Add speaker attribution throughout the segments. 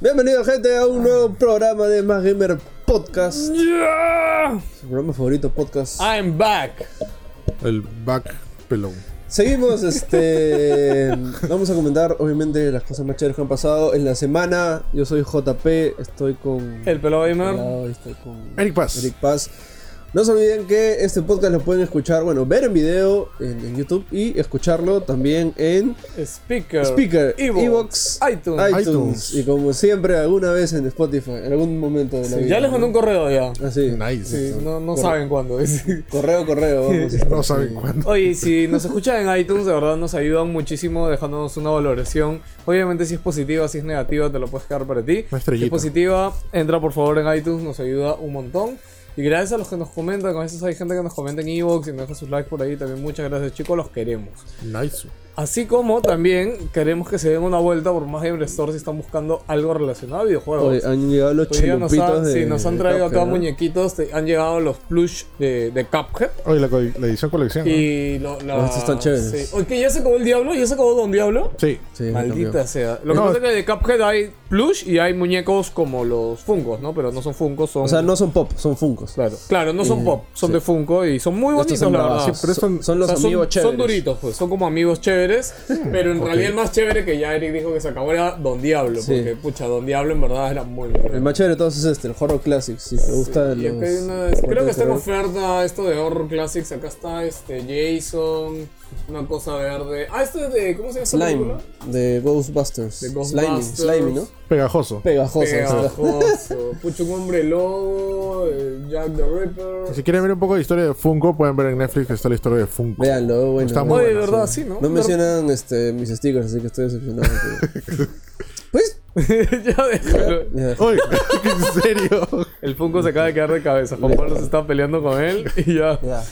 Speaker 1: Bienvenido gente a un nuevo programa de Más Gamer Podcast. Su programa favorito podcast.
Speaker 2: I'm back.
Speaker 3: El back pelón.
Speaker 1: Seguimos, este. vamos a comentar, obviamente, las cosas más chéveres que han pasado en la semana. Yo soy JP, estoy con.
Speaker 2: El pelo gamer.
Speaker 1: Hola, estoy con
Speaker 3: Eric Paz.
Speaker 1: Eric Paz. No se olviden que este podcast lo pueden escuchar, bueno, ver en video en, en YouTube y escucharlo también en
Speaker 2: Speaker.
Speaker 1: Speaker,
Speaker 2: Evox.
Speaker 1: Evox,
Speaker 2: iTunes.
Speaker 1: iTunes.
Speaker 3: iTunes.
Speaker 1: Y como siempre, alguna vez en Spotify, en algún momento de la vida. Ah,
Speaker 2: Ya les mandé un correo ya.
Speaker 1: Así.
Speaker 3: Nice.
Speaker 2: Sí, no no saben cuándo. dice.
Speaker 1: Correo, correo, vamos.
Speaker 3: No saben cuándo.
Speaker 2: Oye, y si nos escuchan en iTunes, de verdad nos ayudan muchísimo dejándonos una valoración. Obviamente si es positiva, si es negativa, te lo puedes quedar para ti.
Speaker 3: Una
Speaker 2: Si es
Speaker 3: estrellita.
Speaker 2: positiva, entra por favor en iTunes, nos ayuda un montón. Y gracias a los que nos comentan, con eso hay gente que nos comenta en Evox y nos deja sus likes por ahí también. Muchas gracias chicos, los queremos.
Speaker 3: Nice.
Speaker 2: Así como también queremos que se den una vuelta por más Gamer Store si están buscando algo relacionado a videojuegos.
Speaker 1: Oye, han llegado los
Speaker 2: Hoy día nos
Speaker 1: chalupitos
Speaker 2: han,
Speaker 1: de.
Speaker 2: sí, nos han
Speaker 1: de
Speaker 2: traído acá
Speaker 1: Cuphead, ¿no?
Speaker 2: muñequitos, te- han llegado los plush de, de Cuphead.
Speaker 3: Oye, la, co- la edición colección. ¿no?
Speaker 2: Y lo, la-
Speaker 1: Oh, estos están chéveres.
Speaker 2: sí. Oye, ¿qué? ¿ya se acabó el diablo? ¿Ya se acabó Don Diablo?
Speaker 3: Sí.
Speaker 1: Sí, me
Speaker 2: Maldita
Speaker 1: cambió.
Speaker 2: sea. Lo que
Speaker 3: No.
Speaker 2: pasa es que de Cuphead hay plush y hay muñecos como los Funkos, ¿no? Pero no son Funkos, son.
Speaker 1: O sea, no son pop, son funcos.
Speaker 2: Claro, claro, no son pop, son de Funko y son muy bonitos,
Speaker 1: Estos son
Speaker 2: la
Speaker 1: bravas.
Speaker 2: verdad.
Speaker 3: Sí, pero estos-
Speaker 1: son, son los
Speaker 2: O sea, son-
Speaker 1: amigos
Speaker 2: son,
Speaker 1: chéveres.
Speaker 2: duritos, pues, son como amigos chéveres. pero en realidad el más chévere que ya Eric dijo que se acabó era Don Diablo.
Speaker 1: Sí.
Speaker 2: Porque, pucha, Don Diablo en verdad era muy bueno.
Speaker 1: El más chévere de todos es este, el Horror Classics. Si te gusta
Speaker 2: Y acá hay una- creo que está en oferta esto de Horror Classics. Acá está este Jason, una cosa verde. Ah, esto es de. ¿Cómo se llama? esta
Speaker 1: Slime,
Speaker 2: película?
Speaker 1: de Ghostbusters.
Speaker 2: De
Speaker 1: Slimy,
Speaker 2: Ghostbusters.
Speaker 1: slimy, ¿no?
Speaker 3: Pegajoso.
Speaker 1: Pegajoso.
Speaker 2: Pegajoso. Pucho, un hombre lobo. eh, Jack the Ripper.
Speaker 3: Si quieren ver un poco de historia de Funko, pueden ver en Netflix que está la historia de Funko.
Speaker 1: Veanlo, bueno.
Speaker 3: Está muy
Speaker 2: Oye, de
Speaker 3: buena,
Speaker 2: verdad,
Speaker 3: sí.
Speaker 2: sí, ¿no?
Speaker 1: No mencionan este, mis stickers, así que estoy decepcionado. pero- pues,
Speaker 2: ya déjalo.
Speaker 1: ya.
Speaker 3: Oye, en serio.
Speaker 2: El Funko se acaba de quedar de cabeza. Juan Pablo se está peleando con él y ya.
Speaker 1: ya.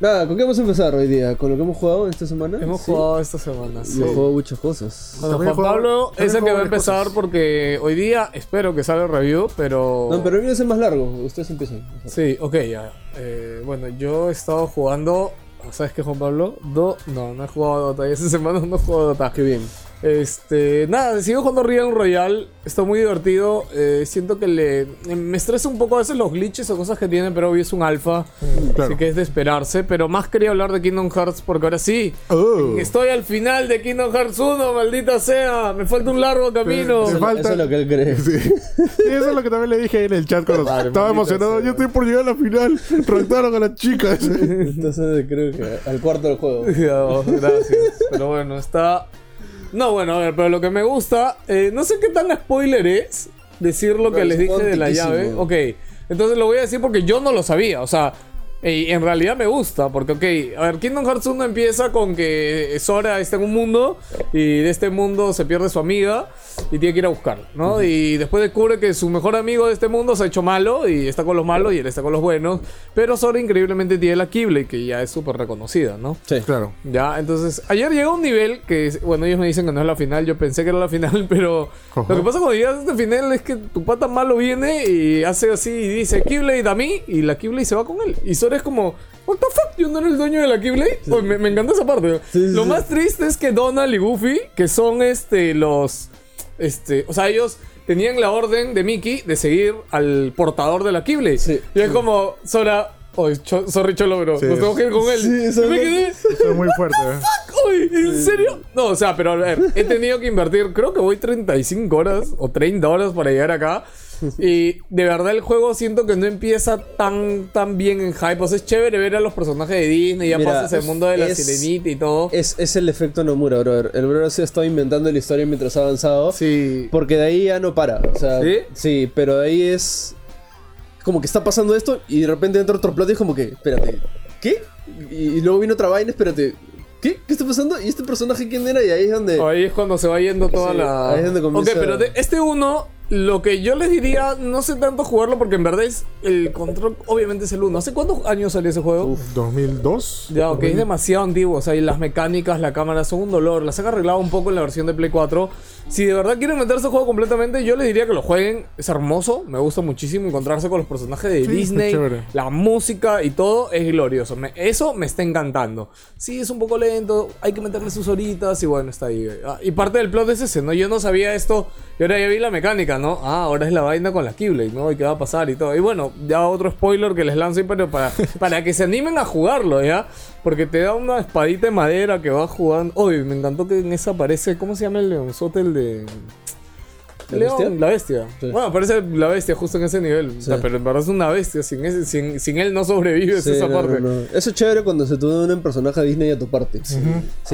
Speaker 1: Nada, ¿con qué vamos a empezar hoy día? ¿Con lo que hemos jugado esta semana?
Speaker 2: Hemos
Speaker 1: Sí.
Speaker 2: jugado esta semana.
Speaker 1: Yo
Speaker 2: sí.
Speaker 1: he jugado muchas cosas.
Speaker 2: Bueno, Juan
Speaker 3: También juego-
Speaker 2: Pablo
Speaker 3: también
Speaker 2: es el que
Speaker 3: juego
Speaker 2: va a
Speaker 3: varias
Speaker 2: empezar
Speaker 3: cosas.
Speaker 2: porque hoy día espero que salga el review, pero.
Speaker 1: No, pero el mío es el más largo. Ustedes empiezan.
Speaker 2: Sí, ok, ya. Eh, bueno, yo he estado jugando. ¿Sabes qué, Juan Pablo? Do... No, no he jugado a Dota. Y esta semana no he jugado a Dota.
Speaker 1: Qué bien.
Speaker 2: Este, nada, sigo jugando Real Royal. Está muy divertido. eh, siento que le. Me estresa un poco a veces los glitches o cosas que tiene, pero hoy es un alfa.
Speaker 3: claro.
Speaker 2: Así que es de esperarse. Pero más quería hablar de Kingdom Hearts porque ahora sí.
Speaker 3: Oh.
Speaker 2: Estoy al final de Kingdom Hearts 1, maldita sea. Me falta un largo camino.
Speaker 3: Te falta-
Speaker 1: Eso es lo que él cree.
Speaker 3: Sí. Y eso es lo que también le dije en el chat cuando estaba emocionado. Yo estoy por llegar a la final. Rentaron a las chicas.
Speaker 1: Entonces creo que al cuarto del juego.
Speaker 2: Oh, gracias. Pero bueno, está. No, bueno, a ver, pero lo que me gusta. eh, no sé qué tan spoiler es decir lo que
Speaker 1: No,
Speaker 2: les
Speaker 1: es
Speaker 2: dije de la llave.
Speaker 1: antiquísimo.
Speaker 2: Ok, entonces lo voy a decir porque yo no lo sabía. O sea, y en realidad me gusta. Porque, ok, a ver, Kingdom Hearts 1 empieza con que Sora está en un mundo. Y de este mundo se pierde su amiga. Y tiene que ir a buscarla, ¿no? Y después descubre que su mejor amigo de este mundo se ha hecho malo. Y está con los malos y él está con los buenos. Pero Sora increíblemente tiene la Keyblade, que ya es súper reconocida, ¿no?
Speaker 1: Sí.
Speaker 3: Claro.
Speaker 2: Ya, entonces, ayer llegó un nivel que, es- bueno, ellos me dicen que no es la final, yo pensé que era la final, pero
Speaker 3: Ajá.
Speaker 2: lo que pasa cuando llegas a este final es que tu pata malo viene y hace así y dice Keyblade a mí y la Keyblade se va con él. Y Sora es como, ¿What the fuck? Yo no era el dueño de la Keyblade. Oye, me, me encanta esa parte.
Speaker 1: Sí, sí,
Speaker 2: lo
Speaker 1: sí.
Speaker 2: más triste es que Donald y Goofy, que son este, los. Este, o sea, ellos. Tenían la orden de Mickey de seguir al portador de la Keyblade.
Speaker 1: Sí.
Speaker 2: y es como, Sora, oh, cho- sorry, Cholo, bro.
Speaker 3: Sí.
Speaker 2: Nos tenemos que ir con él.
Speaker 1: Sí,
Speaker 2: Y
Speaker 1: Sora-
Speaker 2: me quedé,
Speaker 3: Eso es muy fuerte. ¿eh?
Speaker 2: Uy, ¿en serio? No, o sea, pero a ver, he tenido que invertir, creo que voy 35 horas o 30 horas para llegar acá. Y de verdad el juego siento que no empieza tan, tan bien en hype. O sea, es chévere ver a los personajes de Disney, ya
Speaker 1: Mira,
Speaker 2: pasas el mundo de la
Speaker 1: es-
Speaker 2: sirenita y todo.
Speaker 1: Es, es el efecto Nomura, brother. El brother se ha estado inventando la historia mientras ha avanzado.
Speaker 2: sí.
Speaker 1: Porque de ahí ya no para. O sea,
Speaker 2: ¿Sí?
Speaker 1: pero de ahí es. Como que está pasando esto y de repente entra otro plato y es como que, espérate, ¿qué? Y, y luego viene otra vaina, espérate, ¿qué? ¿Qué está pasando? ¿Y este personaje quién era? Y ahí es donde.
Speaker 2: Ahí es cuando se va yendo toda
Speaker 1: Sí,
Speaker 2: la.
Speaker 1: ahí es donde comienza-
Speaker 2: Ok, pero de- este uno, lo que yo les diría, no sé tanto jugarlo porque en verdad es. El control, obviamente es el uno. ¿Hace cuántos años salió ese juego?
Speaker 3: Uf, 2002.
Speaker 2: Ya, ok, es demasiado antiguo. O sea, y las mecánicas, la cámara son un dolor. Las han arreglado un poco en la versión de Play 4. si de verdad quieren meterse al juego completamente, yo les diría que lo jueguen. Es hermoso, me gusta muchísimo encontrarse con los personajes de
Speaker 3: Sí,
Speaker 2: Disney.
Speaker 3: está chévere.
Speaker 2: La música y todo es glorioso. Me- eso me está encantando. Sí, es un poco lento, hay que meterle sus horitas y bueno, está ahí. Ah, y parte del plot es ese, ¿no? Yo no sabía esto y ahora ya vi la mecánica, ¿no? Ah, ahora es la vaina con la Keyblade, ¿no? Y qué va a pasar y todo. Y bueno, ya otro spoiler que les lanzo, pero para, para que se animen a jugarlo, ¿ya? Porque te da una espadita de madera que va jugando. Uy, me encantó que en esa aparece, ¿cómo se llama el leonzote? El de...
Speaker 1: ¿La
Speaker 2: León,
Speaker 1: bestia?
Speaker 2: la bestia.
Speaker 1: Sí.
Speaker 2: Bueno, parece la bestia justo en ese nivel. O sea,
Speaker 1: Sí.
Speaker 2: pero en verdad es una bestia. Sin, ese- sin, sin él no sobrevives
Speaker 1: Sí,
Speaker 2: esa
Speaker 1: no,
Speaker 2: parte.
Speaker 1: no, no. Eso es chévere cuando se tuve un personaje Disney a tu parte. Sí,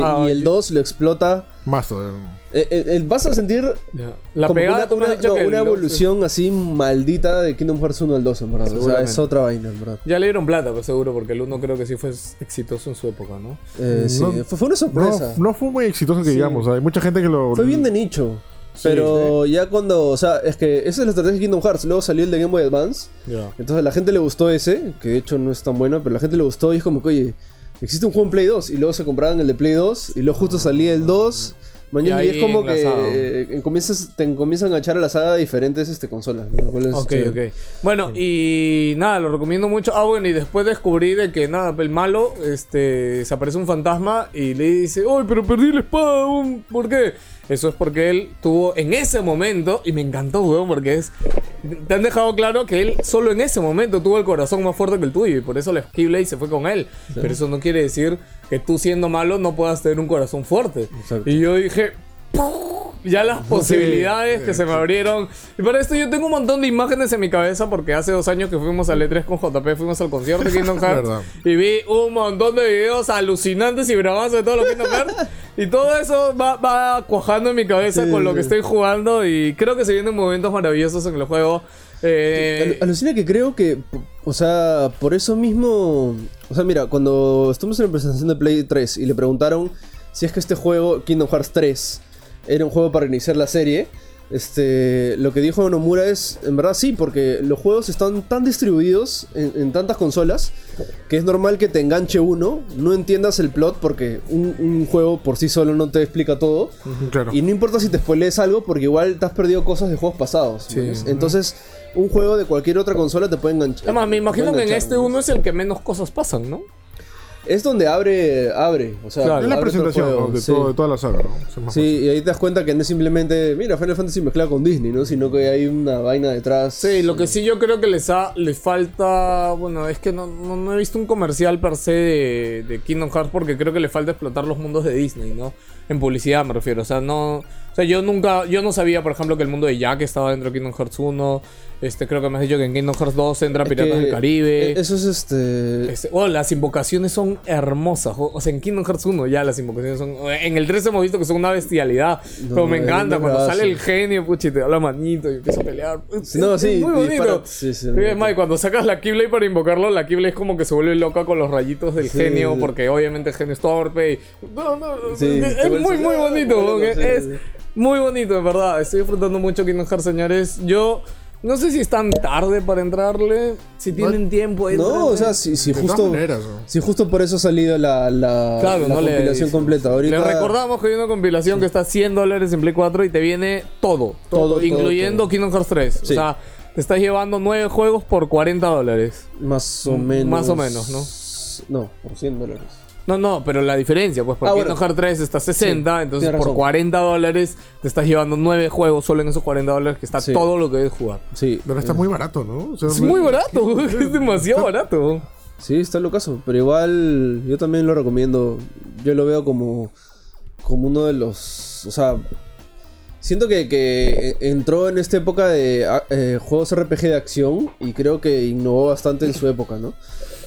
Speaker 2: Ah,
Speaker 1: y el 2 lo explota.
Speaker 3: Mazo. eh.
Speaker 1: Eh, eh, el- vas a sentir
Speaker 2: Ya. La
Speaker 1: como
Speaker 2: pegada
Speaker 1: una,
Speaker 2: tú me has
Speaker 1: una-
Speaker 2: dicho
Speaker 1: no,
Speaker 2: que
Speaker 1: una
Speaker 2: el-
Speaker 1: evolución así maldita de Kingdom Hearts 1 al 2, en verdad. O sea, es
Speaker 2: Seguramente.
Speaker 1: otra vaina, en verdad.
Speaker 2: Ya le dieron plata, pues seguro, porque el uno creo que sí fue exitoso en su época, ¿no?
Speaker 1: Eh, sí,
Speaker 3: No-
Speaker 1: fue, fue una
Speaker 3: No,
Speaker 1: sorpresa.
Speaker 3: no fue muy exitoso que digamos. Hay mucha gente que lo.
Speaker 1: Fue bien de nicho. Pero ya cuando, o sea, es que esa es la estrategia de Kingdom Hearts. Luego salió el de Game Boy Advance.
Speaker 2: Ya.
Speaker 1: Entonces a la gente le gustó ese, que de hecho no es tan bueno, pero a la gente le gustó y es como que, oye, existe un juego en Play 2. Y luego se compraban el de Play 2 y luego justo salía el 2. Mañana
Speaker 2: Y
Speaker 1: y,
Speaker 2: ahí
Speaker 1: es como que
Speaker 2: enlazado.
Speaker 1: eh, comienzas, te comienzan a echar a la saga de diferentes este, consolas. ¿no? Lo cual es este?
Speaker 2: Ok,
Speaker 1: chévere.
Speaker 2: ok. Bueno, y nada, lo recomiendo mucho. Ah, bueno, y después descubrí de que nada, el malo, este, se aparece un fantasma y le dice, ¡Uy, pero perdí la espada! um, ¿Por qué? Eso es porque él tuvo en ese momento, y me encantó, weón, porque es. Te han dejado claro que él solo en ese momento tuvo el corazón más fuerte que el tuyo, y por eso la Keyblade se fue con él. Pero eso no quiere decir que tú siendo malo no puedas tener un corazón fuerte.
Speaker 1: Exacto.
Speaker 2: Y yo dije, ya las posibilidades que se me abrieron. Y para esto yo tengo un montón de imágenes en mi cabeza porque hace dos años que fuimos al E3 con JP, fuimos al concierto de Kingdom Hearts
Speaker 3: Verdad.
Speaker 2: y vi un montón de videos alucinantes y bravazos de todo lo Kingdom Hearts. Y todo eso va, va cuajando en mi cabeza
Speaker 1: Sí,
Speaker 2: con lo que
Speaker 1: sí.
Speaker 2: estoy jugando y creo que se vienen momentos maravillosos en el juego. Eh,
Speaker 1: Al- alucina que creo que, o sea, por eso mismo, o sea, mira, cuando estuvimos en la presentación de Play 3 y le preguntaron si es que este juego, Kingdom Hearts 3, era un juego para iniciar la serie, este, lo que dijo Nomura es, en verdad sí, porque los juegos están tan distribuidos en, en tantas consolas que es normal que te enganche uno, no entiendas el plot porque un, un juego por sí solo no te explica todo.
Speaker 3: Claro.
Speaker 1: Y no importa si te spoilees algo, porque igual te has perdido cosas de juegos pasados. ¿no ves? Entonces, un juego de cualquier otra consola te puede enganchar.
Speaker 2: además, me
Speaker 1: te
Speaker 2: imagino
Speaker 1: puede
Speaker 2: que en
Speaker 1: enganchar,
Speaker 2: este
Speaker 1: ¿no?
Speaker 2: uno es el que menos cosas pasan, ¿no?
Speaker 1: Es donde abre, abre. O sea,
Speaker 2: Claro.
Speaker 3: Es la
Speaker 1: abre otro
Speaker 3: presentación
Speaker 1: juego,
Speaker 3: ¿no? de,
Speaker 1: sí.
Speaker 3: todo- de toda la saga. ¿no? Es más
Speaker 1: Sí, y ahí te das cuenta que no es simplemente, mira, Final Fantasy mezclado con Disney, ¿no? Sino que hay una vaina detrás.
Speaker 2: Sí, lo que sí yo creo que les, ha, les falta. Bueno, es que no, no, no he visto un comercial per se de, de Kingdom Hearts porque creo que le falta explotar los mundos de Disney, ¿no? En publicidad me refiero. O sea, no. O sea, yo nunca. Yo no sabía, por ejemplo, que el mundo de Jack estaba dentro de Kingdom Hearts 1. Este, creo que me has dicho que en Kingdom Hearts 2 entra
Speaker 1: Es
Speaker 2: Piratas
Speaker 1: que
Speaker 2: del Caribe.
Speaker 1: e- Eso es este...
Speaker 2: Este, oh, las invocaciones son hermosas. O o sea, en Kingdom Hearts 1 ya las invocaciones son. En el 3 hemos visto que son una bestialidad. pero me
Speaker 1: no,
Speaker 2: encanta.
Speaker 1: no,
Speaker 2: Cuando
Speaker 1: gracias.
Speaker 2: sale el genio, puchi, te da la manito y empieza a pelear. Es-
Speaker 1: No,
Speaker 2: es
Speaker 1: sí,
Speaker 2: Muy bonito.
Speaker 1: dispara- sí, sí,
Speaker 2: Y
Speaker 1: no,
Speaker 2: es más, y cuando sacas la Keyblade para invocarlo, la Keyblade es como que se vuelve loca con los rayitos del
Speaker 1: Sí.
Speaker 2: genio. Porque obviamente el genio es torpe. y- No, no, no,
Speaker 1: Sí,
Speaker 2: es
Speaker 1: te
Speaker 2: es muy,
Speaker 1: vuelves-
Speaker 2: muy bonito.
Speaker 1: Ah,
Speaker 2: porque
Speaker 1: sí,
Speaker 2: es
Speaker 1: sí.
Speaker 2: muy bonito, en verdad. Estoy disfrutando mucho Kingdom Hearts, señores. Yo. No sé si es tan tarde para entrarle. Si tienen tiempo,
Speaker 1: No, o
Speaker 2: éntrenle.
Speaker 1: sea, si, si
Speaker 3: De todas
Speaker 1: justo...
Speaker 3: maneras, ¿no?
Speaker 1: Si justo por eso ha salido la, la,
Speaker 2: Claro,
Speaker 1: la
Speaker 2: no le-
Speaker 1: compilación completa. Ahorita...
Speaker 2: Les recordamos que hay una compilación que está a 100 dólares en Play 4 y te viene todo.
Speaker 1: Todo, todo,
Speaker 2: Incluyendo
Speaker 1: todo.
Speaker 2: Kingdom Hearts 3. O
Speaker 1: Sí.
Speaker 2: sea, te estás llevando 9 juegos por 40 dólares.
Speaker 1: Más o menos...
Speaker 2: más o menos, ¿no?
Speaker 1: No, por 100 dólares.
Speaker 2: No, no, pero la diferencia, pues porque
Speaker 1: Ah, bueno.
Speaker 2: Kingdom Hearts 3 está a 60, entonces
Speaker 1: tienes
Speaker 2: por
Speaker 1: razón.
Speaker 2: 40 dólares te estás llevando 9 juegos solo en esos 40 dólares que está
Speaker 1: Sí.
Speaker 2: todo lo que debes jugar.
Speaker 1: Sí,
Speaker 3: De verdad está muy barato, ¿no? O sea,
Speaker 2: Es muy barato, es demasiado barato.
Speaker 1: Sí, está locazo, pero igual yo también lo recomiendo. Yo lo veo como, como uno de los... O sea, siento que, que e- entró en esta época de a- eh, juegos RPG de acción y creo que innovó bastante en su época, ¿no?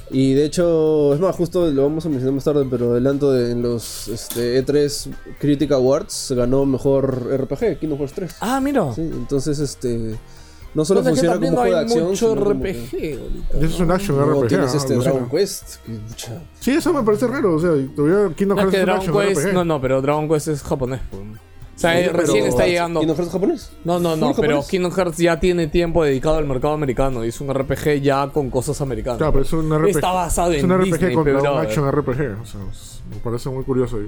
Speaker 1: Y de hecho, es más, justo lo vamos a mencionar más tarde, pero adelanto de- en los este, E3 Critic Awards se ganó mejor RPG, Kingdom Hearts 3.
Speaker 2: Ah, mira.
Speaker 1: Sí, entonces este... No solo
Speaker 2: Entonces que
Speaker 1: funciona
Speaker 2: también
Speaker 1: como
Speaker 2: no
Speaker 1: juego de
Speaker 2: hay
Speaker 1: acción.
Speaker 2: mucho
Speaker 1: sino como
Speaker 2: RPG
Speaker 1: que-
Speaker 2: ahorita.
Speaker 3: Y eso es un action
Speaker 1: Luego
Speaker 3: RPG.
Speaker 1: tienes
Speaker 3: ¿no?
Speaker 1: este
Speaker 3: No sé.
Speaker 1: Dragon Quest, que mucha-
Speaker 3: Sí, eso me parece raro. O sea, todavía Kingdom
Speaker 2: No, es
Speaker 3: Hearts
Speaker 2: que
Speaker 3: es un
Speaker 2: Dragon
Speaker 3: action
Speaker 2: Quest.
Speaker 3: RPG.
Speaker 2: No, no, pero Dragon Quest es japonés. pues. O sea,
Speaker 1: Sí,
Speaker 2: eh,
Speaker 1: pero-
Speaker 2: recién está llegando.
Speaker 1: ¿Y no fueron japonés?
Speaker 2: No, no, no,
Speaker 1: Full
Speaker 2: pero
Speaker 1: japonés.
Speaker 2: Kingdom Hearts ya tiene tiempo dedicado al mercado americano y es un RPG ya con cosas americanas.
Speaker 3: Claro, pero es un RPG.
Speaker 2: Está basado
Speaker 3: es
Speaker 2: en
Speaker 3: un RPG
Speaker 2: Disney,
Speaker 3: contra
Speaker 2: pero,
Speaker 3: un
Speaker 2: brother.
Speaker 3: action RPG. O sea, es- me parece muy curioso. ahí.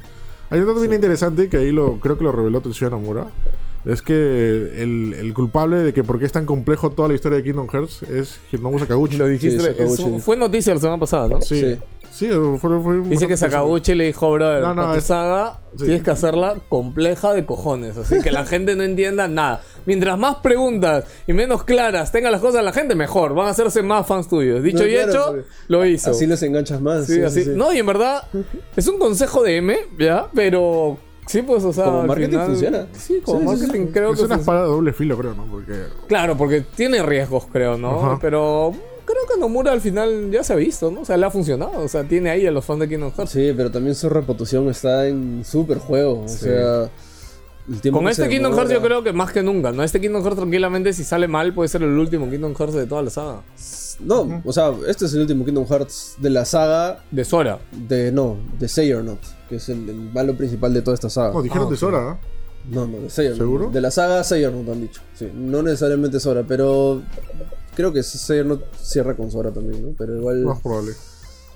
Speaker 3: Hay un dato bien interesante que ahí lo, creo que lo reveló Tetsuya Nomura. Es que el, el culpable de que por qué es tan complejo toda la historia de Kingdom Hearts es Hironobu Sakaguchi.
Speaker 2: Lo dijiste.
Speaker 1: Sí, Sakaguchi.
Speaker 2: es- fue noticia la semana pasada, ¿no?
Speaker 3: Sí. Sí, fue, fue un-
Speaker 2: Dice que Sakaguchi le dijo, brother,
Speaker 3: No, no,
Speaker 2: para tu
Speaker 3: es-
Speaker 2: saga
Speaker 3: sí.
Speaker 2: tienes que hacerla compleja de cojones. Así que la gente no entienda nada. Mientras más preguntas y menos claras tenga las cosas la gente, mejor. Van a hacerse más fans tuyos. Dicho
Speaker 1: No,
Speaker 2: y
Speaker 1: claro,
Speaker 2: hecho,
Speaker 1: porque
Speaker 2: lo hizo.
Speaker 1: Así los enganchas más.
Speaker 2: Sí,
Speaker 1: sí, sí,
Speaker 2: así.
Speaker 1: sí.
Speaker 2: No, y en verdad, es un consejo de M, ¿ya? Pero sí, pues, o sea.
Speaker 1: Como
Speaker 2: al
Speaker 1: marketing funciona.
Speaker 2: Sí, como
Speaker 1: Sí, sí,
Speaker 2: marketing
Speaker 1: sí.
Speaker 2: creo
Speaker 3: Es
Speaker 2: que.
Speaker 3: una
Speaker 2: func-
Speaker 3: espada de doble filo, creo, ¿no? Porque
Speaker 2: Claro, porque tiene riesgos, creo, ¿no?
Speaker 3: Ajá.
Speaker 2: Pero creo que Nomura al final ya se ha visto, ¿no? O sea, le ha funcionado. O sea, tiene ahí a los fans de Kingdom Hearts.
Speaker 1: Sí, pero también su reputación está en super juego. O sea, el tiempo
Speaker 2: Con
Speaker 1: que
Speaker 2: este
Speaker 1: se
Speaker 2: Kingdom Hearts yo
Speaker 1: demora.
Speaker 2: creo que más que nunca, ¿no? Este Kingdom Hearts tranquilamente, si sale mal, puede ser el último Kingdom Hearts de toda la saga.
Speaker 1: No, o sea, este es el último Kingdom Hearts de la saga
Speaker 2: De Sora.
Speaker 1: de. No, de Sayonot, que es el, el malo principal de toda esta saga.
Speaker 3: no, dijeron tesora, ¿no?
Speaker 1: No, no, de Sayonot.
Speaker 3: ¿Seguro?
Speaker 1: De la saga Sayonot han dicho. Sí, no necesariamente Sora, pero. Creo que Sayonot cierra con Sora también, ¿no? Pero igual.
Speaker 3: Más probable.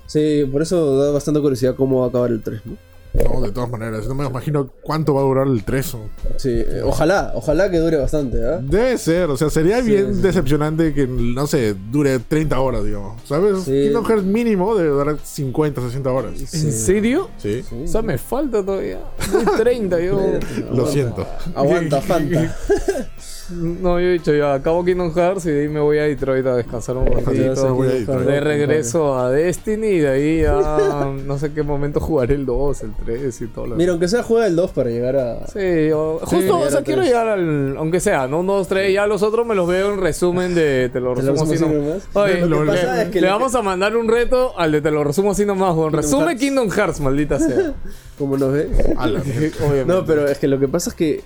Speaker 1: Sí, por eso da bastante curiosidad cómo va a acabar el 3, ¿no?
Speaker 3: No, de todas maneras, no me imagino cuánto va a durar el 3.
Speaker 1: Sí, eh, ojalá, ojalá que dure bastante, ¿ah?
Speaker 3: Debe ser, o sea, sería bien decepcionante que, no sé, dure 30 horas, digamos. ¿Sabes?
Speaker 1: Sí.
Speaker 3: Kingdom Hearts mínimo debe durar 50, 60 horas.
Speaker 2: ¿En serio?
Speaker 3: Sí.
Speaker 2: O sea, me falta todavía. Voy 30, yo.
Speaker 3: Lo siento.
Speaker 1: Aguanta, Fanta.
Speaker 2: No, yo he dicho, yo acabo Kingdom Hearts y de ahí me voy a Detroit a descansar un
Speaker 3: Detroit,
Speaker 2: ratito.
Speaker 3: voy a Detroit.
Speaker 2: De regreso a Destiny y de ahí a no sé qué momento jugaré el 2, el 3 y todo lo
Speaker 1: Mira, aunque sea juega el 2 para llegar a.
Speaker 2: Sí, o- justo,
Speaker 1: llegar
Speaker 2: o sea,
Speaker 1: a
Speaker 2: quiero
Speaker 1: tres.
Speaker 2: llegar al. Aunque sea, ¿no? Uno, dos, tres, ya los otros me los veo en resumen de. Te lo
Speaker 1: Te lo
Speaker 2: resumo así
Speaker 1: resumo así
Speaker 2: nomás.
Speaker 1: nomás.
Speaker 2: Oye,
Speaker 3: Lo
Speaker 2: le,
Speaker 3: que pasa
Speaker 1: es que
Speaker 2: le
Speaker 1: lo-
Speaker 2: vamos a mandar un reto al de te lo resumo así nomás, weón. Resume
Speaker 1: Hearts.
Speaker 2: Kingdom Hearts, maldita sea.
Speaker 1: ¿Cómo nos ve?
Speaker 3: A la mierda.
Speaker 2: Obviamente.
Speaker 1: No, pero es que lo que pasa es que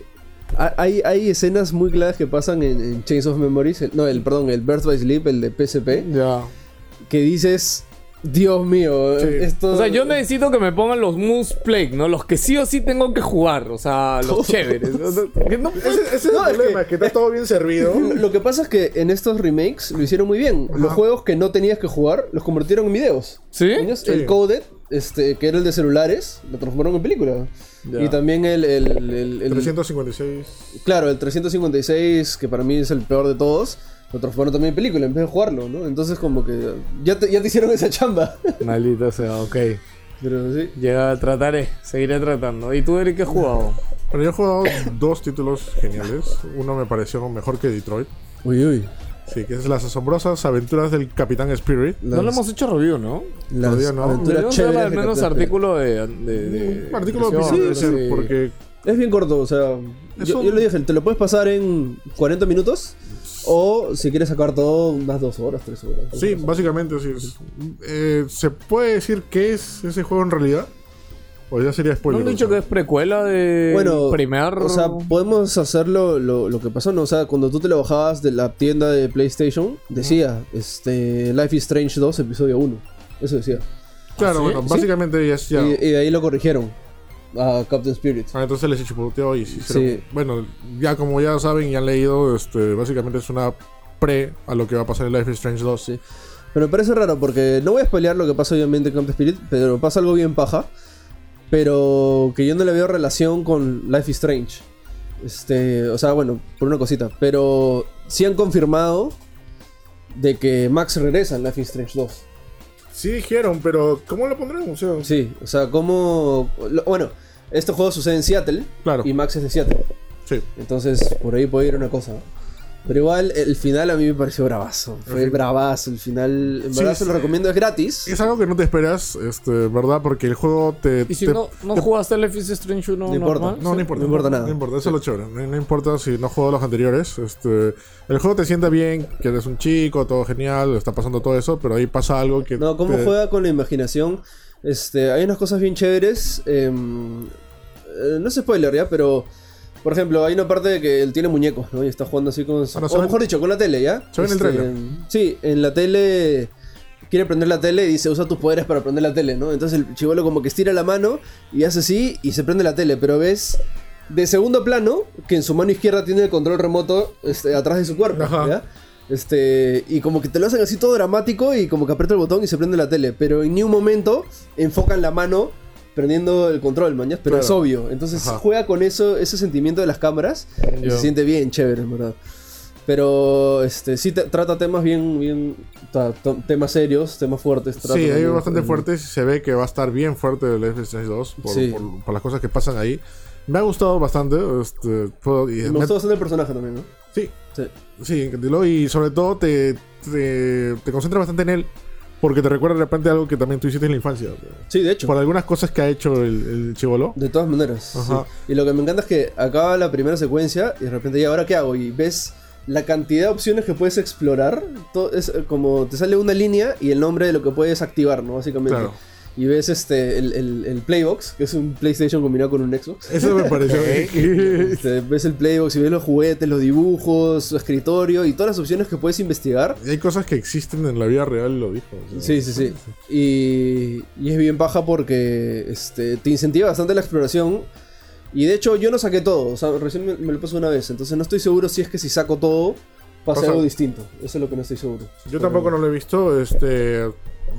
Speaker 1: ha- hay, hay escenas muy claras que pasan en, en Chains of Memories, el- no, el perdón, el Birth by Sleep, el de PSP,
Speaker 2: Ya.
Speaker 1: que dices, Dios mío,
Speaker 3: Sí.
Speaker 1: esto...
Speaker 2: O sea, yo necesito que me pongan los Moose Plague, ¿no? Los que sí o sí tengo que jugar, o sea, los chéveres. O sea, que no-
Speaker 3: Ese, ese
Speaker 1: No,
Speaker 3: es
Speaker 1: es
Speaker 3: el problema, que, está todo bien servido.
Speaker 1: Lo que pasa es que en estos remakes lo hicieron muy bien. Los juegos que no tenías que jugar los convirtieron en videos.
Speaker 2: ¿Sí?
Speaker 1: ¿Niños?
Speaker 3: Sí.
Speaker 1: El Coded, este, que era el de celulares, lo transformaron en película.
Speaker 2: Ya.
Speaker 1: Y también el, el, el- el- el-
Speaker 3: 356.
Speaker 1: Claro, el 356, que para mí es el peor de todos, lo transformaron también en película en vez de jugarlo, ¿no? Entonces, como que ya te, ya te hicieron esa chamba.
Speaker 2: Maldita sea, ok.
Speaker 1: Pero sí.
Speaker 2: Ya trataré, eh, seguiré tratando. ¿Y tú, Eric, qué has jugado?
Speaker 3: Pero yo he jugado dos títulos geniales. Uno me pareció mejor que Detroit.
Speaker 1: Uy, uy.
Speaker 3: Sí, que es Las asombrosas aventuras del Capitán Spirit.
Speaker 2: No le hemos hecho review, ¿no?
Speaker 1: Las
Speaker 3: Todavía no.
Speaker 1: aventuras
Speaker 2: Deberíamos
Speaker 1: chéveres
Speaker 2: dar al
Speaker 1: de
Speaker 2: menos
Speaker 1: Capitán
Speaker 2: artículo de, de- de-
Speaker 3: Un artículo de
Speaker 2: de-
Speaker 3: opinión, debe
Speaker 2: Eh, sí,
Speaker 3: ser,
Speaker 2: sí.
Speaker 3: porque
Speaker 1: Spirit. Es bien corto, o sea.
Speaker 3: Es
Speaker 1: Yo,
Speaker 3: un-
Speaker 1: yo le dije, te lo puedes pasar en 40 minutos. O si quieres sacar todo, unas 2 horas, 3 horas.
Speaker 3: Sí, básicamente sí. es- eh, ¿Se puede decir qué es ese juego en realidad? O ya sería
Speaker 2: ¿No
Speaker 3: spoiler.
Speaker 2: han dicho que es precuela
Speaker 3: eh,
Speaker 2: de
Speaker 1: Bueno,
Speaker 2: primer?
Speaker 1: o sea, podemos hacerlo lo, lo que pasó, ¿no? O sea, cuando tú te lo bajabas de la tienda de PlayStation, decía, este, Life is Strange 2, episodio 1. Eso decía.
Speaker 2: ¿Ah, sí?
Speaker 3: Claro,
Speaker 2: eh,
Speaker 3: bueno,
Speaker 2: Sí.
Speaker 3: básicamente ya es ya.
Speaker 1: Y, y de ahí lo corrigieron a Captain Spirit.
Speaker 3: Ah, entonces les chipoteó y se hicieron-
Speaker 1: Sí.
Speaker 3: Bueno, ya como ya saben y han leído, este, básicamente es una pre a lo que va a pasar en Life is Strange 2.
Speaker 1: Sí. Pero me parece raro porque no voy a spoilear lo que pasa obviamente en Captain Spirit, pero pasa algo bien paja. Pero que yo no le veo relación con Life is Strange. Este, o sea, bueno, por una cosita. Pero sí han confirmado de que Max regresa en Life is Strange 2.
Speaker 3: Sí dijeron, pero ¿cómo lo pondrán? O sea,
Speaker 1: Sí, o sea, como... lo- bueno, este juego sucede en Seattle.
Speaker 3: Claro.
Speaker 1: Y Max es de Seattle.
Speaker 3: sí.
Speaker 1: Entonces, por ahí puede ir una cosa. ¿no? Pero igual, el final a mí me pareció bravazo. Fue bravazo. El final, en
Speaker 3: Sí,
Speaker 1: verdad, se
Speaker 3: sí.
Speaker 1: lo recomiendo, es gratis.
Speaker 3: Es algo que no te esperas, este, ¿verdad? Porque el juego te...
Speaker 2: ¿Y si
Speaker 3: te-
Speaker 2: no, no jugaste Life is Strange 1
Speaker 1: No importa.
Speaker 2: normal?
Speaker 3: No, no importa.
Speaker 1: no importa nada.
Speaker 3: No importa, eso es lo chévere. No, no importa si no juego los anteriores. Este, el juego te sienta bien, que eres un chico, todo genial, está pasando todo eso, pero ahí pasa algo que.
Speaker 1: No, cómo
Speaker 3: te-
Speaker 1: juega con la imaginación. Este, hay unas cosas bien chéveres. em, eh, no es spoiler ya, pero. Por ejemplo, hay una parte de que él tiene muñecos, ¿no? Y está jugando así con. su-
Speaker 3: Ahora, ¿se
Speaker 1: o
Speaker 3: ven-
Speaker 1: mejor dicho, con la tele, ¿ya? Este,
Speaker 3: se ve en el tráiler.
Speaker 1: Sí, en la tele. Quiere prender la tele y dice, usa tus poderes para prender la tele, ¿no? Entonces el chivolo como que estira la mano y hace así y se prende la tele, pero ves de segundo plano que en su mano izquierda tiene el control remoto este, atrás de su cuerpo,
Speaker 3: Ajá.
Speaker 1: ¿ya? Este, y como que te lo hacen así todo dramático y como que aprieta el botón y se prende la tele. Pero en ni un momento enfocan la mano perdiendo el control, man, ¿ya? pero
Speaker 3: Claro.
Speaker 1: es obvio. Entonces
Speaker 3: Ajá.
Speaker 1: juega con eso, ese sentimiento de las cámaras y
Speaker 2: Ya.
Speaker 1: se siente bien chévere, en verdad. Pero este sí te- trata temas bien, bien ta- to- temas serios, temas fuertes. trata
Speaker 3: Sí, hay
Speaker 1: también,
Speaker 3: bastante
Speaker 1: eh,
Speaker 3: fuertes. Se ve que va a estar bien fuerte el F-16-2 por,
Speaker 1: Sí.
Speaker 3: por- por las cosas que pasan ahí. Me ha gustado bastante. Este, puedo- y
Speaker 1: Me
Speaker 3: me-
Speaker 1: gustó bastante el personaje también, ¿no?
Speaker 3: Sí,
Speaker 1: Sí.
Speaker 3: sí, dilo, y sobre todo te, te, te concentras bastante en él porque te recuerda de repente algo que también tú hiciste en la infancia.
Speaker 1: Sí, de hecho.
Speaker 3: Por algunas cosas que ha hecho el, el chivolo.
Speaker 1: De todas maneras.
Speaker 3: Ajá.
Speaker 1: sí. Y lo que me encanta es que acaba la primera secuencia y de repente, ¿y ahora qué hago? Y ves la cantidad de opciones que puedes explorar. Todo es eh, como te sale una línea y el nombre de lo que puedes activar, ¿no? Básicamente.
Speaker 3: Claro.
Speaker 1: Y ves este el, el- el Playbox, que es un PlayStation combinado con un Xbox.
Speaker 3: Eso me pareció.
Speaker 1: Este, ves el Playbox y ves los juguetes, los dibujos, su escritorio y todas las opciones que puedes investigar.
Speaker 3: Y hay cosas que existen en la vida real, lo dijo. o sea.
Speaker 1: Sí, sí, sí. Y, y es bien paja porque este, te incentiva bastante la exploración. Y de hecho, yo no saqué todo. O sea, recién me, me lo pasé una vez. Entonces no estoy seguro si es que si saco todo pasa
Speaker 3: O sea,
Speaker 1: algo distinto. Eso es lo que no estoy seguro.
Speaker 3: Yo tampoco no lo he visto. Este,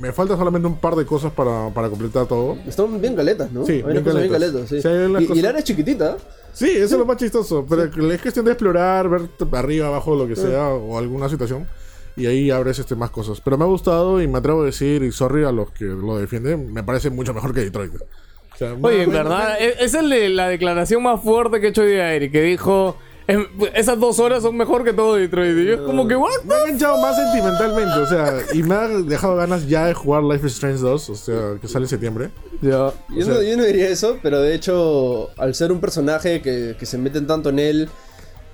Speaker 3: me falta solamente un par de cosas para, para completar todo.
Speaker 1: Están bien caletas, ¿no?
Speaker 3: Sí,
Speaker 1: Hay unas
Speaker 3: bien
Speaker 1: cosas bien
Speaker 3: caletas.
Speaker 1: caletas. sí.
Speaker 3: Sí, hay unas
Speaker 1: y, y
Speaker 3: cosas-
Speaker 1: el área es chiquitita.
Speaker 3: Sí, eso es lo más chistoso. Pero es cuestión de explorar, ver t- arriba, abajo, lo que sea, o alguna situación. Y ahí abres este, más cosas. Pero me ha gustado y me atrevo a decir, y sorry a los que lo defienden, me parece mucho mejor que Detroit. O sea,
Speaker 2: Oye, en
Speaker 3: bueno,
Speaker 2: verdad, e- esa es le- la declaración más fuerte que he hecho hoy día, Eric, que dijo, "Em, esas dos horas son mejor que todo Detroit. Y yo es como que, ¿what?
Speaker 3: Me ha enganchado más sentimentalmente, o sea, y me ha dejado ganas ya de jugar Life is Strange 2, o sea, que sale en septiembre.
Speaker 2: Ya.
Speaker 1: Yo,
Speaker 3: O sea-
Speaker 1: no, yo no diría eso, pero de hecho, al ser un personaje que, que se meten tanto en él,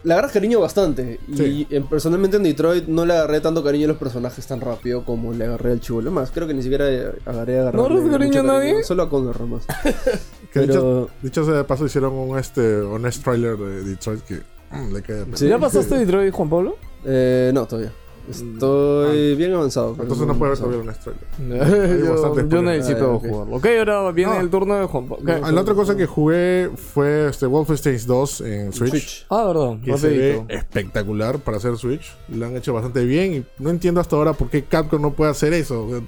Speaker 1: le agarras cariño bastante.
Speaker 3: Sí.
Speaker 1: Y en- personalmente en Detroit no le agarré tanto cariño a los personajes tan rápido como le agarré al chivolo. Más, creo que ni siquiera agarré agarré
Speaker 2: ¿No agarras cariño a nadie?
Speaker 1: Solo a Connor, más.
Speaker 3: Que
Speaker 1: Pero-
Speaker 3: dicho, dicho sea de paso, hicieron un, este, honest trailer de Detroit que mm, le cae.
Speaker 1: Sí.
Speaker 2: ¿Ya pasaste Detroit, Juan Pablo?
Speaker 1: Eh, no, todavía.
Speaker 2: Mm,
Speaker 1: Estoy
Speaker 2: ah.
Speaker 1: bien avanzado. pero
Speaker 3: Entonces no puede ver
Speaker 1: avanzado.
Speaker 3: todavía el honest trailer.
Speaker 2: yo,
Speaker 3: bastante
Speaker 2: yo
Speaker 3: spoiler.
Speaker 2: necesito
Speaker 1: Ah, ok.
Speaker 2: jugarlo. Ok, ahora viene
Speaker 3: Ah.
Speaker 2: el turno de Juan Pablo. Ok.
Speaker 3: Ah, La otra cosa que jugué fue este Wolfenstein 2 en Switch.
Speaker 1: Switch.
Speaker 2: Ah, perdón,
Speaker 3: Que se ve
Speaker 2: rapidito.
Speaker 3: espectacular para hacer Switch. Lo han hecho bastante bien. Y no entiendo hasta ahora por qué Capcom no puede hacer eso. O sea,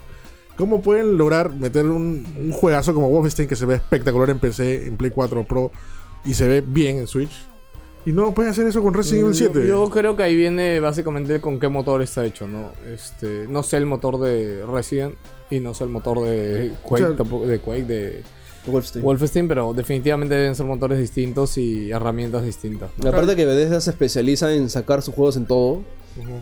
Speaker 3: ¿Cómo pueden lograr meter un, un juegazo como Wolfenstein que se ve espectacular en PC, en Play 4 Pro y se ve bien en Switch? Y no pueden hacer eso con Resident Evil 7.
Speaker 2: Mm, Yo creo que ahí viene básicamente con qué motor está hecho, ¿no? Este, no sé el motor de Resident y no sé el motor de Quake,
Speaker 3: O sea-
Speaker 2: tampoco- de Quake, de
Speaker 1: Wolfenstein.
Speaker 2: Wolfenstein, pero definitivamente deben ser motores distintos y herramientas distintas. ¿no?
Speaker 1: Aparte que Bethesda se especializa en sacar sus juegos en todo.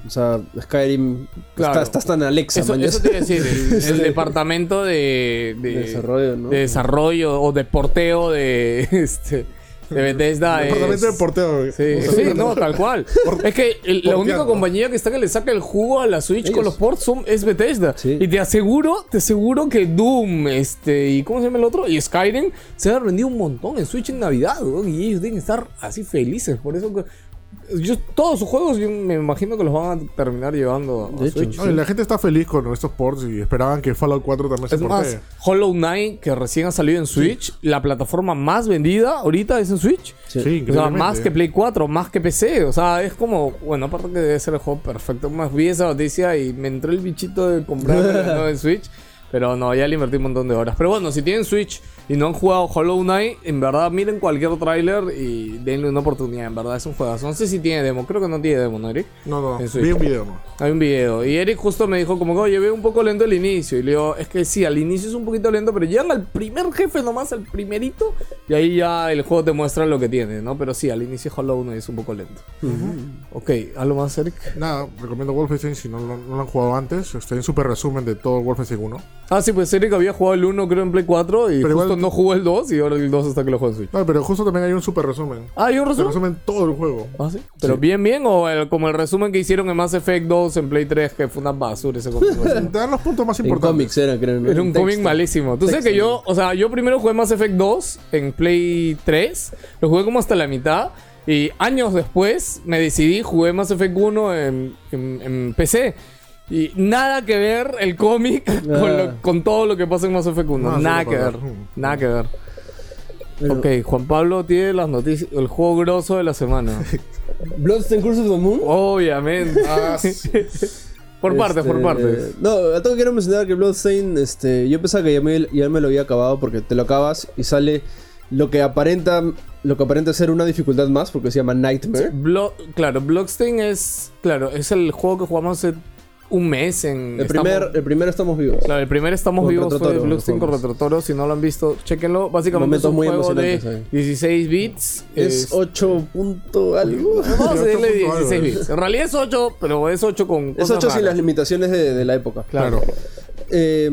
Speaker 1: O sea, Skyrim
Speaker 2: Claro.
Speaker 1: está, estás tan Alexa,
Speaker 2: Eso,
Speaker 1: man,
Speaker 2: eso te iba a decir, el, el
Speaker 1: Sí.
Speaker 2: departamento de, de-
Speaker 1: De desarrollo, ¿no?
Speaker 2: de desarrollo o de porteo de, este, de Bethesda.
Speaker 3: El departamento
Speaker 2: es-
Speaker 3: de porteo.
Speaker 2: Sí, sí, no, tal cual. Es que el- la
Speaker 3: porteando.
Speaker 2: única compañía que está que le saca el jugo a la Switch
Speaker 1: Ellos.
Speaker 2: con los ports son- es Bethesda.
Speaker 1: Sí.
Speaker 2: Y te aseguro, te aseguro que Doom, este, y ¿cómo se llama el otro? Y Skyrim se han rendido un montón en Switch en Navidad, weón, y ellos deben estar así felices. Por eso que- yo, todos sus juegos yo me imagino que los van a terminar llevando a
Speaker 1: De hecho,
Speaker 2: Switch.
Speaker 3: No, y la gente está feliz con estos ports y esperaban que Fallout 4 también se
Speaker 2: Pues Es más,
Speaker 3: portee.
Speaker 2: Hollow Knight, que recién ha salido en Switch, la plataforma más vendida ahorita es en Switch.
Speaker 1: Sí.
Speaker 3: Sí,
Speaker 2: O sea,
Speaker 3: increíblemente.
Speaker 2: más que Play 4, más que PC. O sea, es como, bueno, aparte que debe ser el juego perfecto. Más vi esa noticia y me entró el bichito de comprar el nuevo en Switch. Pero no, ya le invertí un montón de horas. Pero bueno, si tienen Switch y no han jugado Hollow Knight, en verdad miren cualquier tráiler y denle una oportunidad. En verdad es un juegazo. No sé si tiene demo, creo que no tiene demo, ¿no, Eric?
Speaker 3: No, no,
Speaker 2: en Switch.
Speaker 3: vi un video. ¿no?
Speaker 2: Hay un video. Y Eric justo me dijo como que, oye, veo un poco lento el inicio. Y le digo, es que sí, al inicio es un poquito lento, pero llegan al primer jefe nomás, al primerito. Y ahí ya el juego te muestra lo que tiene, ¿no? Pero sí, al inicio Hollow 1 es un poco lento. Ok, ¿algo más, Eric?
Speaker 3: Nada, recomiendo Wolfenstein si no, lo- no lo han jugado antes. Está en súper resumen de todo Wolfenstein 1.
Speaker 2: Ah, sí, pues Eric había jugado el 1 creo en Play 4 y
Speaker 3: Pero
Speaker 2: justo
Speaker 3: igual-
Speaker 2: no jugó el 2 y ahora el 2 está que lo juega en Switch.
Speaker 3: No, pero justo también hay un super resumen.
Speaker 2: Ah, ¿y un
Speaker 3: Se
Speaker 2: resumen?
Speaker 3: resumen todo el juego.
Speaker 2: Ah, sí. Pero bien, bien, o el- como el resumen que hicieron en Mass Effect 2 en Play 3, que fue una basura ese cómic.
Speaker 3: Te dan los puntos más
Speaker 1: En cómics
Speaker 3: importantes.
Speaker 1: era, creo. ¿no?
Speaker 2: Era un
Speaker 1: Texto.
Speaker 2: cómic malísimo. Tú sabes que yo, o sea, yo primero jugué Mass Effect 2 en Play 3, lo jugué como hasta la mitad. Y años después me decidí, jugué Mass Effect 1 en, en- en PC. Y nada que ver el cómic con, lo- con todo lo que pasa en Mass Effect 1.
Speaker 3: No,
Speaker 2: nada
Speaker 3: sí,
Speaker 2: que
Speaker 3: para
Speaker 2: ver.
Speaker 3: ver. Mm.
Speaker 2: Nada que ver.
Speaker 1: Pero-
Speaker 2: ok, Juan Pablo tiene las noticias. El juego grosso de la semana.
Speaker 1: Bloodstained Curse of the Moon.
Speaker 2: Obviamente.
Speaker 3: Ah, sí.
Speaker 2: Por partes, por
Speaker 1: Este,
Speaker 2: partes.
Speaker 1: No, a todo quiero mencionar que Bloodstained, este, yo pensaba que ya me, ya me lo había acabado porque te lo acabas y sale lo que aparenta lo que aparenta ser una dificultad más porque se llama Nightmare.
Speaker 2: Blo- claro, Blockstein es. Claro, es el juego que jugamos hace un mes en.
Speaker 1: El primer,
Speaker 2: estamos-
Speaker 1: el primero estamos vivos.
Speaker 2: Claro, el primer Estamos
Speaker 1: Con
Speaker 2: Vivos fue
Speaker 1: Retrotoro,
Speaker 2: Blockstein con
Speaker 1: jugamos.
Speaker 2: Retrotoro. Si no lo han visto, chequenlo. Básicamente
Speaker 1: Momentos
Speaker 2: es un
Speaker 1: muy
Speaker 2: juego de
Speaker 1: emocionantes,
Speaker 2: 16 bits.
Speaker 1: Es
Speaker 2: Es-
Speaker 1: 8 punto algo.
Speaker 2: Vamos a decirle 16
Speaker 3: algo.
Speaker 2: bits. En realidad es 8, pero es 8 con.
Speaker 1: ¿eh? Es
Speaker 2: cosas
Speaker 1: 8 sin
Speaker 2: raras.
Speaker 1: las limitaciones de, de la época.
Speaker 3: Claro.
Speaker 1: Eh,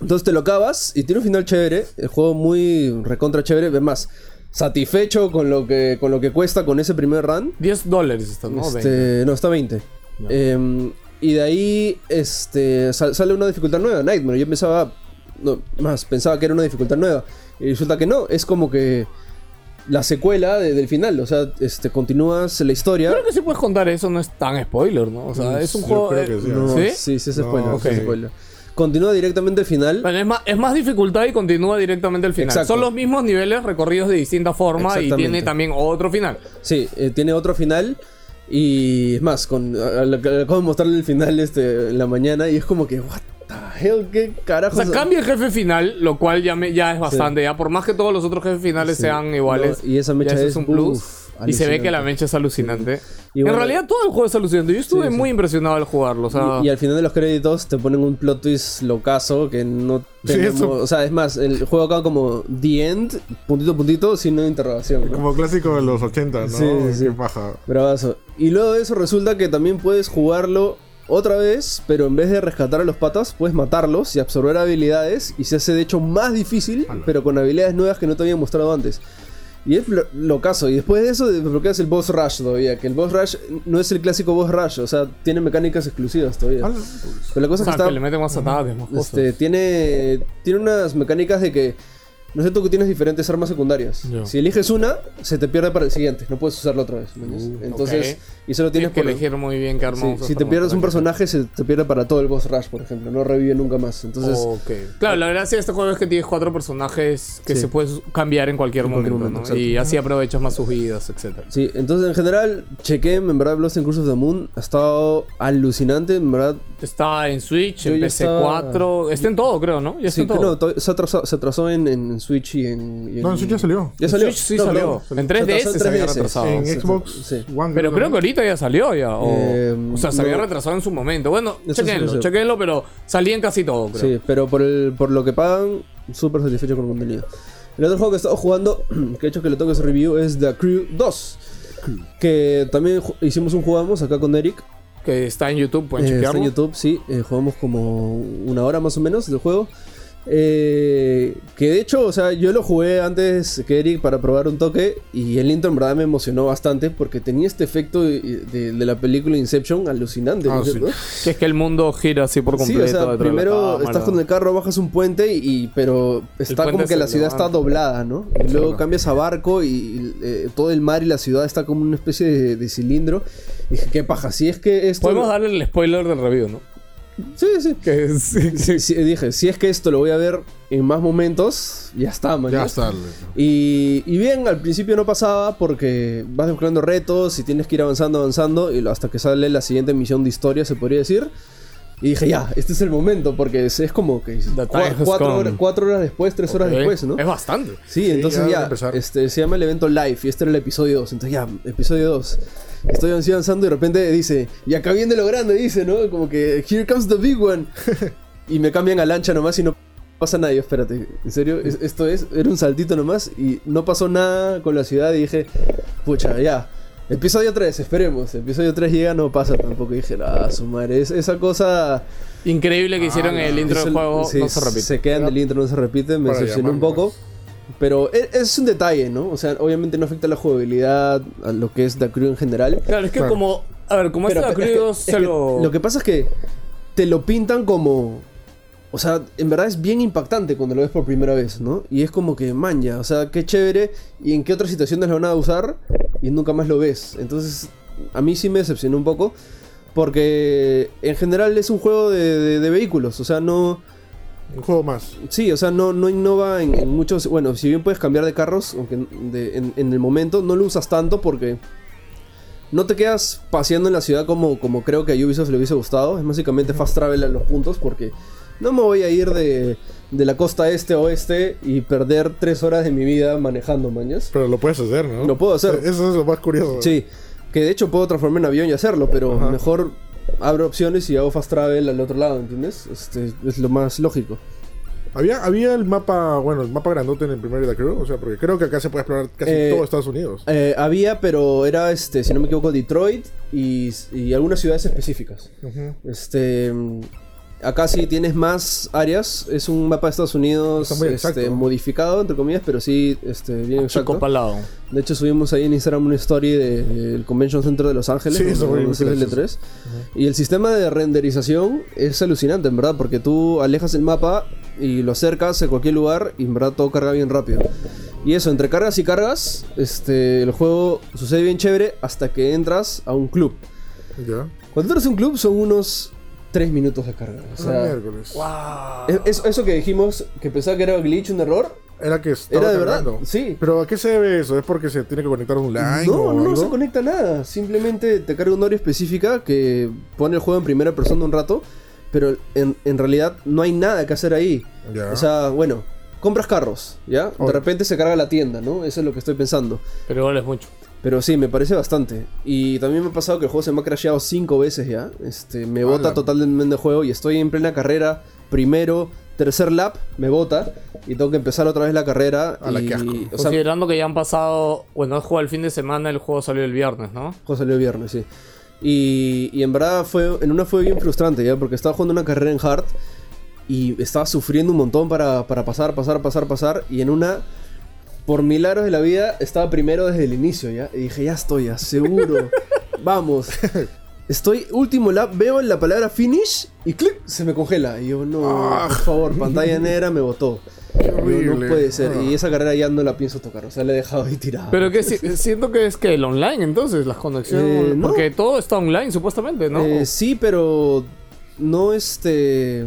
Speaker 1: entonces te lo acabas y tiene un final chévere. El juego muy recontra chévere. Es más, satisfecho con lo que, con lo que cuesta con ese primer run.
Speaker 2: 10 dólares está, ¿no?
Speaker 1: Este,
Speaker 2: Veinte.
Speaker 1: no, está 20. Eh, y de ahí este, sal- sale una dificultad nueva, Nightmare. Yo pensaba, no, más, pensaba que era una dificultad nueva. Y resulta que no, es como que la secuela de- del final. O sea, este, continúas la historia.
Speaker 2: Creo que sí puedes contar eso, no es tan spoiler, ¿no? O
Speaker 1: Mm,
Speaker 2: sea, es un
Speaker 3: Yo
Speaker 2: juego.
Speaker 3: creo
Speaker 2: eh,
Speaker 3: que sí.
Speaker 1: No,
Speaker 2: ¿Sí?
Speaker 1: sí, sí, sí es
Speaker 3: No,
Speaker 1: spoiler. sí es
Speaker 2: ok.
Speaker 1: spoiler. Continúa directamente el final.
Speaker 2: Bueno, es más, es más dificultad y continúa directamente al final.
Speaker 1: Exacto.
Speaker 2: Son los mismos niveles recorridos de distinta forma y tiene
Speaker 1: Exactamente.
Speaker 2: también otro final.
Speaker 1: Sí, eh, tiene otro final. Y es más, con, a- a- le acabo de mostrarle el final este, en la mañana y es como que, what the hell, qué
Speaker 2: O
Speaker 1: carajo.
Speaker 2: sea, cambia el jefe final, lo cual ya, me, ya es bastante. Ya por más que todos los otros jefes finales
Speaker 1: Sí.
Speaker 2: sean iguales,
Speaker 1: No, y esa mecha
Speaker 2: ya eso
Speaker 1: es,
Speaker 2: un plus.
Speaker 1: uf,
Speaker 2: y se ve
Speaker 1: alucinante.
Speaker 2: que la mecha es alucinante.
Speaker 1: Y bueno,
Speaker 2: en realidad todo el juego es alucinante. Yo estuve
Speaker 1: Sí, sí.
Speaker 2: muy impresionado al jugarlo. O sea,
Speaker 1: Y, y al final de los créditos te ponen un plot twist locazo que no
Speaker 3: Sí,
Speaker 1: tenemos-
Speaker 3: eso.
Speaker 1: O sea, es más, el juego acaba como The End, puntito, puntito, signo de interrogación. ¿no?
Speaker 3: Como clásico de los 80, ¿no?
Speaker 1: Sí, sí, sí.
Speaker 3: Qué paja.
Speaker 1: Bravazo. Y luego de eso resulta que también puedes jugarlo otra vez, pero en vez de rescatar a los patas, puedes matarlos y absorber habilidades. Y se hace de hecho más difícil,
Speaker 3: Ala.
Speaker 1: pero con habilidades nuevas que no te habían mostrado antes. Y es lo, caso. Y después de eso desbloqueas el boss rush todavía. Que el boss rush no es el clásico boss rush, o sea, tiene mecánicas exclusivas todavía.
Speaker 3: Ah, no.
Speaker 1: Pero la cosa es que
Speaker 2: o sea,
Speaker 1: está
Speaker 2: que le meten más ataques, más cosas.
Speaker 1: este, tiene, tiene unas mecánicas de que. No sé, tú que tienes diferentes armas secundarias.
Speaker 2: Ya.
Speaker 1: Si eliges una, se te pierde para el siguiente. No puedes usarla otra vez. ¿me entiendes? Entonces,
Speaker 2: Uh, ok.
Speaker 1: y solo tienes
Speaker 2: Tienes que
Speaker 1: por-
Speaker 2: elegir muy bien qué arma
Speaker 1: Sí,
Speaker 2: usas
Speaker 1: si te
Speaker 2: para
Speaker 1: pierdes un
Speaker 2: matar
Speaker 1: personaje, se te pierde para todo el boss rush, por ejemplo. No revive nunca más.
Speaker 2: a
Speaker 1: Entonces,
Speaker 2: gente. Ok. Claro, la gracia de este juego es que tienes cuatro personajes que
Speaker 1: Sí.
Speaker 2: se puedes cambiar en cualquier
Speaker 1: cualquier
Speaker 2: momento,
Speaker 1: momento,
Speaker 2: ¿no? Y así aprovechas más sus vidas, etcétera.
Speaker 1: sí, entonces en general, chequé, en verdad, Bloodstained Curse of the Moon ha estado alucinante, en verdad.
Speaker 2: Está en Switch,
Speaker 1: Yo
Speaker 2: en
Speaker 1: ya
Speaker 2: PC4, está en todo, creo, ¿no? Ya está
Speaker 1: Sí,
Speaker 2: en todo.
Speaker 1: no, to- se atrasó, se atrasó en, en Switch y en. y
Speaker 3: No, en Switch ya salió.
Speaker 1: Ya
Speaker 2: En
Speaker 1: salió.
Speaker 2: Switch sí
Speaker 1: No,
Speaker 2: salió.
Speaker 1: perdón.
Speaker 2: En 3DS
Speaker 1: atrasó en
Speaker 2: se había
Speaker 1: 3DS.
Speaker 2: retrasado.
Speaker 3: En
Speaker 1: Sí,
Speaker 3: Xbox
Speaker 1: sí.
Speaker 3: One.
Speaker 2: Pero creo que ahorita ya salió ya. O,
Speaker 1: Eh,
Speaker 2: o sea, se había
Speaker 1: no.
Speaker 2: retrasado en su momento. Bueno,
Speaker 1: Eso sí,
Speaker 2: chequenlo,
Speaker 1: no sé.
Speaker 2: chequenlo, pero salía en casi todo, creo.
Speaker 1: Sí, pero por, el, por lo que pagan, súper satisfecho con el contenido. El otro juego que he estado jugando, que he hecho que le toque ese review, es The Crew 2. Que también ju- hicimos un jugamos acá con Eric.
Speaker 2: Que está en YouTube, pueden
Speaker 1: Eh, está
Speaker 2: chequearlo.
Speaker 1: en YouTube, sí. eh, jugamos como una hora más o menos del juego. Eh, que de hecho, o sea, yo lo jugué antes que Eric para probar un toque. Y el intro en verdad me emocionó bastante porque tenía este efecto de, de- de la película Inception alucinante.
Speaker 3: Ah,
Speaker 1: ¿no es
Speaker 3: sí.
Speaker 1: cierto?
Speaker 2: Que es que el mundo gira así por
Speaker 1: Sí,
Speaker 2: completo.
Speaker 1: o sea,
Speaker 2: detrás de la
Speaker 1: primero
Speaker 2: cámara.
Speaker 1: estás con el carro, bajas un puente y pero está
Speaker 2: puente
Speaker 1: como que
Speaker 2: se
Speaker 1: la ciudad
Speaker 2: levanta.
Speaker 1: está doblada, ¿no? Y luego cambias a barco y eh, todo el mar y la ciudad está como una especie de, de cilindro. Y dije, qué paja, si es que esto...
Speaker 2: Podemos darle el spoiler del review, ¿no?
Speaker 1: Sí, sí.
Speaker 2: Que es-
Speaker 1: Sí, sí, dije, si es que esto lo voy a ver en más momentos, ya está, man.
Speaker 3: Ya está.
Speaker 1: Y, y bien, al principio no pasaba porque vas desbloqueando retos y tienes que ir avanzando, avanzando, y lo- hasta que sale la siguiente misión de historia, se podría decir. Y dije, ya, este es el momento, porque es, es como que
Speaker 2: The
Speaker 1: cua-
Speaker 2: time has
Speaker 1: cuatro,
Speaker 2: come.
Speaker 1: horas, cuatro horas después, tres horas
Speaker 2: Ok.
Speaker 1: después, ¿no?
Speaker 2: Es bastante.
Speaker 1: Sí, entonces
Speaker 3: ya,
Speaker 1: ya,
Speaker 3: empezar.
Speaker 1: este, se llama el evento live y este era el episodio 2. Entonces ya, episodio 2. Estoy así avanzando y de repente dice, y acá viene lo grande, dice, ¿no? Como que, here comes the big one. y me cambian a lancha nomás y no pasa nada. Yo, espérate, en serio, ¿Es- esto es, era un saltito nomás y no pasó nada con la ciudad y dije, pucha, ya. Episodio 3, esperemos. Episodio 3 llega, no pasa tampoco. Y dije, ah, su madre, es- esa cosa...
Speaker 2: Increíble que hicieron
Speaker 3: Ah,
Speaker 2: el intro
Speaker 1: Eso-
Speaker 2: del juego.
Speaker 1: sí,
Speaker 2: no se repite.
Speaker 1: queda en el intro, no se repite, me
Speaker 3: Para pues.
Speaker 1: decepcionó un
Speaker 3: llamar,
Speaker 1: poco. Pero e- es un detalle, ¿no? O sea, obviamente no afecta a la jugabilidad, a lo que es The Crew en general.
Speaker 2: Claro, es que
Speaker 3: Claro.
Speaker 2: como. A ver, como
Speaker 1: Pero
Speaker 2: este
Speaker 1: es que-
Speaker 2: Crudo
Speaker 1: es que
Speaker 2: se lo.
Speaker 1: que pasa es que te lo pintan como. O sea, en verdad es bien impactante cuando lo ves por primera vez, ¿no? Y es como que manja, o sea, qué chévere y en qué otras situaciones lo van a usar y nunca más lo ves. Entonces, a mí sí me decepcionó un poco porque en general es un juego de, de- de vehículos, o sea, no,
Speaker 3: Un juego más.
Speaker 1: Sí, o sea, no, no innova en, en muchos. Bueno, si bien puedes cambiar de carros, aunque en- de- en, en el momento no lo usas tanto porque No te quedas paseando en la ciudad como, como creo que a Ubisoft le hubiese gustado. Es básicamente fast travel a los puntos porque no me voy a ir de, de la costa este a oeste y perder tres horas de mi vida manejando, mañas.
Speaker 3: Pero lo puedes hacer, ¿no?
Speaker 1: Lo puedo hacer.
Speaker 3: Eso es lo más curioso.
Speaker 1: Sí, que de hecho puedo transformarme en avión y hacerlo, pero
Speaker 3: Ajá.
Speaker 1: mejor abro opciones y hago fast travel al otro lado, ¿entiendes? Este, es lo más lógico.
Speaker 3: Había, había el mapa, bueno, el mapa grandote en el primer The Crew. O sea, porque creo que acá se puede explorar casi
Speaker 1: Eh,
Speaker 3: todo Estados Unidos.
Speaker 1: Eh, había, pero era, este, si no me equivoco, Detroit y, y algunas ciudades específicas.
Speaker 3: Ujú.
Speaker 1: Este, mm, acá sí tienes más áreas. Es un mapa de Estados Unidos
Speaker 3: Está muy
Speaker 1: este,
Speaker 3: exacto.
Speaker 1: modificado, entre comillas, pero sí este, bien
Speaker 2: Ah, Chico
Speaker 1: exacto.
Speaker 2: palado.
Speaker 1: De hecho, subimos ahí en Instagram una story de- del Convention Center de Los Ángeles,
Speaker 3: Sí, eso fue
Speaker 1: donde
Speaker 3: muy
Speaker 1: el E3. Y el sistema de renderización es alucinante, en verdad, porque tú alejas el mapa y lo acercas a cualquier lugar y en verdad todo carga bien rápido. Y eso, entre cargas y cargas, este, el juego sucede bien chévere hasta que entras a un club.
Speaker 3: Ya.
Speaker 1: Cuando entras a un club son unos 3 minutos de carga. O
Speaker 3: Ah,
Speaker 1: sea,
Speaker 3: miércoles.
Speaker 1: es- es- eso que dijimos, que pensaba que era un glitch, un error,
Speaker 3: Era que estaba
Speaker 1: ¿Era de verdad?
Speaker 3: cargando.
Speaker 1: Sí.
Speaker 3: ¿Pero a qué se debe eso? ¿Es porque se tiene que conectar online
Speaker 1: No,
Speaker 3: o
Speaker 1: no
Speaker 3: algo?
Speaker 1: se conecta a nada. Simplemente te carga una área específica que pone el juego en primera persona un rato, pero en, en realidad no hay nada que hacer ahí.
Speaker 3: Ya.
Speaker 1: O sea, bueno, compras carros, ¿ya?
Speaker 3: Ok.
Speaker 1: De repente se carga la tienda, ¿no? Eso es lo que estoy pensando.
Speaker 2: Pero igual es mucho.
Speaker 1: Pero sí, me parece bastante. Y también me ha pasado que el juego se me ha crasheado cinco veces ya. Este, me bota
Speaker 3: Ala.
Speaker 1: totalmente el juego y estoy en plena carrera. Primero, tercer lap, me bota. Y tengo que empezar otra vez la carrera.
Speaker 3: Ala,
Speaker 1: y,
Speaker 3: qué asco.
Speaker 1: o sea,
Speaker 2: Considerando que ya han pasado. Bueno, has jugado el fin de semana, el juego salió el viernes, ¿no?
Speaker 1: El juego salió el viernes, sí. Y, y en verdad fue, en una fue bien frustrante, ¿ya? Porque estaba jugando una carrera en hard y estaba sufriendo un montón para, para pasar, pasar, pasar, pasar. Y en una, por milagros de la vida, estaba primero desde el inicio, ¿ya? Y dije, ya estoy, ya, seguro. Vamos. Estoy último lap, veo la palabra finish y clic, se me congela. Y yo, no, por favor, pantalla negra me botó. Yo, no
Speaker 3: Ah. horrible.
Speaker 1: puede ser.
Speaker 3: Ah.
Speaker 1: Y esa carrera ya no la pienso tocar, o sea, la he dejado ahí tirada.
Speaker 2: Pero que si- siento que es que el online, entonces, las
Speaker 1: Eh,
Speaker 2: conexiones.
Speaker 1: no.
Speaker 2: Porque todo está online, supuestamente, ¿no?
Speaker 1: Eh, sí, pero no este.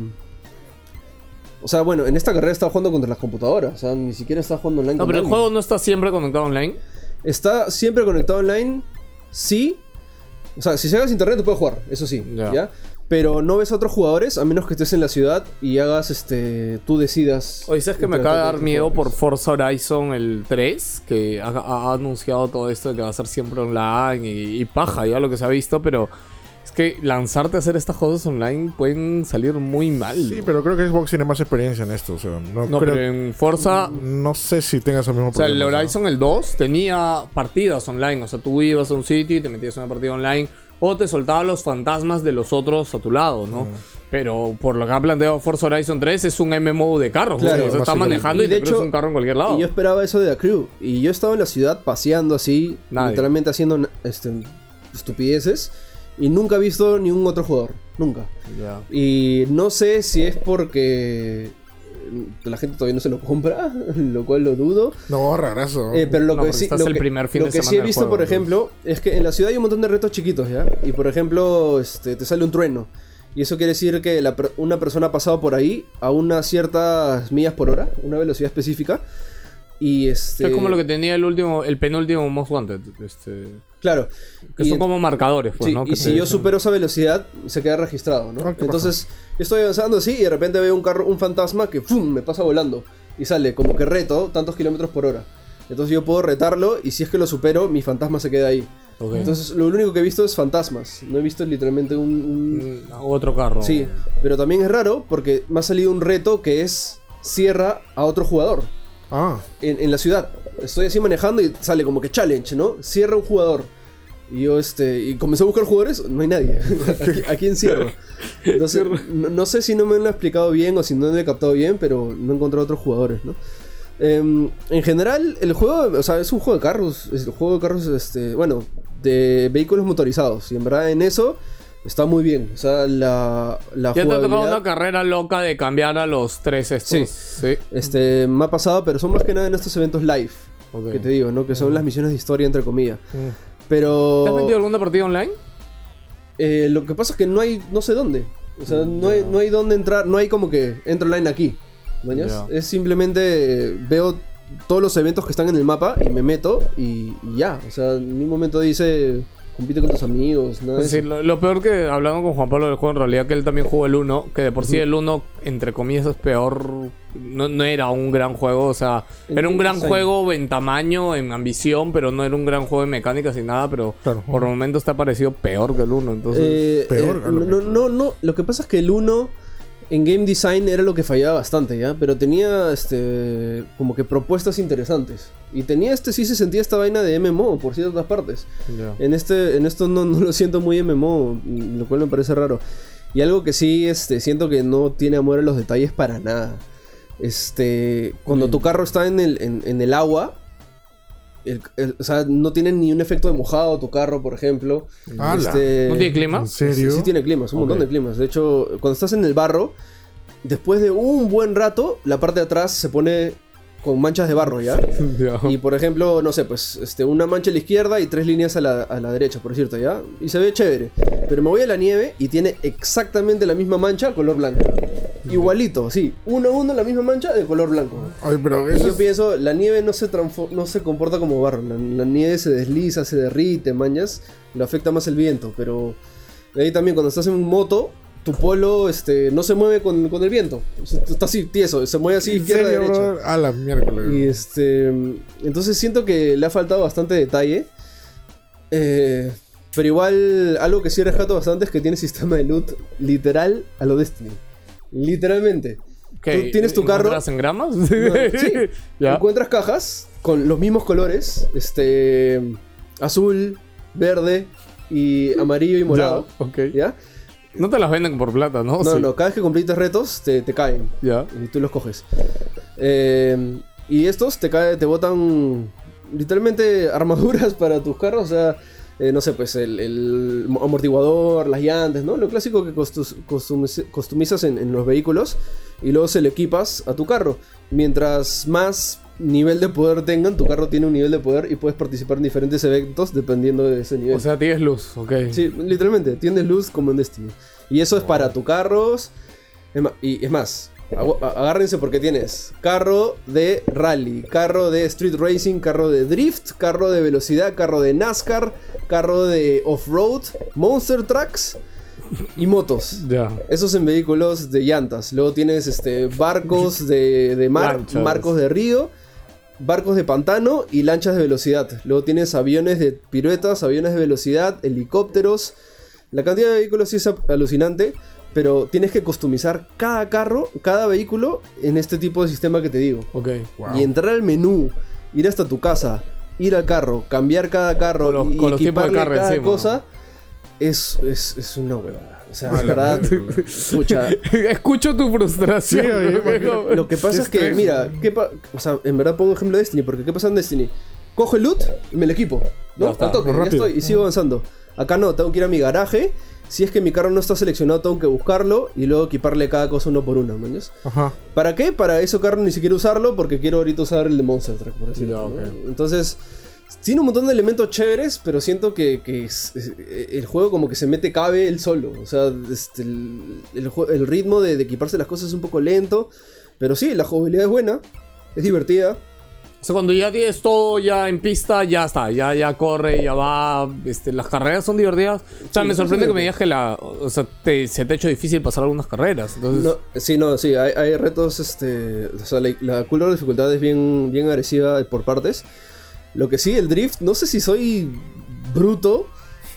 Speaker 1: O sea, bueno, en esta carrera está jugando contra las computadoras. O sea, ni siquiera está jugando online.
Speaker 2: no,
Speaker 1: con
Speaker 2: pero el
Speaker 1: alguien.
Speaker 2: juego no está siempre conectado online.
Speaker 1: Está siempre conectado online, sí. O sea, si se hagas internet, te puedes jugar, eso sí.
Speaker 2: Ya.
Speaker 1: ¿ya? Pero no ves a otros jugadores a menos que estés en la ciudad y hagas este. Tú decidas.
Speaker 2: Oye, ¿sabes que me
Speaker 1: interactuar
Speaker 2: acaba de
Speaker 1: con
Speaker 2: dar
Speaker 1: otros
Speaker 2: miedo por
Speaker 1: jugadores?
Speaker 2: Forza Horizon el 3? Que ha, ha anunciado todo esto de que va a ser siempre online y, y paja, ya lo que se ha visto, pero es que lanzarte a hacer estas cosas online pueden salir muy mal.
Speaker 3: Sí, pero creo que Xbox tiene más experiencia en esto. O sea, no,
Speaker 2: no,
Speaker 3: creo-
Speaker 2: pero en Forza
Speaker 3: no sé si tengas el mismo
Speaker 2: O sea, el
Speaker 3: problema. ¿no?
Speaker 2: Horizon el 2 tenía partidas online. O sea, tú ibas a un sitio y te metías en una partida online. O te soltaba los fantasmas de los otros a tu lado, ¿no? Pero por lo que ha planteado Forza Horizon 3 es un MMO de carros.
Speaker 1: Claro,
Speaker 2: güey. o sea, estás
Speaker 3: básicamente.
Speaker 2: manejando y,
Speaker 1: Y de
Speaker 2: te cruzas
Speaker 1: hecho-
Speaker 2: un carro en cualquier lado.
Speaker 1: Y yo esperaba eso de la crew. Y yo estaba en la ciudad paseando así,
Speaker 2: Nadie.
Speaker 1: literalmente haciendo este, estupideces. Y nunca he visto ni un otro jugador. Nunca.
Speaker 2: Ya.
Speaker 1: Y no sé si es porque la gente todavía no se lo compra, lo cual lo dudo.
Speaker 3: No, rarazo.
Speaker 1: Eh, pero lo
Speaker 2: No,
Speaker 1: que
Speaker 2: pero
Speaker 1: sí,
Speaker 2: estás
Speaker 1: lo
Speaker 2: el
Speaker 1: que-
Speaker 2: primer fin
Speaker 1: lo
Speaker 2: de
Speaker 1: que sí
Speaker 2: semana
Speaker 1: he
Speaker 2: del
Speaker 1: visto,
Speaker 2: juego,
Speaker 1: por ejemplo, es que en la ciudad hay un montón de retos chiquitos, ¿ya? Y por ejemplo, este, te sale un trueno. Y eso quiere decir que la per- una persona ha pasado por ahí a unas ciertas millas por hora, una velocidad específica. Y este.
Speaker 2: Es como lo que tenía el último, el penúltimo Most Wanted. Este,
Speaker 1: Claro.
Speaker 2: que
Speaker 1: Y-
Speaker 2: son como marcadores, pues,
Speaker 1: Sí,
Speaker 2: ¿no? Que
Speaker 1: y si
Speaker 2: te-
Speaker 1: yo supero esa velocidad, se queda registrado, ¿no?
Speaker 3: Ah, ¿qué
Speaker 1: Entonces, yo estoy avanzando así y de repente veo un carro, un fantasma que ¡fum! me pasa volando. Y sale como que reto tantos kilómetros por hora. Entonces yo puedo retarlo y si es que lo supero, mi fantasma se queda ahí.
Speaker 2: Ok.
Speaker 1: Entonces, lo único que he visto es fantasmas. No he visto literalmente un- un,
Speaker 2: Mm, Otro carro.
Speaker 1: Sí, pero también es raro porque me ha salido un reto que es cierra a otro jugador
Speaker 3: Ah,
Speaker 1: en, en la ciudad. Estoy así manejando y sale como que challenge, ¿no? Cierra un jugador. Y yo, este, y comencé a buscar jugadores, no hay nadie. ¿A, qui- a quién cierro? Entonces, no, no sé si no me lo he explicado bien o si no lo he captado bien, pero no he encontrado otros jugadores, ¿no? Em, en general, el juego, o sea, es un juego de carros, es un juego de carros, este, bueno, de vehículos motorizados. Y en verdad, en eso está muy bien. O sea, la, la
Speaker 2: Ya te ha tocado
Speaker 1: jugabilidad-
Speaker 2: una carrera loca de cambiar a los tres estos.
Speaker 1: Sí.
Speaker 2: sí.
Speaker 1: Este, me ha pasado, pero son más que nada en estos eventos live.
Speaker 3: Ok.
Speaker 1: Que te digo, ¿no? Que son las misiones de historia, entre comillas. Pero.
Speaker 2: Mm. ¿Te has metido alguna partida online?
Speaker 1: eh, lo que pasa es que no hay, no sé dónde. O sea, no, hay, no hay dónde entrar, no hay como que entra online aquí. ¿Mañas?
Speaker 2: Ya.
Speaker 1: Es simplemente eh, veo todos los eventos que están en el mapa y me meto y, y ya. O sea, en ningún momento dice compite con tus amigos, nada de
Speaker 2: Pues Sí,
Speaker 1: eso.
Speaker 2: lo, lo peor que hablando con Juan Pablo del juego, en realidad que él también jugó el 1, que de por sí el 1, entre comillas, es peor. No, no era un gran juego, o sea,
Speaker 1: En
Speaker 2: era un gran
Speaker 1: diseño.
Speaker 2: juego en tamaño, en ambición, pero no era un gran juego en mecánicas y nada, pero
Speaker 3: Claro.
Speaker 2: por el momento está parecido peor que el 1, entonces.
Speaker 1: Eh,
Speaker 3: peor,
Speaker 1: eh,
Speaker 3: a lo
Speaker 1: no, no, no, no. Lo que pasa es que el 1 en game design era lo que fallaba bastante, ¿ya? Pero tenía este como que propuestas interesantes. Y tenía este, sí se sentía esta vaina de MMO por ciertas partes.
Speaker 2: ya.
Speaker 1: En este, en esto no, no lo siento muy MMO, mm, lo cual me parece raro. Y algo que sí, este, siento que no tiene amor a los detalles para nada. Este, cuando tu carro está en el, en, en el agua, el- el- o sea, no tiene ni un efecto de mojado tu carro, por ejemplo.
Speaker 3: ¡Hala!
Speaker 1: Este,
Speaker 2: ¿No tiene clima?
Speaker 3: ¿En serio?
Speaker 1: Sí, sí tiene climas, un montón
Speaker 3: Ok.
Speaker 1: de climas. De hecho, cuando estás en el barro, después de un buen rato, la parte de atrás se pone con manchas de barro, ¿ya?
Speaker 2: Ya.
Speaker 1: Y por ejemplo, no sé, pues este, una mancha a la izquierda y tres líneas a la, a la derecha, por cierto, ¿ya? Y se ve chévere. Pero me voy a la nieve y tiene exactamente la misma mancha color blanco. Igualito, sí. Uno a uno la misma mancha de color blanco.
Speaker 3: Ay, pero
Speaker 1: Y
Speaker 3: eso
Speaker 1: yo
Speaker 3: es-
Speaker 1: pienso, la nieve no se, transfo- no se comporta como barro. La, la nieve se desliza, se derrite, mañas. Lo afecta más el viento, pero... De ahí también, cuando estás en moto, tu polo este, no se mueve con, con el viento. O sea, Está así, tieso. Se mueve así,
Speaker 3: ¿En
Speaker 1: izquierda,
Speaker 3: serio,
Speaker 1: derecha.
Speaker 3: brother? A la miércoles.
Speaker 1: Y este. Entonces siento que le ha faltado bastante detalle. Eh, pero igual, algo que sí rescato bastante es que tiene sistema de loot literal a lo Destiny. Literalmente.
Speaker 2: ¿Qué?
Speaker 1: tú tienes tu carro-
Speaker 2: ¿Encuentras en gramas?
Speaker 1: No, sí.
Speaker 2: ya.
Speaker 1: Encuentras cajas con los mismos colores: este. azul, verde y amarillo y morado.
Speaker 2: Ya, ok.
Speaker 1: ¿Ya?
Speaker 2: No te las venden por plata, ¿no?
Speaker 1: No,
Speaker 2: Sí.
Speaker 1: no, cada vez que completas retos te, te caen.
Speaker 2: Ya.
Speaker 1: Y tú los coges. Eh, y estos te cae, te botan literalmente armaduras para tus carros. O sea, eh, no sé, pues el, el amortiguador, las llantas, ¿no? Lo clásico que costus- costumis- customizas en, en los vehículos. Y luego se lo equipas a tu carro. Mientras más nivel de poder tengan, tu carro tiene un nivel de poder y puedes participar en diferentes eventos dependiendo de ese nivel.
Speaker 2: O sea, tienes luz, ok.
Speaker 1: Sí, literalmente, tienes luz como en Destiny. Y eso es para tu carros. Es ma- y es más, agu- a- agárrense porque tienes carro de rally, carro de street racing, carro de drift, carro de velocidad, carro de NASCAR, carro de off-road, monster trucks y motos.
Speaker 2: Ya.
Speaker 1: Esos en vehículos de llantas. Luego tienes este, barcos de, de mar,
Speaker 2: Lanchas.
Speaker 1: barcos de río, barcos de pantano y lanchas de velocidad. Luego tienes aviones de piruetas, aviones de velocidad, helicópteros. La cantidad de vehículos sí es ap- alucinante, pero tienes que customizar cada carro, cada vehículo en este tipo de sistema que te digo.
Speaker 2: Ok.
Speaker 3: Wow.
Speaker 1: Y entrar al menú, ir hasta tu casa, ir al carro, cambiar cada carro
Speaker 2: Con los-
Speaker 1: y
Speaker 2: con los tipos de
Speaker 1: equiparle
Speaker 2: carro
Speaker 1: cada
Speaker 2: encima.
Speaker 1: cosa, es, es, es una huevada. O sea,
Speaker 3: A la
Speaker 1: la verdad,
Speaker 3: mierda.
Speaker 1: pucha,
Speaker 2: Escucho tu frustración.
Speaker 3: Sí, oye,
Speaker 2: pero-
Speaker 1: lo que pasa es que, mira, ¿qué pa- o sea, en verdad pongo ejemplo de Destiny, porque ¿qué pasa en Destiny? Cojo el loot y me lo equipo, ¿no?
Speaker 2: Ya está,
Speaker 1: Al toque, ya
Speaker 3: rápido.
Speaker 1: estoy y sigo avanzando. Acá no, tengo que ir a mi garaje. Si es que mi carro no está seleccionado, tengo que buscarlo y luego equiparle cada cosa uno por uno, ¿mañas?
Speaker 3: Ajá.
Speaker 1: ¿Para qué? Para eso carro ni siquiera usarlo porque quiero ahorita usar el de Monster Truck, por decirlo. ¿no?
Speaker 2: Ya, ok.
Speaker 1: Entonces, tiene un montón de elementos chéveres, pero siento que, que es- es- e, el juego como que se mete cabe él solo. O sea, este, el, el jue- el ritmo de, de equiparse las cosas es un poco lento, pero sí, la jugabilidad es buena, es divertida.
Speaker 2: O sea, cuando ya tienes todo ya en pista, ya está, ya, ya corre, ya va. Este, las carreras son divertidas. O sea,
Speaker 1: Sí,
Speaker 2: me sorprende
Speaker 1: sí,
Speaker 2: que me
Speaker 1: sí.
Speaker 2: digas que la. O sea, te- se te ha hecho difícil pasar algunas carreras. Entonces,
Speaker 1: No, sí, no, sí, hay, hay retos, este, o sea, la, la curva de dificultad es bien, bien agresiva por partes. Lo que sí, el drift, no sé si soy bruto,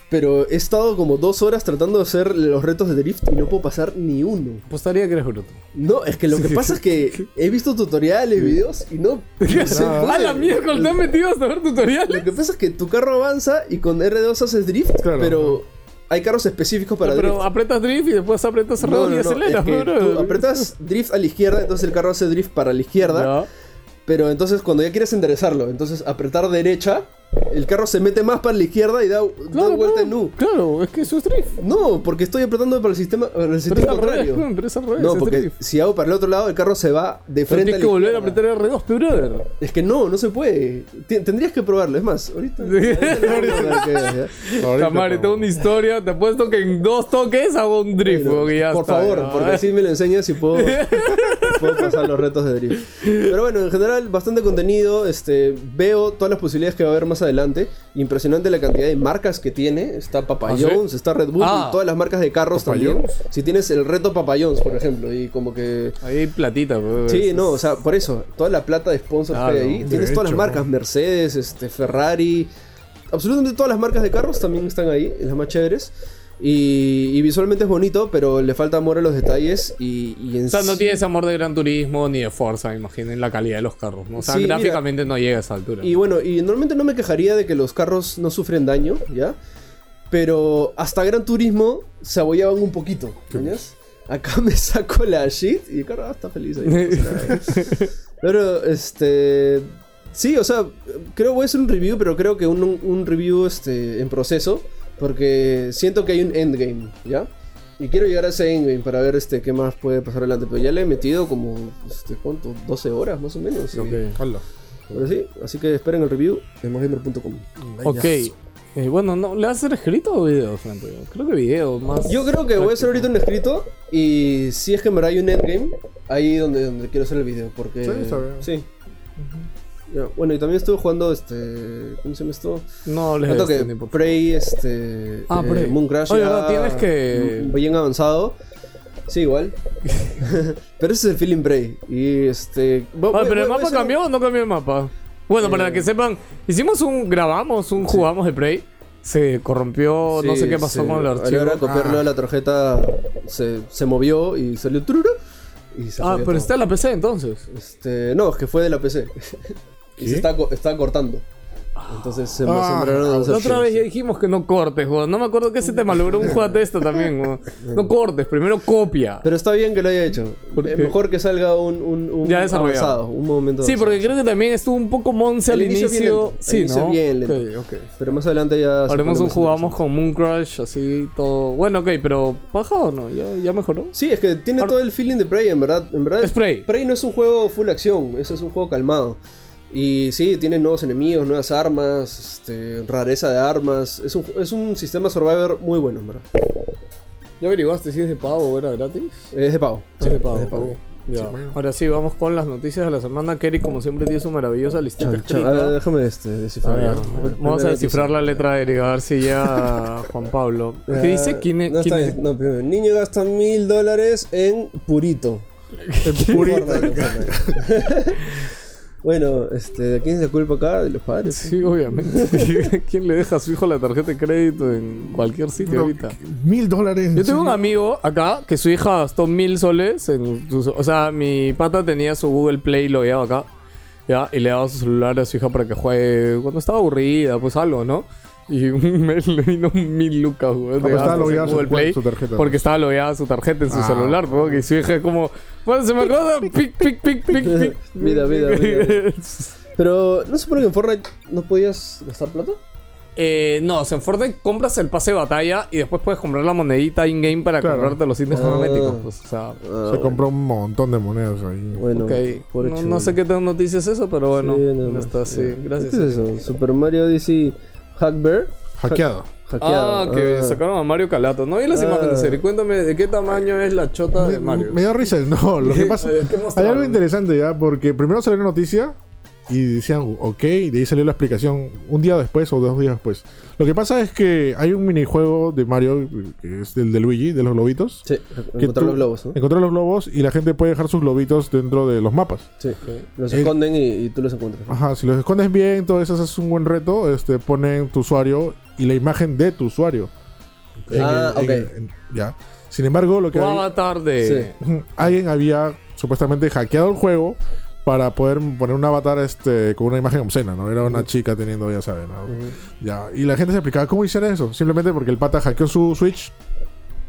Speaker 1: pero he estado como dos horas tratando de hacer los retos de drift y no puedo pasar ni uno.
Speaker 2: apostaría que eres bruto.
Speaker 1: No, es que lo que pasa es que he visto tutoriales, videos y no... no se puede.
Speaker 2: Ah, ¡A la mierda! ¿Te han metido hasta ver tutoriales?
Speaker 1: Lo que pasa es que tu carro avanza y con R2 haces drift,
Speaker 3: Claro.
Speaker 1: pero hay carros específicos para drift.
Speaker 2: Pero apretas drift y después apretas cerrado y
Speaker 1: es
Speaker 2: aceleras,
Speaker 1: que
Speaker 2: bro.
Speaker 1: tú apretas drift a la izquierda, entonces el carro hace drift para la izquierda.
Speaker 2: Ya.
Speaker 1: Pero entonces cuando ya quieres enderezarlo, entonces apretar derecha, el carro se mete más para la izquierda y da, da
Speaker 2: Claro,
Speaker 1: vuelta en
Speaker 2: no,
Speaker 1: U.
Speaker 2: claro, es que eso es drift.
Speaker 1: No, porque estoy apretando para el sistema, para el
Speaker 2: Pero
Speaker 1: sentido
Speaker 2: es al revés,
Speaker 1: contrario.
Speaker 2: pero es al revés,
Speaker 1: no,
Speaker 2: es
Speaker 1: porque
Speaker 2: drift.
Speaker 1: si hago para el otro lado, el carro se va de
Speaker 2: Pero
Speaker 1: frente
Speaker 2: tienes
Speaker 1: a
Speaker 2: que
Speaker 1: la
Speaker 2: volver a
Speaker 1: izquierda.
Speaker 2: apretar R2, pe, brother.
Speaker 1: Es que no, no se puede. Ti- tendrías que probarlo, es más, ahorita. ahorita lo hago.
Speaker 3: Ahorita,
Speaker 2: Tamare,
Speaker 3: pero-
Speaker 2: tengo una historia. Te apuesto que en dos toques hago un drift. porque ya
Speaker 1: Por
Speaker 2: está,
Speaker 1: favor,
Speaker 2: ya.
Speaker 1: porque así me lo enseñas y puedo, puedo pasar los retos de drift. Pero bueno, en general, bastante contenido. Este, veo todas las posibilidades que va a haber más adelante. Impresionante la cantidad de marcas que tiene. Está Papa
Speaker 2: ¿Ah, sí?
Speaker 1: John's, está Red Bull,
Speaker 2: Ah.
Speaker 1: y todas las marcas de carros
Speaker 3: ¿Papa
Speaker 1: también.
Speaker 3: John's?
Speaker 1: Si tienes el reto Papa John's, por ejemplo, y como que
Speaker 2: Ahí hay platita, pues.
Speaker 1: Sí, no, o sea, por eso, toda la plata de sponsors que hay
Speaker 2: Claro,
Speaker 1: ahí,
Speaker 3: de
Speaker 1: tienes todas las
Speaker 3: hecho.
Speaker 1: marcas, Mercedes, este, Ferrari, absolutamente todas las marcas de carros también están ahí, las más chéveres. Y, y visualmente es bonito, pero le falta amor a los detalles y, y en
Speaker 2: O sea, no
Speaker 1: sí-
Speaker 2: tienes amor de Gran Turismo ni de Forza, me imagino, en la calidad de los carros. ¿no? O sea,
Speaker 1: Sí, mira.
Speaker 2: gráficamente no llega a esa altura.
Speaker 1: Y bueno, y normalmente no me quejaría de que los carros no sufren daño, ¿ya? Pero hasta Gran Turismo se abollaban un poquito, ¿sabes? Acá me saco la shit y el carro ah, está feliz ahí. no pasa nada. ¿eh? pero, este... Sí, o sea, creo voy a hacer un review, pero creo que un, un review este, en proceso, porque siento que hay un endgame, ¿ya? Y quiero llegar a ese endgame para ver este, qué más puede pasar adelante. Pero ya le he metido como, este, ¿cuánto? 12 horas más o menos. y-
Speaker 2: Ok.
Speaker 3: Hola.
Speaker 1: pero Pues sí, así que esperen el review en másgamer.com.
Speaker 2: Ok. Eh, bueno, no, ¿le vas a hacer escrito o video, Franco? Creo que video, más.
Speaker 1: Yo creo que voy a hacer ahorita un escrito y si es que me hay un endgame, ahí donde, donde quiero hacer el video, porque...
Speaker 3: Sí, está bien.
Speaker 1: Sí. Ya, bueno, y también estuve jugando este... ¿Cómo se llama esto?
Speaker 2: No les
Speaker 1: No toque,
Speaker 2: este tipo.
Speaker 1: Prey, este...
Speaker 2: Ah,
Speaker 1: eh,
Speaker 2: Prey.
Speaker 1: Moon Crash.
Speaker 2: Oye,
Speaker 1: ya
Speaker 2: ¿verdad? Tienes que-
Speaker 1: Bien avanzado. Sí, igual. pero ese es el feeling Prey. Y este... vo-
Speaker 2: Ah,
Speaker 1: voy- voy-
Speaker 2: pero el
Speaker 1: voy a
Speaker 2: mapa
Speaker 1: hacer- Eh,
Speaker 2: cambió o no cambió el mapa. Bueno, para que sepan, hicimos un, grabamos un jugamos de Prey. Se corrompió, no
Speaker 1: Sí,
Speaker 2: sé qué pasó
Speaker 1: sí.
Speaker 2: con el
Speaker 1: A la hora de
Speaker 2: archivo.
Speaker 1: copiarlo
Speaker 3: Ah.
Speaker 1: la tarjeta se, se movió y salió tururu. Y se
Speaker 2: Ah,
Speaker 1: jodió
Speaker 2: pero
Speaker 1: todo.
Speaker 2: está en la PC entonces.
Speaker 1: Este, no, es que fue de la PC. y se
Speaker 3: ¿Qué?
Speaker 1: está, co- está cortando. Entonces se
Speaker 3: Ah,
Speaker 1: sembraron dos
Speaker 2: La otra
Speaker 1: opciones.
Speaker 2: vez ya dijimos que no cortes, weón. No me acuerdo que se te malogró un juego de esto también, weón. No cortes, primero copia.
Speaker 1: Pero está bien que lo haya hecho.
Speaker 2: ¿Por
Speaker 1: Eh,
Speaker 2: qué?
Speaker 1: mejor que salga un, un, un
Speaker 2: Ya desarrollado.
Speaker 1: avanzado, un momento
Speaker 2: Sí,
Speaker 1: avanzado.
Speaker 2: porque creo que también estuvo un poco monce
Speaker 1: El
Speaker 2: al
Speaker 1: inicio
Speaker 2: inicio.
Speaker 1: es bien lento. El
Speaker 2: Sí,
Speaker 1: inicio
Speaker 2: ¿no?
Speaker 1: es bien lento.
Speaker 2: Ok, ok.
Speaker 1: Pero más adelante ya... se pone
Speaker 2: Haremos un
Speaker 1: más
Speaker 2: jugamos con Moon Crush, así todo. Bueno, ok, pero ¿paja o no? ¿Ya, ya mejoró?
Speaker 1: interesante. Sí, es que tiene
Speaker 2: Ahora-
Speaker 1: todo el feeling de Prey, en verdad. En verdad
Speaker 2: Es Prey.
Speaker 1: no es un juego full acción, ese es un juego calmado. Y sí, tiene nuevos enemigos, nuevas armas, este, rareza de armas. Es un, es un sistema survivor muy bueno, en verdad.
Speaker 2: ¿Ya averiguaste si es de pago o era gratis?
Speaker 1: Es de pago.
Speaker 2: Es de pago.
Speaker 1: es de pago.
Speaker 2: Ya. Ahora sí, vamos con las noticias de la semana. Kerry, como siempre, tiene su maravillosa lista Ah,
Speaker 1: Chan, chan. A ver, déjame este, descifrar. ya.
Speaker 2: Vamos
Speaker 1: Primera
Speaker 2: a descifrar la letra de Eric, a ver si ya Juan Pablo.
Speaker 1: noticia.
Speaker 2: ¿Qué dice? ¿Quién es?
Speaker 1: No,
Speaker 2: quién
Speaker 1: está
Speaker 2: es?
Speaker 1: bien. No, primero, niño gasta mil dólares en purito.
Speaker 3: El purito.
Speaker 1: Fortnite, Fortnite. bueno, este, ¿de quién es la culpa acá? De los padres.
Speaker 2: Sí, obviamente. ¿Quién le deja a su hijo la tarjeta de crédito en cualquier sitio
Speaker 3: No,
Speaker 2: ahorita?
Speaker 3: Mil dólares.
Speaker 2: Yo tengo un amigo acá que su hija gastó mil soles. En su- o sea, mi pata tenía su Google Play lo llevaba acá. ¿ya? Y le daba su celular a su hija para que juegue cuando estaba aburrida, pues algo, ¿no? Y un mes le vino mil lucas, güey.
Speaker 3: pero Ah, pues estaba logueada
Speaker 2: en
Speaker 3: su- su tarjeta.
Speaker 2: Porque estaba logueada su tarjeta en su
Speaker 3: Ah.
Speaker 2: celular, ¿no? Que su hija es como, bueno, se me acuerda, pic, pic, pic, pic, pic.
Speaker 1: Mira, mira, mira. Pero, ¿no se supone que en Fortnite no podías gastar plata?
Speaker 2: Eh, no, o sea, en Fortnite compras el pase de batalla y después puedes comprar la monedita in-game para
Speaker 3: Claro.
Speaker 2: comprarte los ítems
Speaker 1: Ah.
Speaker 2: cosméticos. Pues, o sea,
Speaker 1: Ah,
Speaker 3: Se compró un montón de monedas ahí.
Speaker 1: Bueno,
Speaker 2: ok.
Speaker 1: pobre
Speaker 2: No,
Speaker 1: chulo.
Speaker 2: no sé qué tan noticia es eso, pero bueno.
Speaker 1: Sí, nada
Speaker 2: no
Speaker 1: más.
Speaker 2: está así.
Speaker 1: Ya.
Speaker 2: Gracias.
Speaker 1: ¿Qué es eso? Super Mario Odyssey Hackbear.
Speaker 3: Hackeado.
Speaker 1: Hackeado.
Speaker 2: Ah, que
Speaker 1: Ah.
Speaker 2: sacaron a Mario Calato. No vi las
Speaker 1: Ah.
Speaker 2: imágenes, Eri. Cuéntame de qué tamaño es la chota de
Speaker 3: Me,
Speaker 2: Mario.
Speaker 3: me dio risa el no. Lo que pasa.
Speaker 2: ¿Qué
Speaker 3: Hay
Speaker 2: mostraron?
Speaker 3: algo interesante ya, porque primero salió la noticia y decían, ok, y de ahí salió la explicación un día después o dos días después. Lo que pasa es que hay un minijuego de Mario, que es el de Luigi, de los globitos.
Speaker 1: Sí,
Speaker 3: que
Speaker 1: encontrar
Speaker 3: tú-
Speaker 1: los globos, ¿no?
Speaker 3: Encontrar los globos y la gente puede dejar sus globitos dentro de los mapas.
Speaker 1: Sí. Los
Speaker 3: El-
Speaker 1: esconden y, y tú los encuentras.
Speaker 3: Ajá, si los escondes bien, todo eso es un buen reto. Este, ponen tu usuario y la imagen de tu usuario. En
Speaker 1: Ah,
Speaker 3: el- en
Speaker 1: ok.
Speaker 3: el- en- ya. Sin embargo, lo que
Speaker 2: Tu
Speaker 3: hay-
Speaker 2: avatar de.
Speaker 3: Ujú. alguien había supuestamente hackeado el juego para poder poner un avatar este con una imagen obscena, ¿no? Era una chica teniendo, ya saben, ¿no? ya. Y la gente se explicaba cómo hicieron eso, simplemente porque el pata hackeó su Switch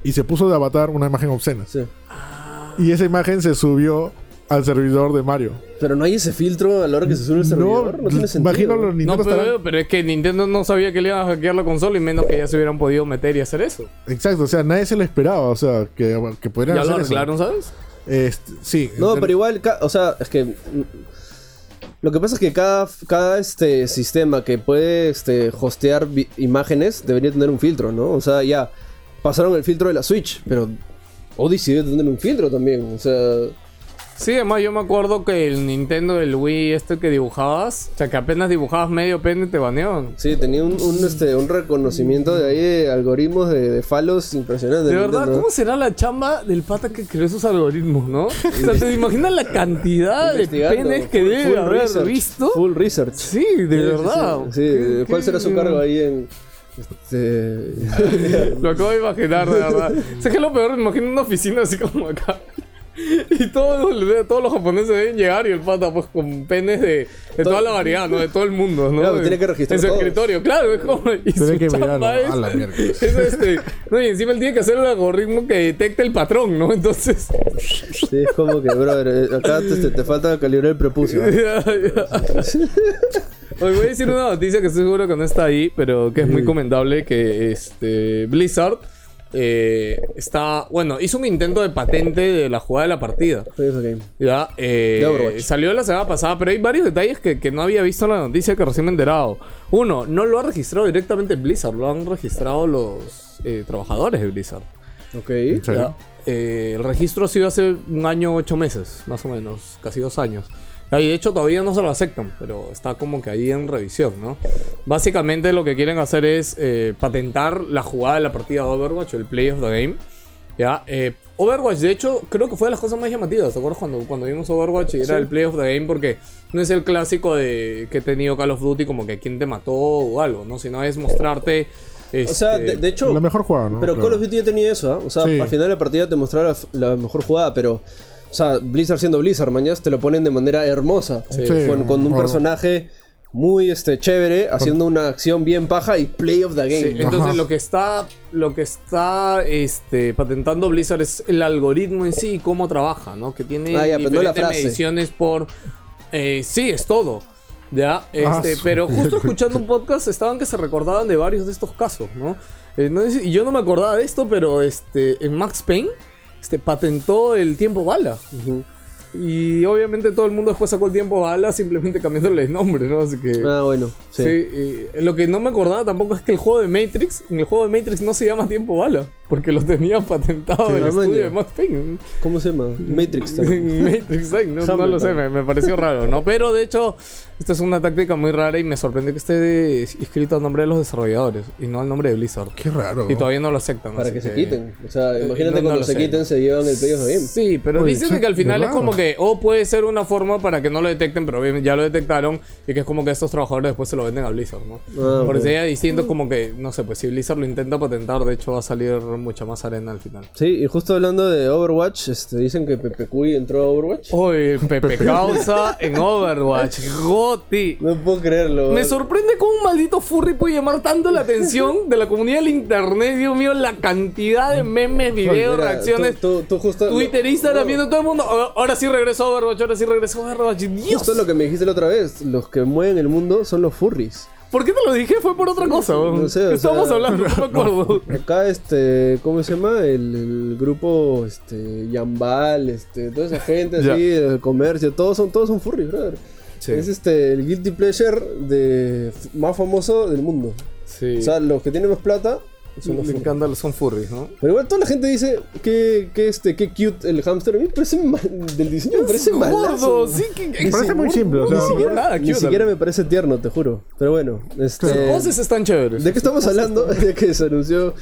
Speaker 3: y se puso de avatar una imagen obscena.
Speaker 1: Sí.
Speaker 2: Ah.
Speaker 3: Y esa imagen se subió al servidor de Mario.
Speaker 1: Pero no hay ese filtro a la hora que se sube el servidor. No, tiene sentido.
Speaker 3: imagino los
Speaker 2: No,
Speaker 3: Nintendo
Speaker 2: pero,
Speaker 3: estarán-
Speaker 2: pero es que Nintendo no sabía que le iban a hackear la consola y menos que ya se hubieran podido meter y hacer eso.
Speaker 3: Exacto, o sea, nadie se lo esperaba, o sea, que, que podrían
Speaker 2: Ya lo
Speaker 3: hacer eso.
Speaker 2: arreglaron, ¿sabes?
Speaker 3: Este, sí.
Speaker 1: No,
Speaker 3: enter-
Speaker 1: pero igual, ca- o sea, es que. mm, Lo que pasa es que cada, cada este, sistema que puede este, hostear vi- imágenes debería tener un filtro, ¿no? O sea, ya pasaron el filtro de la Switch, pero Odyssey debe tener un filtro también. O sea,
Speaker 2: Sí, además yo me acuerdo que el Nintendo del Wii, este que dibujabas, o sea, que apenas dibujabas medio pene te baneaban.
Speaker 1: Sí, tenía un, un, este, un reconocimiento de ahí de algoritmos de, de falos impresionantes.
Speaker 2: De verdad,
Speaker 1: Nintendo.
Speaker 2: ¿cómo será la chamba del pata que creó esos algoritmos, no? O sea, ¿te imaginas la cantidad de
Speaker 1: Investigando,
Speaker 2: penes que
Speaker 1: full- full
Speaker 2: debe haber
Speaker 1: research,
Speaker 2: visto?
Speaker 1: Full research.
Speaker 2: Sí, de
Speaker 1: Sí, sí,
Speaker 2: verdad.
Speaker 1: Sí,
Speaker 2: Qué-
Speaker 1: ¿cuál
Speaker 2: qué-
Speaker 1: será su cargo ahí en. Este...
Speaker 2: Lo acabo de imaginar, de verdad. ¿Sabes qué es lo peor? Me imagino una oficina así como acá. Y todos, los- todos los japoneses deben llegar y el pata, pues con penes de, de toda la variedad, ¿no? De todo el mundo, ¿no?
Speaker 1: Claro,
Speaker 2: De-
Speaker 1: tiene que registrar
Speaker 2: En su
Speaker 1: todos.
Speaker 2: escritorio, claro, es como. Y
Speaker 3: Tiene
Speaker 2: su
Speaker 3: que
Speaker 2: chamba
Speaker 3: mirarlo,
Speaker 2: es-
Speaker 3: a la mierda.
Speaker 2: es este, no, y encima él tiene que hacer el algoritmo que detecte el patrón, ¿no? Entonces.
Speaker 1: Sí, es como que, brother, eh, acá te, te- te falta calibrar el prepucio.
Speaker 2: ya, ya. Hoy voy a decir una noticia que estoy seguro que no está ahí, pero que es muy comentable, que este Blizzard eh, está, bueno, hizo un intento de patente de la jugada de la partida.
Speaker 1: Fue eso, game.
Speaker 2: Ya, eh,
Speaker 1: De Overwatch.
Speaker 2: salió la semana pasada, pero hay varios detalles que, que no había visto en la noticia que recién me he enterado. Uno, no lo ha registrado directamente Blizzard, lo han registrado los eh, trabajadores de Blizzard.
Speaker 1: Ok.
Speaker 3: Sí.
Speaker 2: Ya. Eh, el registro ha sido hace un año, ocho meses, más o menos, casi dos años. Ya, Y de hecho todavía no se lo aceptan, pero está como que ahí en revisión, ¿no? Básicamente lo que quieren hacer es eh, patentar la jugada de la partida de Overwatch, el play of the game. ¿ya? Eh, Overwatch, de hecho, creo que fue de las cosas más llamativas, ¿te acuerdas cuando, cuando vimos Overwatch y era el play of the game? Porque no es el clásico de que he tenido Call of Duty como que quién te mató o algo, ¿no? Sino es mostrarte...
Speaker 1: O sea,
Speaker 2: este,
Speaker 1: de, de hecho.
Speaker 3: La mejor jugada, ¿no?
Speaker 1: Pero
Speaker 3: Claro.
Speaker 1: Call of Duty ya tenía eso, ¿ah? O sea,
Speaker 3: Sí.
Speaker 1: al final de la partida te mostraba la f- la, mejor jugada, pero. O sea, Blizzard siendo Blizzard, mañas, te lo ponen de manera hermosa.
Speaker 3: Sí.
Speaker 1: Con, con un
Speaker 3: Bueno.
Speaker 1: personaje muy este, chévere, haciendo una acción bien paja y play of the
Speaker 2: Sí,
Speaker 1: game.
Speaker 2: entonces
Speaker 3: Ajá.
Speaker 2: lo que está, lo que está este, patentando Blizzard es el algoritmo en sí y cómo trabaja, ¿no? Que tiene
Speaker 1: Ah, ya, pero no la
Speaker 2: diferentes
Speaker 1: frase.
Speaker 2: mediciones por... eh, sí, es todo. Ya,
Speaker 3: Ah,
Speaker 2: este,
Speaker 3: su-
Speaker 2: pero justo escuchando un podcast estaban que se recordaban de varios de estos casos, ¿no? Eh, no sé si- y yo no me acordaba de esto, pero este, en Max Payne este, patentó el tiempo bala. Y obviamente todo el mundo después sacó el tiempo bala simplemente cambiándole el nombre, ¿no? Así que...
Speaker 1: Ah, bueno. Sí.
Speaker 2: Sí, y lo que no me acordaba tampoco es que el juego de Matrix, en el juego de Matrix no se llama tiempo bala, porque lo tenían patentado
Speaker 1: Sí,
Speaker 2: en el
Speaker 1: no
Speaker 2: estudio
Speaker 1: manches.
Speaker 2: de Max Payne.
Speaker 1: ¿Cómo se llama? Matrix también.
Speaker 2: En Matrix, ay, no, no lo sé, me, me pareció raro, ¿no? Pero de hecho, esta es una táctica muy rara y me sorprende que esté escrito al nombre de los desarrolladores y no al nombre de Blizzard.
Speaker 3: Qué raro.
Speaker 2: Y todavía no lo aceptan.
Speaker 1: Para
Speaker 2: así
Speaker 1: que se quiten. O sea,
Speaker 3: Eh,
Speaker 1: imagínate
Speaker 2: no, no
Speaker 1: cuando
Speaker 2: lo
Speaker 1: se
Speaker 2: sé.
Speaker 1: quiten, se llevan el play of the game.
Speaker 2: Sí, pero
Speaker 3: Oye,
Speaker 2: dicen
Speaker 3: sí,
Speaker 2: que al final
Speaker 3: de
Speaker 2: es como
Speaker 3: raro.
Speaker 2: que, o puede ser una forma para que no lo detecten, pero obviamente ya lo detectaron y que es como que estos trabajadores después se lo venden a Blizzard, ¿no?
Speaker 1: Ah,
Speaker 2: Por
Speaker 1: ok.
Speaker 2: eso ella diciendo como que, no sé, pues si Blizzard lo intenta patentar, de hecho va a salir mucha más arena al final.
Speaker 1: Sí, y justo hablando de Overwatch, este, dicen que Pepe Cuy entró a Overwatch.
Speaker 2: Uy, Pepe Causa en Overwatch, Goti.
Speaker 1: No puedo creerlo.
Speaker 2: Me sorprende cómo un maldito furry puede llamar tanto la atención de la comunidad del internet, Dios mío, la cantidad de memes, videos,
Speaker 1: Mira,
Speaker 2: reacciones.
Speaker 1: Tú, tú- tú justo.
Speaker 2: Twitter, Instagram,
Speaker 1: no,
Speaker 2: viendo todo el mundo. "Ah, Ahora sí regresó Overwatch, ahora sí regresó Overwatch. Dios.
Speaker 1: Justo lo que me dijiste la otra vez. Los que mueven el mundo son los furries.
Speaker 2: ¿Por qué te lo dije? Fue por otra cosa. weón.
Speaker 1: No sé, o
Speaker 2: ¿Qué estábamos
Speaker 1: sea,
Speaker 2: hablando? No me acuerdo.
Speaker 1: Acá, este. ¿Cómo se llama? El, el grupo. Este. Yambal, este. Toda esa gente así. El comercio. Todos son, todos son furries, brother. Es este. El guilty pleasure de, más famoso del mundo.
Speaker 2: Sí.
Speaker 1: O sea, los que tienen más plata son los
Speaker 2: me
Speaker 1: furries.
Speaker 2: encantan, los- son furries, ¿no?
Speaker 1: Pero igual toda la gente dice que, que este, que cute el hamster. A mí me parece mal- del diseño me parece
Speaker 2: Es
Speaker 1: malazo.
Speaker 2: gordo, sí, que,
Speaker 3: Me parece muy simple, o
Speaker 1: Ni
Speaker 3: sea,
Speaker 2: no,
Speaker 1: siquiera,
Speaker 2: nada,
Speaker 1: ni
Speaker 2: cute.
Speaker 1: siquiera me parece tierno, te juro. Pero bueno, este,
Speaker 2: Sus poses están chéveres.
Speaker 1: ¿de qué estamos hablando? De que se anunció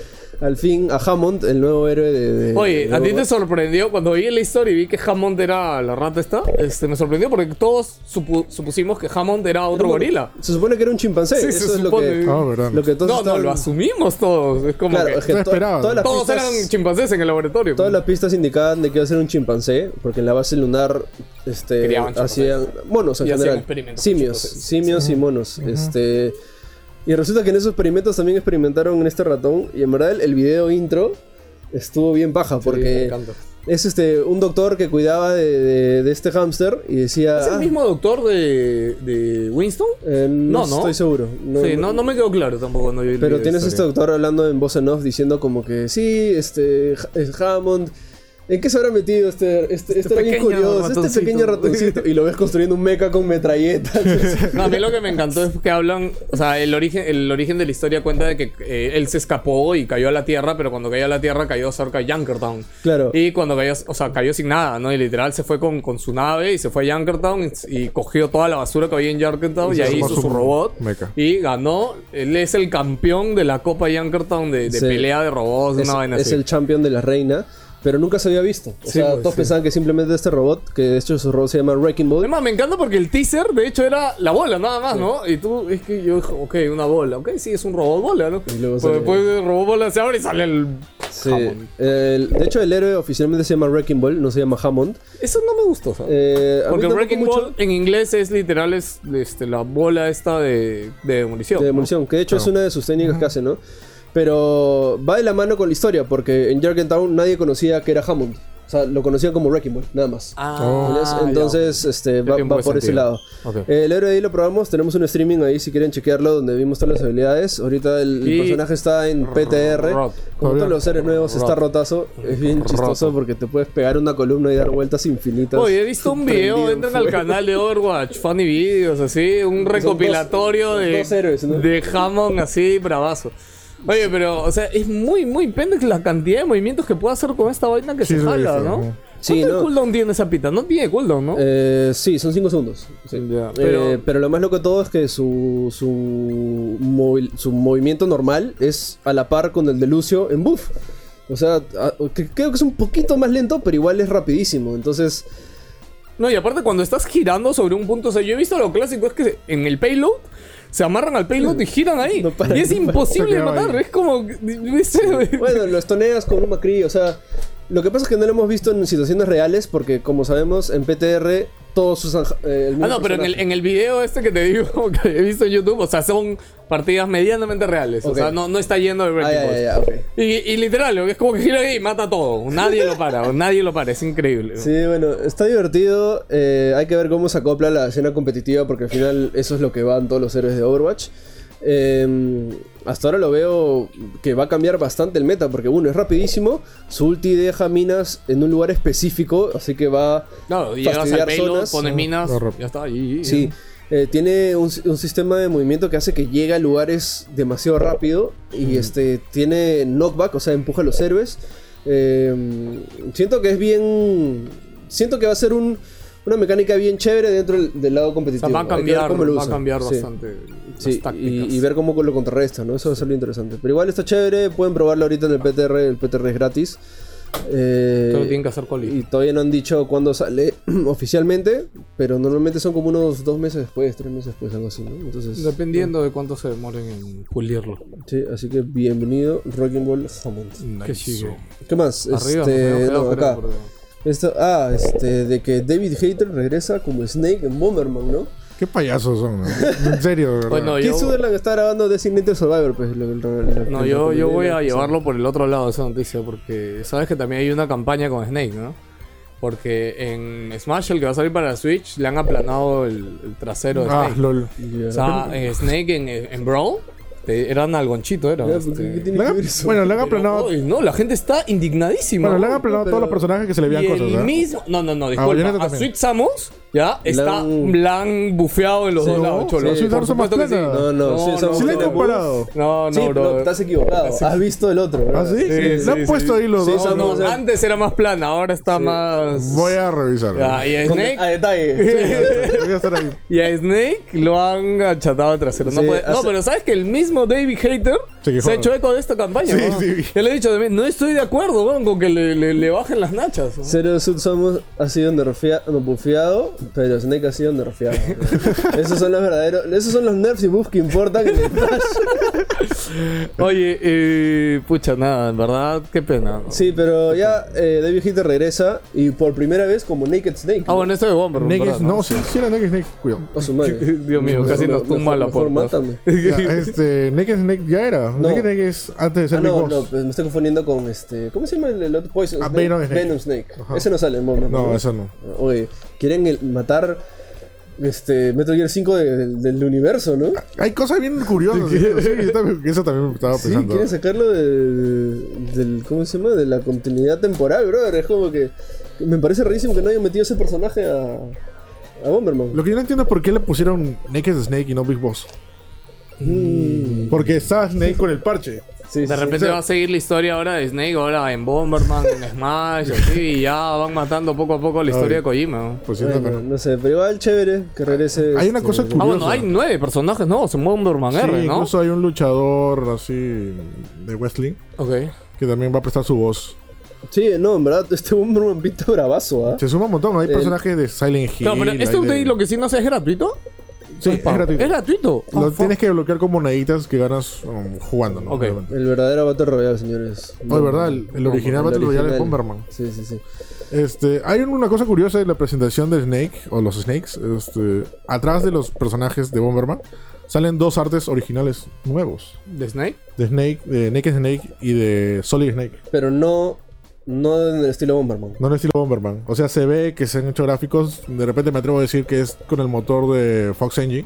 Speaker 1: al fin a Hammond, el nuevo héroe de... de-
Speaker 2: Oye,
Speaker 1: de
Speaker 2: ¿a ti te
Speaker 1: Overwatch.
Speaker 2: sorprendió cuando oí la historia y vi que Hammond era la rata esta? Este, me sorprendió porque todos supu- supusimos que Hammond era otro gorila.
Speaker 1: Se supone que era un chimpancé.
Speaker 2: Sí, se
Speaker 1: eso es lo
Speaker 2: supone.
Speaker 1: que,
Speaker 3: Ah, verdad.
Speaker 1: lo que todos
Speaker 2: No, no,
Speaker 1: estaban-
Speaker 2: lo asumimos todos. Es como
Speaker 1: Claro,
Speaker 2: que
Speaker 1: es que
Speaker 3: No
Speaker 1: to-
Speaker 3: esperaba.
Speaker 1: todas las
Speaker 2: todos
Speaker 1: pistas-
Speaker 2: eran chimpancés en el laboratorio. pues.
Speaker 1: Todas las pistas indicaban de que iba a ser un chimpancé, porque en la base lunar este,
Speaker 2: Criaban chimpancés.
Speaker 1: hacían monos en
Speaker 2: Y hacían
Speaker 1: general.
Speaker 2: experimentos con
Speaker 1: Simios,
Speaker 2: chimpancés.
Speaker 1: simios y monos. este, y resulta que en esos experimentos también experimentaron en este ratón. Y en verdad el, el video intro estuvo bien paja,
Speaker 2: me
Speaker 1: porque
Speaker 2: encanta.
Speaker 1: es este, un doctor que cuidaba de, de- de este hámster y decía...
Speaker 2: ¿Es el
Speaker 1: "Ah,
Speaker 2: mismo doctor de, de Winston?
Speaker 1: eh, no,
Speaker 2: No, no.
Speaker 1: estoy seguro.
Speaker 2: sí, no, no me quedó claro tampoco cuando yo leí
Speaker 1: Pero
Speaker 2: la
Speaker 1: tienes
Speaker 2: historia.
Speaker 1: este doctor hablando en voz en off diciendo como que sí, este, Ha- eh, Hammond ¿En qué se habrá metido este, este, este era bien
Speaker 2: pequeño
Speaker 1: curioso? Este
Speaker 2: ratoncito.
Speaker 1: pequeño ratoncito. Y lo ves construyendo un mecha con metralletas.
Speaker 2: No, a mí lo que me encantó es que hablan, o sea, el origen, el origen de la historia cuenta de que eh, él se escapó y cayó a la Tierra, pero cuando cayó a la Tierra cayó cerca de Junkertown.
Speaker 1: Claro.
Speaker 2: Y cuando cayó, o sea, cayó sin nada, ¿no? Y literal se fue con, con su nave y se fue a Junkertown y, y cogió toda la basura que había en Junkertown y,
Speaker 3: Y se
Speaker 2: ahí
Speaker 3: armó
Speaker 2: hizo
Speaker 3: su
Speaker 2: su, robot.
Speaker 3: mecha.
Speaker 2: Y ganó. Él es el campeón de la Copa Junkertown de, de
Speaker 1: Sí.
Speaker 2: pelea de robots,
Speaker 1: es,
Speaker 2: una vaina
Speaker 1: es
Speaker 2: así.
Speaker 1: el champion de la reina. Pero nunca se había visto. O
Speaker 2: Sí,
Speaker 1: sea,
Speaker 2: pues,
Speaker 1: todos
Speaker 2: sí.
Speaker 1: pensaban que simplemente este robot, que de hecho su robot se llama Wrecking Ball.
Speaker 2: Además, me encanta porque el teaser, de hecho, era la bola, nada más, ¿no? Y tú, es que yo dije, ok, una bola, ok, sí, es un robot bola, ¿no?
Speaker 1: Y luego
Speaker 2: Pero
Speaker 1: sale-
Speaker 2: después el robot bola se abre y sale el.
Speaker 1: Sí.
Speaker 2: Hammond.
Speaker 1: El- de hecho, el héroe oficialmente se llama Wrecking Ball, no se llama Hammond.
Speaker 2: Eso no me gustó, ¿sabes?
Speaker 1: Eh, a mí
Speaker 2: porque
Speaker 1: tampoco
Speaker 2: Wrecking
Speaker 1: mucho
Speaker 2: Ball en inglés es literal es, este, la bola esta de, de demolición.
Speaker 1: De
Speaker 2: ¿no?
Speaker 1: demolición, que de hecho es una de sus técnicas que hace, ¿no? Pero va de la mano con la historia, porque en Town nadie conocía que era Hammond. O sea, lo conocían como Wrecking Ball, nada más.
Speaker 2: Ah,
Speaker 1: ¿Entiendes?
Speaker 2: ya.
Speaker 1: Entonces, este, va,
Speaker 2: tiene un
Speaker 1: va
Speaker 2: buen
Speaker 1: por ese
Speaker 2: sentido.
Speaker 1: lado. Eh,
Speaker 2: Ok.
Speaker 1: El héroe de ahí lo probamos, tenemos un streaming ahí si quieren chequearlo, donde vimos todas las habilidades. Ahorita el
Speaker 2: Y-
Speaker 1: personaje está en PTR.
Speaker 2: Roto.
Speaker 1: Como todos los seres nuevos, está
Speaker 2: Roto.
Speaker 1: rotazo. Es bien chistoso porque te puedes pegar una columna y dar vueltas infinitas.
Speaker 2: Oye, he visto un video,
Speaker 1: Prendido en
Speaker 2: entran al
Speaker 1: fuego.
Speaker 2: canal de Overwatch, funny videos, así, un recopilatorio
Speaker 1: dos-
Speaker 2: de,
Speaker 1: dos héroes, ¿no?
Speaker 2: de Hammond así, bravazo. Oye, pero, o sea, es muy, muy pendeja la cantidad de movimientos que puede hacer con esta vaina que
Speaker 3: Sí,
Speaker 2: se
Speaker 3: lo he
Speaker 2: jala,
Speaker 3: visto,
Speaker 2: ¿no?
Speaker 3: ajá.
Speaker 1: Sí,
Speaker 2: ¿Cuánto de
Speaker 1: no.
Speaker 2: cooldown tiene esa pita? No tiene cooldown, ¿no?
Speaker 1: Eh, sí, son 5 segundos. Sí.
Speaker 2: Ya,
Speaker 1: Eh, pero,
Speaker 2: pero-
Speaker 1: lo más loco de todo es que su, su, movi- su movimiento normal es a la par con el de Lucio en buff. O sea, a- que- creo que es un poquito más lento, pero igual es rapidísimo. Entonces,
Speaker 2: No, y aparte cuando estás girando sobre un punto, o sea, yo he visto lo clásico, es que en el payload se amarran al payload y giran ahí.
Speaker 1: No paran,
Speaker 2: y es
Speaker 1: no paran.
Speaker 2: imposible
Speaker 3: Se quedan
Speaker 2: matar,
Speaker 3: ahí.
Speaker 2: es como...
Speaker 1: bueno, lo estoneas con un Macri. O sea, lo que pasa es que no lo hemos visto en situaciones reales, porque como sabemos, en PTR todos usan ja- eh, el mismo
Speaker 2: Ah, no, pero en el,
Speaker 1: personaje.
Speaker 2: en el video este que te digo, que he visto en YouTube, o sea, son partidas medianamente reales.
Speaker 1: Ok.
Speaker 2: O sea, no, no está yendo de
Speaker 1: Ah,
Speaker 2: Wrecking
Speaker 1: ya,
Speaker 2: Ball.
Speaker 1: ya, ya, ok.
Speaker 2: Y, y literal, es como que gira ahí y mata todo. Nadie lo para, o nadie lo para, es increíble.
Speaker 1: Sí, bueno, está divertido. eh, hay que ver cómo se acopla la escena competitiva porque al final eso es lo que van todos los héroes de Overwatch. Eh, hasta ahora lo veo que va a cambiar bastante el meta porque uno es rapidísimo, su ulti deja minas en un lugar específico, así que va...
Speaker 2: No, llegas al
Speaker 1: Fastidiar
Speaker 2: payload,
Speaker 1: zonas,
Speaker 2: pones
Speaker 1: ¿no?
Speaker 2: minas,
Speaker 3: Horror.
Speaker 2: ya está, y, y-
Speaker 1: Sí, eh, tiene un, un sistema de movimiento que hace que llega a lugares demasiado rápido y este tiene knockback, o sea, empuja a los héroes. Eh, siento que es bien. Siento que va a ser un- una mecánica bien chévere dentro del, del lado
Speaker 2: O sea,
Speaker 1: competitivo.
Speaker 2: va a
Speaker 1: Hay que ver
Speaker 2: cambiar,
Speaker 1: cómo lo
Speaker 2: va a
Speaker 1: usan.
Speaker 2: cambiar
Speaker 1: Sí,
Speaker 2: bastante las
Speaker 1: sí,
Speaker 2: tácticas.
Speaker 1: y, y ver cómo lo contrarresta, ¿no? Eso va a ser lo interesante. Pero igual está chévere, pueden probarlo ahorita en el PTR, el PTR es gratis. Eh,
Speaker 2: Solo tienen que hacer colita.
Speaker 1: y todavía no han dicho cuándo sale oficialmente, pero normalmente son como unos dos meses después, tres meses después, algo así, ¿no? Entonces,
Speaker 2: Dependiendo de cuánto se demoren en pulirlo.
Speaker 1: sí, así que bienvenido, Rocking Ball Hammond.
Speaker 2: Qué chido.
Speaker 1: ¿Qué más?
Speaker 2: Arriba,
Speaker 1: este,
Speaker 2: me quedo,
Speaker 1: no,
Speaker 2: creo,
Speaker 1: acá.
Speaker 2: creo.
Speaker 1: Esto, ah, este, de que David Hater regresa como Snake en Bomberman, ¿no?
Speaker 3: Qué payasos son, ¿no? En serio, de verdad.
Speaker 2: Bueno,
Speaker 1: Que
Speaker 2: yo...
Speaker 1: Sutherland está grabando Designated Survivor, pues. lo- lo- lo-
Speaker 2: No,
Speaker 1: lo-
Speaker 2: yo,
Speaker 1: lo-
Speaker 2: yo voy
Speaker 1: lo-
Speaker 2: a
Speaker 1: sí.
Speaker 2: llevarlo por el otro lado esa noticia, porque sabes que también hay una campaña con Snake, ¿no? Porque en Smash, el que va a salir para la Switch, le han aplanado el, el trasero de
Speaker 3: ah,
Speaker 2: Snake.
Speaker 3: lol.
Speaker 1: Ya.
Speaker 2: O sea, en Snake en, en Brawl, te- era nalgonchito, era.
Speaker 1: Ya,
Speaker 2: este.
Speaker 1: ¿por qué- qué tiene
Speaker 3: Le
Speaker 1: que
Speaker 3: han-
Speaker 1: ver eso?
Speaker 3: Bueno, le han
Speaker 2: Pero,
Speaker 3: aplanado.
Speaker 2: uy, no, la gente está indignadísima.
Speaker 3: Bueno, le han aplanado todos los personajes que se le
Speaker 2: y
Speaker 3: veían cosas.
Speaker 2: el
Speaker 3: ¿verdad? Ah,
Speaker 2: mismo. No, no, no, disculpa.
Speaker 3: Bayonetta
Speaker 2: a
Speaker 3: también.
Speaker 2: Sweet Samus ya está
Speaker 1: han-
Speaker 2: blan bufeado en los
Speaker 1: Sí,
Speaker 2: dos lados,
Speaker 3: no,
Speaker 2: cholo.
Speaker 3: sí, Sweet
Speaker 2: Por
Speaker 3: Samus son más
Speaker 2: supuesto que sí.
Speaker 3: planas.
Speaker 1: No, no, sí, son-
Speaker 3: Sí le han
Speaker 1: Tiene
Speaker 3: comparado.
Speaker 2: No,
Speaker 1: sí,
Speaker 2: no, bro.
Speaker 1: no, estás equivocado. Has visto el otro, bro.
Speaker 3: ¿Ah, sí?
Speaker 2: Sí,
Speaker 3: Le han
Speaker 2: sí,
Speaker 3: puesto
Speaker 2: sí.
Speaker 3: ahí los
Speaker 1: Sí,
Speaker 3: dos.
Speaker 1: son-
Speaker 2: No,
Speaker 1: o sea-
Speaker 2: antes era más plana, ahora está más.
Speaker 3: Voy a revisar.
Speaker 2: Ya, y a
Speaker 1: Con-
Speaker 2: Snake.
Speaker 1: A detalle.
Speaker 3: Voy a estar ahí.
Speaker 2: Y a Snake lo han achatado trasero. No,
Speaker 1: Sí,
Speaker 2: puede- no,
Speaker 1: hace-
Speaker 2: pero sabes que el mismo David Hater se,
Speaker 3: Se quejó.
Speaker 2: ha hecho eco de esta campaña.
Speaker 3: Sí,
Speaker 2: weón.
Speaker 3: sí.
Speaker 2: Ya le he dicho también, no estoy de acuerdo weón, con que le, le- le bajen las nachas. weón.
Speaker 1: Zero Suit Samus ha sido nerfea- no, bufeado, pero Snake ha sido nerfeado. esos son los verdaderos, esos son los nerfs y buffs que importan en el Smash.
Speaker 2: Oye, eh, pucha, nada, en verdad, qué pena.
Speaker 1: Sí, pero ya eh, David Hitter regresa y por primera vez como Naked Snake.
Speaker 2: Ah, bueno, esto de Bomber.
Speaker 3: Snake
Speaker 2: ¿verdad,
Speaker 3: es- No, sí, sí era Naked Snake. Cuidado.
Speaker 1: A su madre.
Speaker 2: Dios mío, casi nos
Speaker 1: Mejor-
Speaker 2: tumba la
Speaker 1: mejor
Speaker 2: puerta.
Speaker 1: mátame.
Speaker 3: Ya, este, Naked Snake ya era. Naked Snake es antes de ser
Speaker 1: Ah,
Speaker 3: Big
Speaker 1: no,
Speaker 3: Boss.
Speaker 1: no, pues me estoy confundiendo con este. ¿Cómo se llama el, el otro Poison
Speaker 3: Ah, Venom Snake.
Speaker 1: Venom Snake.
Speaker 3: Ajá.
Speaker 1: Ese no sale en Bomberman.
Speaker 3: No, eso no.
Speaker 1: Oye, quieren el- matar este, Metal Gear 5 de- del- del universo, ¿no?
Speaker 3: Hay cosas bien curiosas. sí, sí, yo también- eso también me estaba
Speaker 1: Sí,
Speaker 3: pensando.
Speaker 1: quieren sacarlo del, del. ¿Cómo se llama? De la continuidad temporal, brother. Es como que. Me parece rarísimo que no hayan metido ese personaje a. a Bomberman.
Speaker 3: Lo que yo no entiendo es por qué le pusieron Naked Snake y no Big Boss. Porque estaba Snake con el parche.
Speaker 1: Sí, sí,
Speaker 2: De
Speaker 1: sí.
Speaker 2: repente
Speaker 3: sí.
Speaker 2: va a seguir la historia ahora de Snake, ahora en Bomberman, en Smash, así, y ya van matando poco a poco la historia de Kojima. ¿no?
Speaker 3: Pues sí,
Speaker 1: Bueno,
Speaker 3: no, pero-
Speaker 1: no sé, pero igual chévere que regrese.
Speaker 3: Hay una
Speaker 1: este,
Speaker 3: cosa
Speaker 2: Ah, bueno,
Speaker 3: curiosa.
Speaker 2: hay nueve personajes nuevos en Bomberman
Speaker 3: Sí,
Speaker 2: R, ¿no?
Speaker 3: Incluso hay un luchador así de wrestling
Speaker 2: Ok.
Speaker 3: que también va a prestar su voz.
Speaker 1: Sí, no, en verdad, este Bomberman pinta bravazo, ¿ah?
Speaker 3: Se suma un montón. Hay
Speaker 1: El-
Speaker 3: personajes de Silent Hill.
Speaker 2: Claro, pero este
Speaker 3: hay
Speaker 2: update
Speaker 3: de-
Speaker 2: lo que sí no sé es gratuito.
Speaker 3: Sí, es gratuito.
Speaker 2: Es gratuito.
Speaker 3: Lo
Speaker 2: Ah, fuck.
Speaker 3: tienes que bloquear con moneditas que ganas um, jugando, ¿no?
Speaker 2: Ok.
Speaker 3: Obviamente.
Speaker 1: El verdadero Battle Royale, señores.
Speaker 3: No, es verdad, el, el original
Speaker 1: El
Speaker 3: Battle Royale de
Speaker 1: original.
Speaker 3: Bomberman.
Speaker 1: Sí, sí, sí.
Speaker 3: Este, hay una cosa curiosa en la presentación de Snake, o los Snakes, este, atrás de los personajes de Bomberman, salen dos artes originales nuevos.
Speaker 2: ¿De Snake?
Speaker 3: De Snake, de Naked Snake y de Solid Snake.
Speaker 1: Pero no. No en el estilo Bomberman.
Speaker 3: No en el estilo Bomberman. O sea, se ve que se han hecho gráficos. De repente me atrevo a decir que es con el motor de Fox Engine.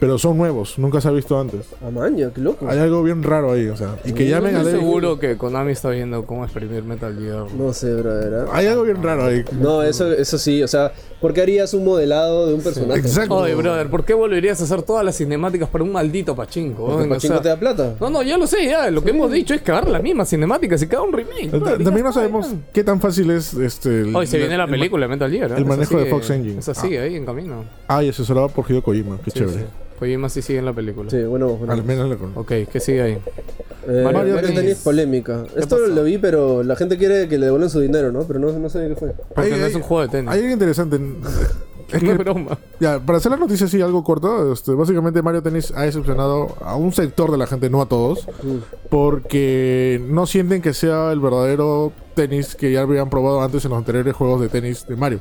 Speaker 3: Pero son nuevos, nunca se ha visto antes.
Speaker 1: Ah, man, ya, qué loco.
Speaker 3: Hay algo bien raro ahí, o sea. Y que ya me
Speaker 2: Estoy
Speaker 3: gané.
Speaker 2: seguro que Konami está viendo cómo exprimir Metal Gear.
Speaker 1: No sé, brother. ¿ah?
Speaker 3: Hay algo bien raro ahí.
Speaker 1: No, eso, eso sí, o sea, ¿por qué harías un modelado de un personaje?
Speaker 3: Exacto.
Speaker 2: Oye, brother, ¿por qué volverías a hacer todas las cinemáticas para un maldito pachinko?
Speaker 1: Porque
Speaker 2: Bueno, o
Speaker 1: Pachinko
Speaker 2: sea,
Speaker 1: te da plata.
Speaker 2: No, no, ya lo sé, ya. Lo que hemos dicho es que agarra la misma cinemática, se queda un remake.
Speaker 3: Ta-
Speaker 2: brother, ya
Speaker 3: También no
Speaker 2: está,
Speaker 3: sabemos
Speaker 2: ya.
Speaker 3: qué tan fácil es este. el-
Speaker 2: Hoy se viene la
Speaker 3: el-
Speaker 2: película de Metal Gear. ¿eh?
Speaker 3: el
Speaker 2: Esa
Speaker 3: manejo de
Speaker 2: sigue-
Speaker 3: Fox Engine.
Speaker 2: Esa sigue ahí en camino.
Speaker 3: Ah, y asesorado por Hideo Kojima. Qué chévere.
Speaker 2: Kojima sí sigue en la película.
Speaker 1: Sí, bueno, bueno.
Speaker 3: Al menos lo con...
Speaker 2: Ok, ¿qué sigue ahí?
Speaker 1: Eh,
Speaker 2: Mario
Speaker 1: Mario
Speaker 2: Tennis.
Speaker 1: Tennis polémica. Esto
Speaker 2: pasó?
Speaker 1: lo vi, pero la gente quiere que le devuelvan su dinero, ¿no? Pero no, no sé qué fue.
Speaker 2: Porque
Speaker 3: Ay,
Speaker 2: no
Speaker 3: ay,
Speaker 2: es un juego de tenis.
Speaker 3: Hay algo interesante. Es
Speaker 2: no
Speaker 3: que-
Speaker 2: es broma.
Speaker 3: ya, para hacer la noticia así algo corto, este, básicamente Mario Tennis ha decepcionado a un sector de la gente, no a todos, porque no sienten que sea el verdadero tenis que ya habían probado antes en los anteriores juegos de tenis de Mario.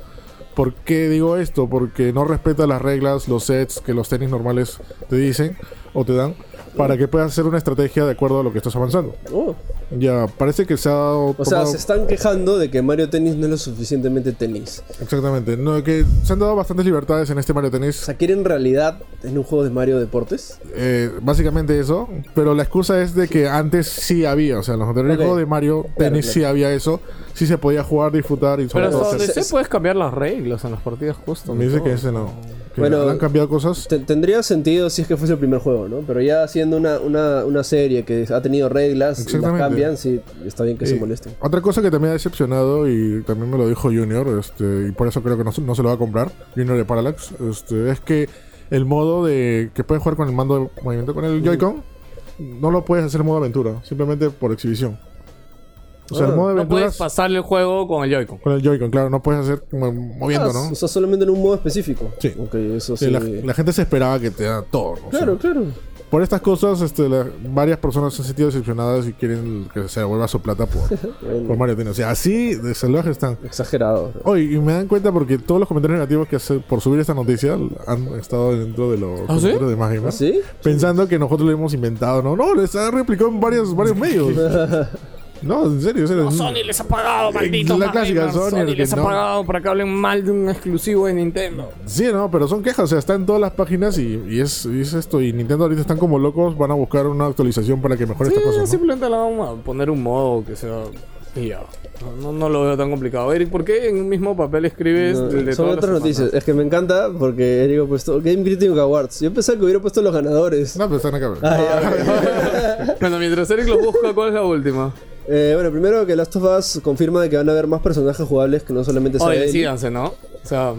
Speaker 3: ¿Por qué digo esto? Porque no respeta las reglas, los sets que los tenis normales te dicen o te dan para que puedas hacer una estrategia de acuerdo a lo que estás avanzando.
Speaker 1: Oh.
Speaker 3: Ya, parece que se ha dado...
Speaker 1: O sea,
Speaker 3: tomado-
Speaker 1: se están quejando de que Mario Tennis no es lo suficientemente tenis.
Speaker 3: Exactamente. No, que se han dado bastantes libertades en este Mario
Speaker 1: O
Speaker 3: Tennis.
Speaker 1: sea, quieren realidad en un juego de Mario Deportes.
Speaker 3: Eh, básicamente eso. Pero la excusa es de que antes sí había. O sea, en los anteriores
Speaker 1: Ok.
Speaker 3: juegos de Mario Tennis
Speaker 1: claro.
Speaker 3: sí había eso. Sí se podía jugar, disfrutar y
Speaker 2: Pero
Speaker 3: sobre
Speaker 2: hasta
Speaker 3: todo
Speaker 1: o sea,
Speaker 2: donde
Speaker 1: se-
Speaker 2: sé,
Speaker 1: se-
Speaker 2: puedes cambiar las reglas en las partidas custom.
Speaker 3: Me dice
Speaker 2: ¿no?
Speaker 3: que ese no. Que
Speaker 1: Bueno,
Speaker 3: han cambiado cosas.
Speaker 1: Te- tendría sentido si es que fuese el primer juego, ¿no? Pero ya haciendo una, una, una serie que ha tenido reglas y las
Speaker 3: Exactamente.
Speaker 1: cambian, sí, está bien que se
Speaker 3: Sí.
Speaker 1: molesten.
Speaker 3: Otra cosa que también ha decepcionado y también me lo dijo Junior, este, y por eso creo que no, se- no se lo va a comprar, Junior de Parallax, este, es que el modo de que puedes jugar con el mando de movimiento con el Joy-Con, no lo puedes hacer en modo aventura, simplemente por exhibición. O sea,
Speaker 1: Ah.
Speaker 3: el modo de
Speaker 2: No
Speaker 3: aventura
Speaker 2: puedes pasar el juego con el Joy-Con.
Speaker 3: con el Joy-Con, claro, no puedes hacer como moviendo,
Speaker 1: Ah,
Speaker 3: ¿no?
Speaker 1: O sea, solamente en un modo específico.
Speaker 3: Sí.
Speaker 1: Ok, eso sí.
Speaker 3: Sí, la, la gente se esperaba que te da todo. ¿no? O sea,
Speaker 1: Claro, claro.
Speaker 3: por estas cosas, este, la- varias personas se han sentido decepcionadas y quieren que se devuelva su plata por,
Speaker 1: Bueno,
Speaker 3: por Mario Tennis. O sea, así de salvajes están.
Speaker 1: exagerado.
Speaker 3: Oye, y me dan cuenta porque todos los comentarios negativos que hace por subir esta noticia han estado dentro de los
Speaker 2: ¿Ah, sí?
Speaker 3: comentarios de Más Gamer.
Speaker 1: ¿Sí?
Speaker 3: Pensando que nosotros lo hemos inventado, ¿no? No, les han replicado en varios, varios medios. No, en serio, en serio.
Speaker 2: Sony les ha pagado, maldito.
Speaker 3: Mm. La clásica,
Speaker 2: Mac Gamer.
Speaker 3: Sony,
Speaker 2: Sony les
Speaker 3: que
Speaker 2: ha
Speaker 3: no.
Speaker 2: pagado para que hablen mal de un exclusivo de Nintendo.
Speaker 3: Sí, no, pero son quejas, o sea, está en todas las páginas y, y es, y es esto. Y Nintendo ahorita están como locos, van a buscar una actualización para que mejore
Speaker 2: Sí,
Speaker 3: esta cosa. ¿no?
Speaker 2: simplemente le vamos a poner un modo que sea. Y ya. No, no lo veo tan complicado. Eric, ¿por qué en un mismo papel escribes
Speaker 1: No,
Speaker 2: el de
Speaker 1: son
Speaker 2: todas
Speaker 1: otras
Speaker 2: las
Speaker 1: noticias.
Speaker 2: semanas?
Speaker 1: Es que me encanta porque Eric ha puesto Game Critic Awards. Yo pensaba que hubiera puesto los ganadores.
Speaker 3: No, pero están acá.
Speaker 2: Ah, Bueno, mientras Eric lo busca, ¿cuál es la última?
Speaker 1: Eh, bueno, primero que Last of Us confirma de que van a haber más personajes jugables que no solamente sea
Speaker 2: Oye,
Speaker 1: Ellie.
Speaker 2: síganse, ¿no? O sea,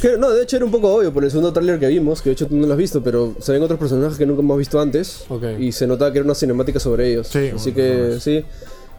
Speaker 1: Que- no, de hecho era un poco obvio por el segundo tráiler que vimos, que de hecho tú no lo has visto, pero se ven otros personajes que nunca hemos visto antes.
Speaker 2: Ok.
Speaker 1: Y se notaba que era una cinemática sobre ellos.
Speaker 3: Sí,
Speaker 1: Así
Speaker 3: bueno,
Speaker 1: que
Speaker 3: no
Speaker 1: sí.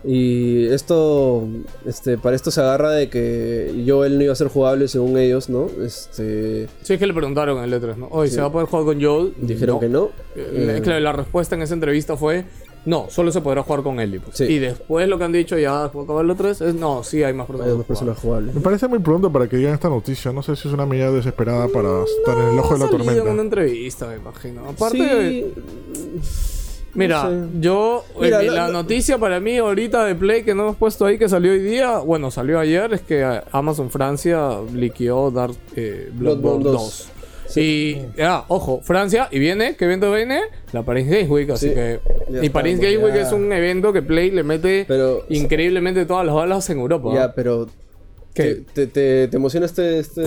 Speaker 1: Y esto, este, para esto se agarra de que Joel no iba a ser jugable según ellos, ¿no? Este,
Speaker 2: sí es que le preguntaron en letras, ¿no? Oye, ¿se va a poder jugar con Joel?
Speaker 1: dijeron que no.
Speaker 2: Eh, claro, la respuesta en esa entrevista fue no, solo se podrá jugar con Ellie. pues.
Speaker 1: Sí.
Speaker 2: Y después lo que han dicho ya después de acabar los tres es no, sí hay más
Speaker 1: Hay
Speaker 2: personas.
Speaker 1: dos personas jugables.
Speaker 3: Me parece muy pronto para que digan esta noticia. No sé si es una medida desesperada para estar en el ojo de la
Speaker 2: en una
Speaker 3: tormenta.
Speaker 2: entrevista, me imagino. Aparte,
Speaker 1: Sí,
Speaker 2: Mira,
Speaker 1: No sé.
Speaker 2: yo. eh,
Speaker 1: Mira,
Speaker 2: la,
Speaker 1: la- la-
Speaker 2: noticia para mí ahorita de Play que no hemos puesto ahí, que salió hoy día, bueno, salió ayer, es que eh, Amazon Francia liquidó Dark eh,
Speaker 1: Bloodborne
Speaker 2: Bloodborne 2.
Speaker 1: 2. Sí.
Speaker 2: Y, ah, ojo, Francia, y viene, ¿qué evento viene? La Paris Games Week, así
Speaker 1: Sí.
Speaker 2: que.
Speaker 1: Ya
Speaker 2: Y Paris
Speaker 1: estamos,
Speaker 2: Games Week
Speaker 1: ya.
Speaker 2: es un evento que Play le mete
Speaker 1: Pero-
Speaker 2: increíblemente todas las balas en Europa. ¿ah?
Speaker 1: Ya, pero.
Speaker 2: ¿Qué?
Speaker 1: ¿Te, te, te, te emociona este, este.?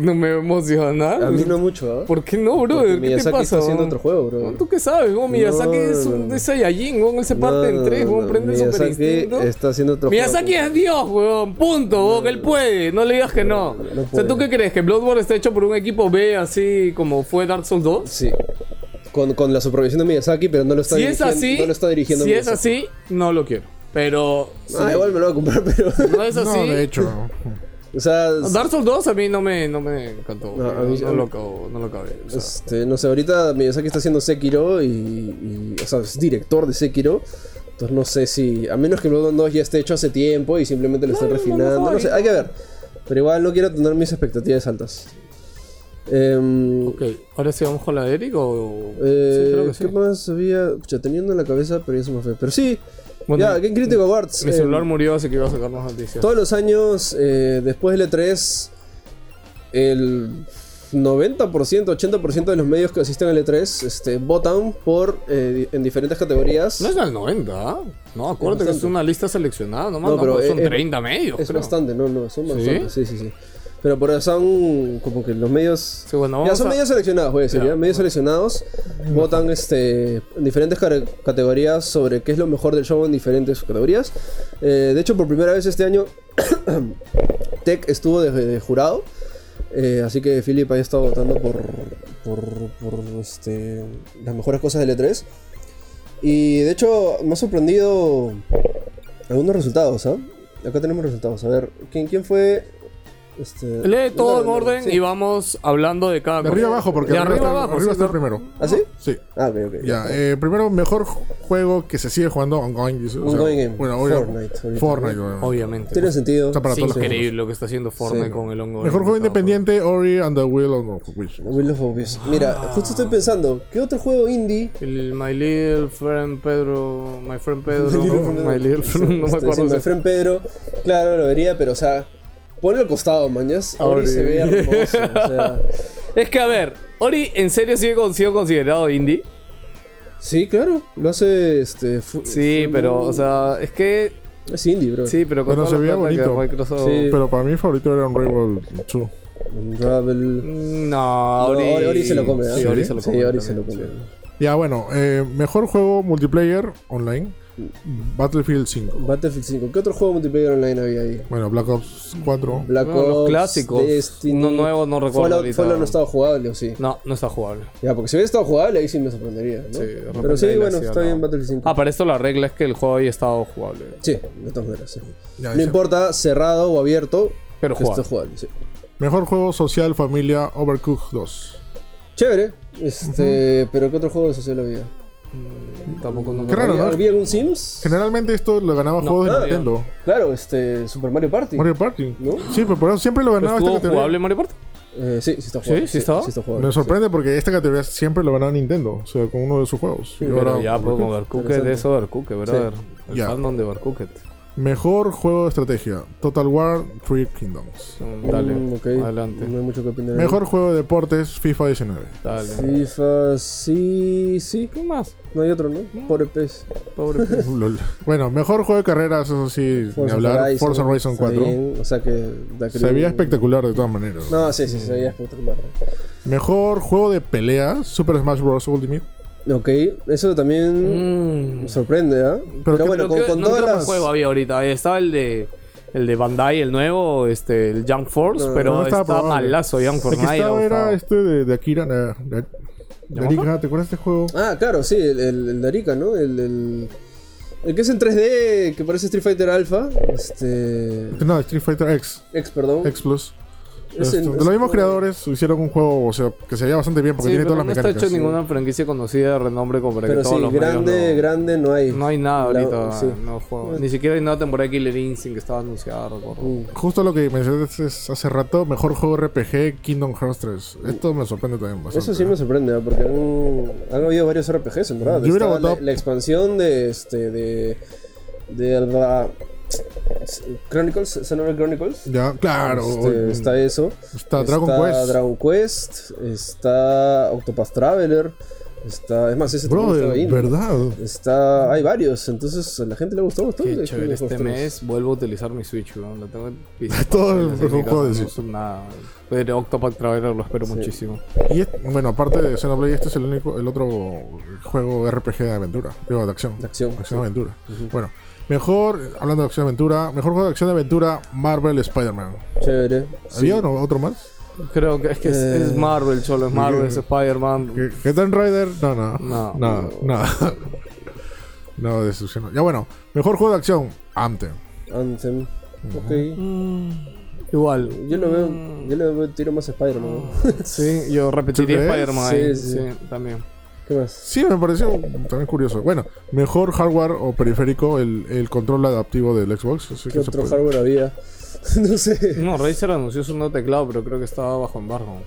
Speaker 2: No me emociona.
Speaker 1: A mí no mucho, ¿ah?
Speaker 2: ¿Por qué no, bro?
Speaker 1: Porque
Speaker 2: ¿Qué te
Speaker 1: Miyazaki
Speaker 2: pasa?
Speaker 1: está haciendo
Speaker 2: weón?
Speaker 1: otro juego, bro.
Speaker 2: Weón, ¿Tú qué sabes? weón? Miyazaki
Speaker 1: No,
Speaker 2: es
Speaker 1: no,
Speaker 2: un
Speaker 1: no.
Speaker 2: ese Saiyajin, weón. Él se
Speaker 1: No,
Speaker 2: parte en
Speaker 1: no,
Speaker 2: tres, weón.
Speaker 1: no,
Speaker 2: prende el super
Speaker 1: Miyazaki
Speaker 2: instinto.
Speaker 1: está haciendo otro
Speaker 2: Miyazaki
Speaker 1: juego.
Speaker 2: es Dios, weón. Punto, weón. Él puede. No le digas que no.
Speaker 1: no
Speaker 2: o sea, ¿tú
Speaker 1: puede.
Speaker 2: qué crees? ¿Que Bloodborne está hecho por un equipo B así como fue Dark Souls 2?
Speaker 1: Sí. Con, con la supervisión de Miyazaki, pero no lo está
Speaker 2: Si es
Speaker 1: dirigiendo.
Speaker 2: así,
Speaker 1: no lo está dirigiendo
Speaker 2: si es
Speaker 1: Miyazaki.
Speaker 2: así, no lo quiero. Pero si
Speaker 1: Ah, igual me lo voy a comprar, pero.
Speaker 2: no es así.
Speaker 3: No, de hecho.
Speaker 1: o sea,
Speaker 2: Dark Souls 2 a mí no me, no me encantó.
Speaker 1: No,
Speaker 2: No,
Speaker 1: a mí-
Speaker 2: no lo acabo, no lo acabé. o sea.
Speaker 1: este, no sé, ahorita Miyazaki está haciendo Sekiro y, y- O sea, es director de Sekiro. Entonces no sé si. A menos que Bloodborne 2 ya esté hecho hace tiempo y simplemente lo estén
Speaker 2: no, no,
Speaker 1: refinando.
Speaker 2: no,
Speaker 1: No, sé,
Speaker 2: no.
Speaker 1: hay que ver. Pero igual no quiero tener mis expectativas altas. Em,
Speaker 2: Ok, ahora sí vamos con la de Eric o.
Speaker 1: Eh,
Speaker 2: sí, creo que
Speaker 1: ¿Qué
Speaker 2: sí.
Speaker 1: más había? Pucha, teniendo en la cabeza, pero ya se me fue. Pero sí,
Speaker 2: Bueno,
Speaker 1: ya, Game Critical Awards.
Speaker 2: Mi
Speaker 1: eh,
Speaker 2: celular murió, así que iba a sacar más noticias.
Speaker 1: todos los años, eh, después del E3, el 90%, 80% de los medios que asisten al E3 este, votan por eh, en diferentes categorías.
Speaker 2: No es al 90, ¿ah? No, acuérdate
Speaker 1: Es
Speaker 2: que
Speaker 1: bastante.
Speaker 2: es una lista seleccionada, no,
Speaker 1: No, pero
Speaker 2: pero son
Speaker 1: es- es-
Speaker 2: 30 medios.
Speaker 1: es
Speaker 2: creo.
Speaker 1: bastante, no, no, son
Speaker 2: ¿Sí?
Speaker 1: bastantes, sí, sí, sí. Pero por eso son como que los medios...
Speaker 2: Sí, bueno,
Speaker 1: Ya
Speaker 2: vamos
Speaker 1: son
Speaker 2: a-
Speaker 1: medios seleccionados, voy a decir,
Speaker 2: Ya.
Speaker 1: ya, medios seleccionados votan este, en diferentes care- categorías sobre qué es lo mejor del show en diferentes categorías. Eh, de hecho, por primera vez este año, Tech estuvo de, de jurado. Eh, así que Philip ahí está votando por, por, por, este, las mejores cosas del E3. Y de hecho, me ha sorprendido algunos resultados. ¿ah? Acá tenemos resultados. A ver, ¿quién, quién fue? Este,
Speaker 2: Lee
Speaker 1: no,
Speaker 2: todo en
Speaker 1: no, no,
Speaker 2: orden
Speaker 1: sí.
Speaker 2: y vamos hablando de cada
Speaker 3: De arriba abajo, porque
Speaker 2: de
Speaker 3: arriba,
Speaker 2: arriba
Speaker 3: está,
Speaker 2: abajo.
Speaker 3: arriba
Speaker 2: sí,
Speaker 3: está el
Speaker 2: claro.
Speaker 3: primero.
Speaker 1: ¿Ah, sí?
Speaker 3: Sí.
Speaker 1: Ah, ok, ok.
Speaker 3: Ya, eh, primero, mejor juego que se sigue jugando ongoing. o sea,
Speaker 1: Ongoing game.
Speaker 3: Bueno, obvio-
Speaker 1: Fortnite, ahorita.
Speaker 3: Fortnite, bueno.
Speaker 2: Obviamente. pues,
Speaker 1: Tiene sentido.
Speaker 3: Está para
Speaker 2: Es
Speaker 3: todos los
Speaker 2: increíble lo que está haciendo Fortnite con el hongo. pues.
Speaker 3: Mejor juego independiente, Ori and the Will of the Wish.
Speaker 1: Will of Obvious. pues. Mira, justo estoy pensando, ¿qué otro juego indie?
Speaker 2: El My Little Friend Pedro. My Friend Pedro.
Speaker 1: My Little Friend
Speaker 2: My Little Friend. No me
Speaker 1: Este, sí,
Speaker 2: acuerdo.
Speaker 1: My
Speaker 2: si-
Speaker 1: Friend Pedro, claro, lo vería, pero o sea, ponlo al costado, mañas. Ori
Speaker 2: Ori.
Speaker 1: se ve hermoso. o sea,
Speaker 2: Es que a ver, Ori en serio sigue con- siendo considerado indie.
Speaker 1: sí, claro, lo hace este. fu-
Speaker 2: Sí,
Speaker 1: fu-
Speaker 2: pero, o sea, es que.
Speaker 1: Es indie, bro.
Speaker 2: Sí, pero con
Speaker 3: Pero
Speaker 2: toda
Speaker 3: se
Speaker 2: la
Speaker 3: veía
Speaker 2: plata que
Speaker 3: bonito.
Speaker 2: Microsoft-
Speaker 1: Sí.
Speaker 3: Pero para mí, mi favorito era Unravel 2.
Speaker 1: Unravel.
Speaker 2: Mm, No,
Speaker 1: No,
Speaker 2: Ah, Ori...
Speaker 1: Ori, Ori se lo come, ¿ah?
Speaker 2: Sí, Ori se lo come.
Speaker 1: Sí, Ori
Speaker 2: también,
Speaker 1: se lo come.
Speaker 2: sí.
Speaker 3: Ya, bueno, eh, mejor juego multiplayer online, Battlefield 5.
Speaker 1: Battlefield 5. ¿Qué otro juego multiplayer online había ahí?
Speaker 3: Bueno, Black Ops 4.
Speaker 1: Black
Speaker 2: No, los
Speaker 1: Ops,
Speaker 2: clásicos.
Speaker 1: Destiny.
Speaker 2: No, nuevo no recuerdo
Speaker 1: Fallout,
Speaker 2: ahorita.
Speaker 1: Fallout no estaba jugable, ¿o sí?
Speaker 2: No, no está jugable.
Speaker 1: Ya, porque si hubiera estado jugable, ahí sí me sorprendería, ¿no?
Speaker 2: de
Speaker 1: pero sí,
Speaker 2: repente ahí
Speaker 1: bueno,
Speaker 2: le
Speaker 1: está
Speaker 2: hacía,
Speaker 1: bien
Speaker 2: ¿no?
Speaker 1: Battlefield 5.
Speaker 2: Ah, para esto la regla es que el juego haya estado jugable.
Speaker 1: Sí, de todas maneras, sí.
Speaker 3: Ya,
Speaker 1: no
Speaker 3: dice.
Speaker 1: importa, cerrado o abierto.
Speaker 2: Pero
Speaker 1: que esté
Speaker 2: jugable.
Speaker 1: jugable, sí.
Speaker 3: Mejor juego social, familia, Overcooked 2.
Speaker 1: Chévere. Este, pero ¿qué otro juego de social había?
Speaker 2: Tampoco no
Speaker 3: Qué raro,
Speaker 1: ¿Había,
Speaker 3: ¿no?
Speaker 1: había algún Sims?
Speaker 3: Generalmente esto lo ganaba
Speaker 2: No,
Speaker 3: juegos de
Speaker 2: ah,
Speaker 3: Nintendo.
Speaker 1: Claro, este, Super Mario Party.
Speaker 3: Mario Party.
Speaker 1: ¿No?
Speaker 3: Sí, pero por eso siempre lo ganaba esta
Speaker 2: ¿Estuvo
Speaker 3: categoría.
Speaker 2: jugable Mario Party?
Speaker 1: Eh, sí, sí está jugable.
Speaker 2: ¿Sí? ¿Sí estaba?
Speaker 1: Sí, está jugable.
Speaker 3: Me sorprende porque esta categoría siempre lo ganaba Nintendo, o sea, con uno de sus juegos. Y
Speaker 2: Pero
Speaker 3: ahora,
Speaker 2: ya, pues, con Overcooked,
Speaker 1: Interesante.
Speaker 2: eso Overcooked, brother. El
Speaker 3: Ya.
Speaker 2: fandom de Overcooked.
Speaker 3: Mejor juego de estrategia, Total War Three Kingdoms.
Speaker 2: Mm,
Speaker 1: Mm,
Speaker 2: Dale,
Speaker 1: ok. Mm.
Speaker 2: adelante.
Speaker 1: No hay mucho que opinar. ahí.
Speaker 3: Mejor juego de deportes, FIFA 19.
Speaker 2: Dale.
Speaker 1: FIFA, sí, sí.
Speaker 2: ¿Qué más?
Speaker 1: No hay otro, ¿no? E Pobre pez.
Speaker 2: Pobre pe-
Speaker 3: Lol. bueno, mejor juego de carreras, eso sí, ni hablar, Forza Horizon
Speaker 1: está
Speaker 3: 4.
Speaker 1: bien, O sea que. da que-
Speaker 3: Se veía espectacular de todas maneras.
Speaker 1: No, sí, sí, se veía espectacular.
Speaker 3: Mejor juego de pelea, Super Smash Bros. Ultimate.
Speaker 1: Ok, eso también
Speaker 2: Mm.
Speaker 1: me sorprende, ¿ah? Pero,
Speaker 3: que-
Speaker 1: bueno,
Speaker 2: Pero
Speaker 1: con,
Speaker 2: que-
Speaker 1: con
Speaker 2: no
Speaker 1: todas
Speaker 2: creo que
Speaker 1: las.
Speaker 2: juego había ahorita. Estaba el de el de Bandai, el nuevo, este, el Young Force,
Speaker 1: No,
Speaker 2: pero
Speaker 3: no
Speaker 2: está
Speaker 3: estaba probable.
Speaker 2: malazo Young Force.
Speaker 3: El que
Speaker 2: nadie le ha
Speaker 3: estaba
Speaker 2: gustado.
Speaker 3: era este de, de Akira, de, de- de Arica, ¿te acuerdas de este juego?
Speaker 1: Ah, claro, sí, el, el, el de Arica, ¿no? El, el, el que es en 3D, que parece Street Fighter Alpha. Este.
Speaker 3: No, Street Fighter X,
Speaker 1: X, perdón.
Speaker 3: X Plus.
Speaker 1: Es este el-
Speaker 3: Esto, de
Speaker 1: es
Speaker 3: Este, los mismos
Speaker 1: como-
Speaker 3: creadores hicieron un juego o sea, que se veía bastante bien porque
Speaker 2: Sí,
Speaker 3: tiene
Speaker 2: pero
Speaker 3: todas
Speaker 2: no
Speaker 3: las
Speaker 2: está
Speaker 3: mecánicas.
Speaker 2: hecho ninguna franquicia conocida de renombre como para
Speaker 1: Pero
Speaker 2: que todos
Speaker 1: sí,
Speaker 2: los medios
Speaker 1: grande,
Speaker 2: lo-
Speaker 1: grande no hay.
Speaker 2: No hay nada
Speaker 1: La-
Speaker 2: ahorita,
Speaker 1: sí.
Speaker 2: no juego. Ni siquiera hay una temporada de Killer Instinct que estaba anunciada, recuerdo.
Speaker 1: Mm.
Speaker 3: Justo lo que mencionaste hace rato, mejor juego RPG Kingdom Hearts 3. Esto me sorprende también bastante.
Speaker 1: Eso sí me sorprende, ¿ah? porque han, han habido varios RPGs, en verdad.
Speaker 3: Yo hubiera
Speaker 1: Está
Speaker 3: votado-
Speaker 1: la, la expansión de este de de la Chronicles, Xenoblade Chronicles.
Speaker 3: Ya, claro.
Speaker 1: Este, está eso.
Speaker 3: Está Dragon Quest.
Speaker 1: Dragon Quest, está Octopath Traveler, está es más ese también estaba
Speaker 3: Brother,
Speaker 1: ahí, ¿no?
Speaker 3: verdad.
Speaker 1: Está hay varios, entonces a la gente le gustó bastante.
Speaker 2: Qué chévere, este
Speaker 1: Kingdom Hearts
Speaker 2: mes vuelvo a utilizar mi Switch, weón. La tengo
Speaker 3: Todo el-
Speaker 2: en
Speaker 3: el juego de
Speaker 2: no
Speaker 3: Switch.
Speaker 2: uso nada. Pero Octopath Traveler lo espero muchísimo.
Speaker 3: Y es- bueno, aparte de Xenoblade, este es el único, el otro juego RPG de aventura. Digo, de acción.
Speaker 1: De acción.
Speaker 3: aventura. Bueno, mejor, hablando de acción aventura, mejor juego de acción aventura, Marvel Spider-Man.
Speaker 1: Chévere.
Speaker 3: ¿Había uno- otro más?
Speaker 2: Creo que es que es,
Speaker 1: Eh,
Speaker 2: es Marvel, cholo, es Marvel, es Spider-Man.
Speaker 3: ¿Qué qué tal Rider? No, no.
Speaker 2: No.
Speaker 3: no. No, no decepcionó. Ya bueno, mejor juego de acción, Anthem.
Speaker 1: Anthem. Ok.
Speaker 2: Igual.
Speaker 1: Yo lo veo, yo le veo tiro más a Spider-Man. ¿no?
Speaker 2: Sí, yo repetiría
Speaker 3: crees?
Speaker 2: Spider-Man
Speaker 1: Sí,
Speaker 2: ahí.
Speaker 1: sí.
Speaker 2: Sí, también.
Speaker 1: ¿Qué más?
Speaker 3: Sí, me pareció también curioso. Bueno, mejor hardware o periférico, el, el control adaptivo del Xbox. así
Speaker 1: ¿Qué
Speaker 3: que se
Speaker 1: otro
Speaker 3: puede-
Speaker 1: hardware había? no sé.
Speaker 2: No, Razer anunció su nuevo teclado, pero creo que estaba bajo embargo.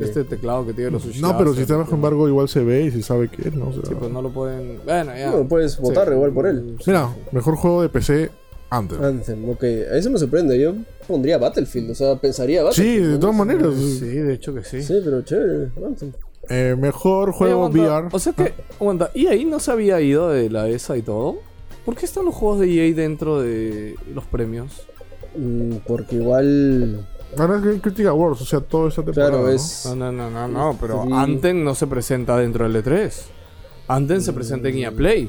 Speaker 2: Este teclado que tiene los Switch
Speaker 1: Ah,
Speaker 3: No, pero
Speaker 2: Laser,
Speaker 3: si está bajo embargo, igual se ve y se sabe que ¿no? O sea,
Speaker 2: Pues no lo pueden. Bueno, ya. Mm,
Speaker 1: Bueno, puedes votar igual por él.
Speaker 3: Mira, mejor juego de PC antes.
Speaker 1: Anthem, ok. A eso me sorprende. Yo pondría Battlefield, o sea, pensaría
Speaker 3: Sí,
Speaker 1: Battlefield.
Speaker 3: de todas maneras.
Speaker 2: Sí, de hecho que sí.
Speaker 1: Sí, pero chévere, Anthem.
Speaker 3: Eh, mejor
Speaker 2: Oye,
Speaker 3: juego Ah.
Speaker 2: aguanta,
Speaker 3: VR.
Speaker 2: O sea que, aguanta, ¿y ahí no se había ido de la ESA y todo? ¿Por qué están los juegos de EA dentro de los premios?
Speaker 1: Mm, porque igual.
Speaker 3: Bueno, es Game Critic Awards, o sea, todo esta temporada.
Speaker 1: Claro,
Speaker 3: ¿no?
Speaker 1: es.
Speaker 2: No, no, no, no, no pero
Speaker 1: Sí.
Speaker 2: Anten no se presenta dentro del E3. Anten se presenta en EA Play.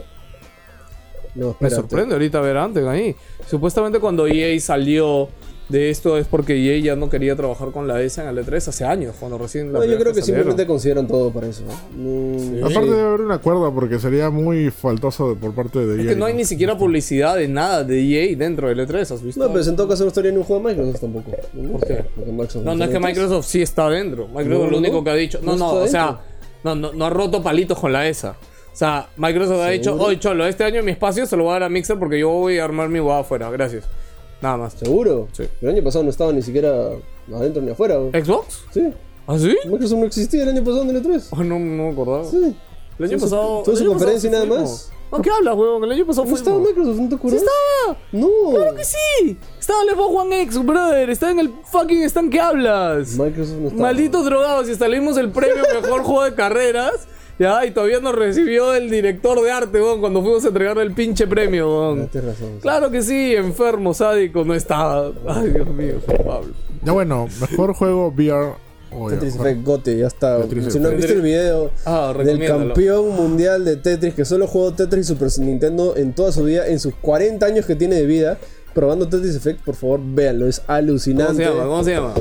Speaker 1: No,
Speaker 2: Me
Speaker 1: espérate.
Speaker 2: sorprende ahorita ver Anten ahí. Supuestamente cuando EA salió de esto es porque EA ya no quería trabajar con la ESA en el E3 hace años, cuando recién
Speaker 1: No,
Speaker 2: la
Speaker 1: yo
Speaker 2: primera
Speaker 1: creo que
Speaker 2: salieron.
Speaker 1: simplemente consideran todo para eso. ¿no? Mm,
Speaker 3: Aparte
Speaker 1: sí.
Speaker 3: debe haber un acuerdo, porque sería muy faltoso de- por parte de
Speaker 2: Es
Speaker 3: EA,
Speaker 2: que no hay
Speaker 3: ¿no?
Speaker 2: ni siquiera publicidad de nada de EA dentro del E3, ¿has visto?
Speaker 1: No, pero en todo caso no estaría en un juego de Microsoft tampoco. ¿Por
Speaker 2: qué?
Speaker 1: Porque Microsoft
Speaker 2: No, no es que
Speaker 1: tiene tres.
Speaker 2: Microsoft sí está dentro. Microsoft
Speaker 1: No,
Speaker 2: lo
Speaker 1: no,
Speaker 2: único que ha dicho. No,
Speaker 1: no está
Speaker 2: no, o sea,
Speaker 1: dentro.
Speaker 2: no, no, no ha roto palitos con la ESA. O sea, Microsoft ha dicho, oye, cholo, este año mi espacio se lo voy a dar a Mixer porque yo voy a armar mi guada afuera. Gracias. Nada más.
Speaker 1: ¿Seguro?
Speaker 2: Sí.
Speaker 1: El año pasado no estaba ni siquiera adentro ni afuera. ¿no?
Speaker 2: ¿Xbox?
Speaker 1: Sí.
Speaker 2: ¿Ah, sí?
Speaker 1: Microsoft no existía el año pasado en el E3.
Speaker 2: Oh, no, no me acordaba.
Speaker 1: Sí.
Speaker 2: El año
Speaker 1: Todo su-
Speaker 2: pasado.
Speaker 1: toda
Speaker 2: el
Speaker 1: su
Speaker 2: año
Speaker 1: conferencia y
Speaker 2: pasado
Speaker 1: nada
Speaker 2: fuimos. No, ¿qué hablas, huevón? El año pasado
Speaker 1: No estaba
Speaker 2: fuimos.
Speaker 1: Microsoft, ¿no te acuerdas?
Speaker 2: estaba!
Speaker 1: No.
Speaker 2: ¡Claro que sí! Estaba en el Xbox One X, brother. Estaba en el fucking stand que hablas.
Speaker 1: Microsoft no estaba.
Speaker 2: Malditos drogados, y salimos el premio mejor juego de carreras. Ya, y todavía nos recibió el director de arte, weón, cuando fuimos a entregar el pinche premio,
Speaker 1: Ah,
Speaker 2: weón.
Speaker 1: tienes razón.
Speaker 2: Claro que sí, enfermo, sádico, no estaba. Ay, Dios mío, Juan Pablo.
Speaker 3: Ya bueno, mejor juego VR. o ya,
Speaker 1: Tetris
Speaker 3: bueno,
Speaker 1: Effect Gote, ya está.
Speaker 3: Tetris
Speaker 1: Si no han
Speaker 2: Effect.
Speaker 1: visto el video
Speaker 2: Ah,
Speaker 1: del
Speaker 2: recomiéndalo.
Speaker 1: campeón mundial de Tetris, que solo jugó Tetris y Super Nintendo en toda su vida, en sus 40 años que tiene de vida, probando Tetris Effect, por favor, véanlo, es
Speaker 2: ¿Cómo se
Speaker 1: alucinante.
Speaker 2: llama? ¿Cómo se llama?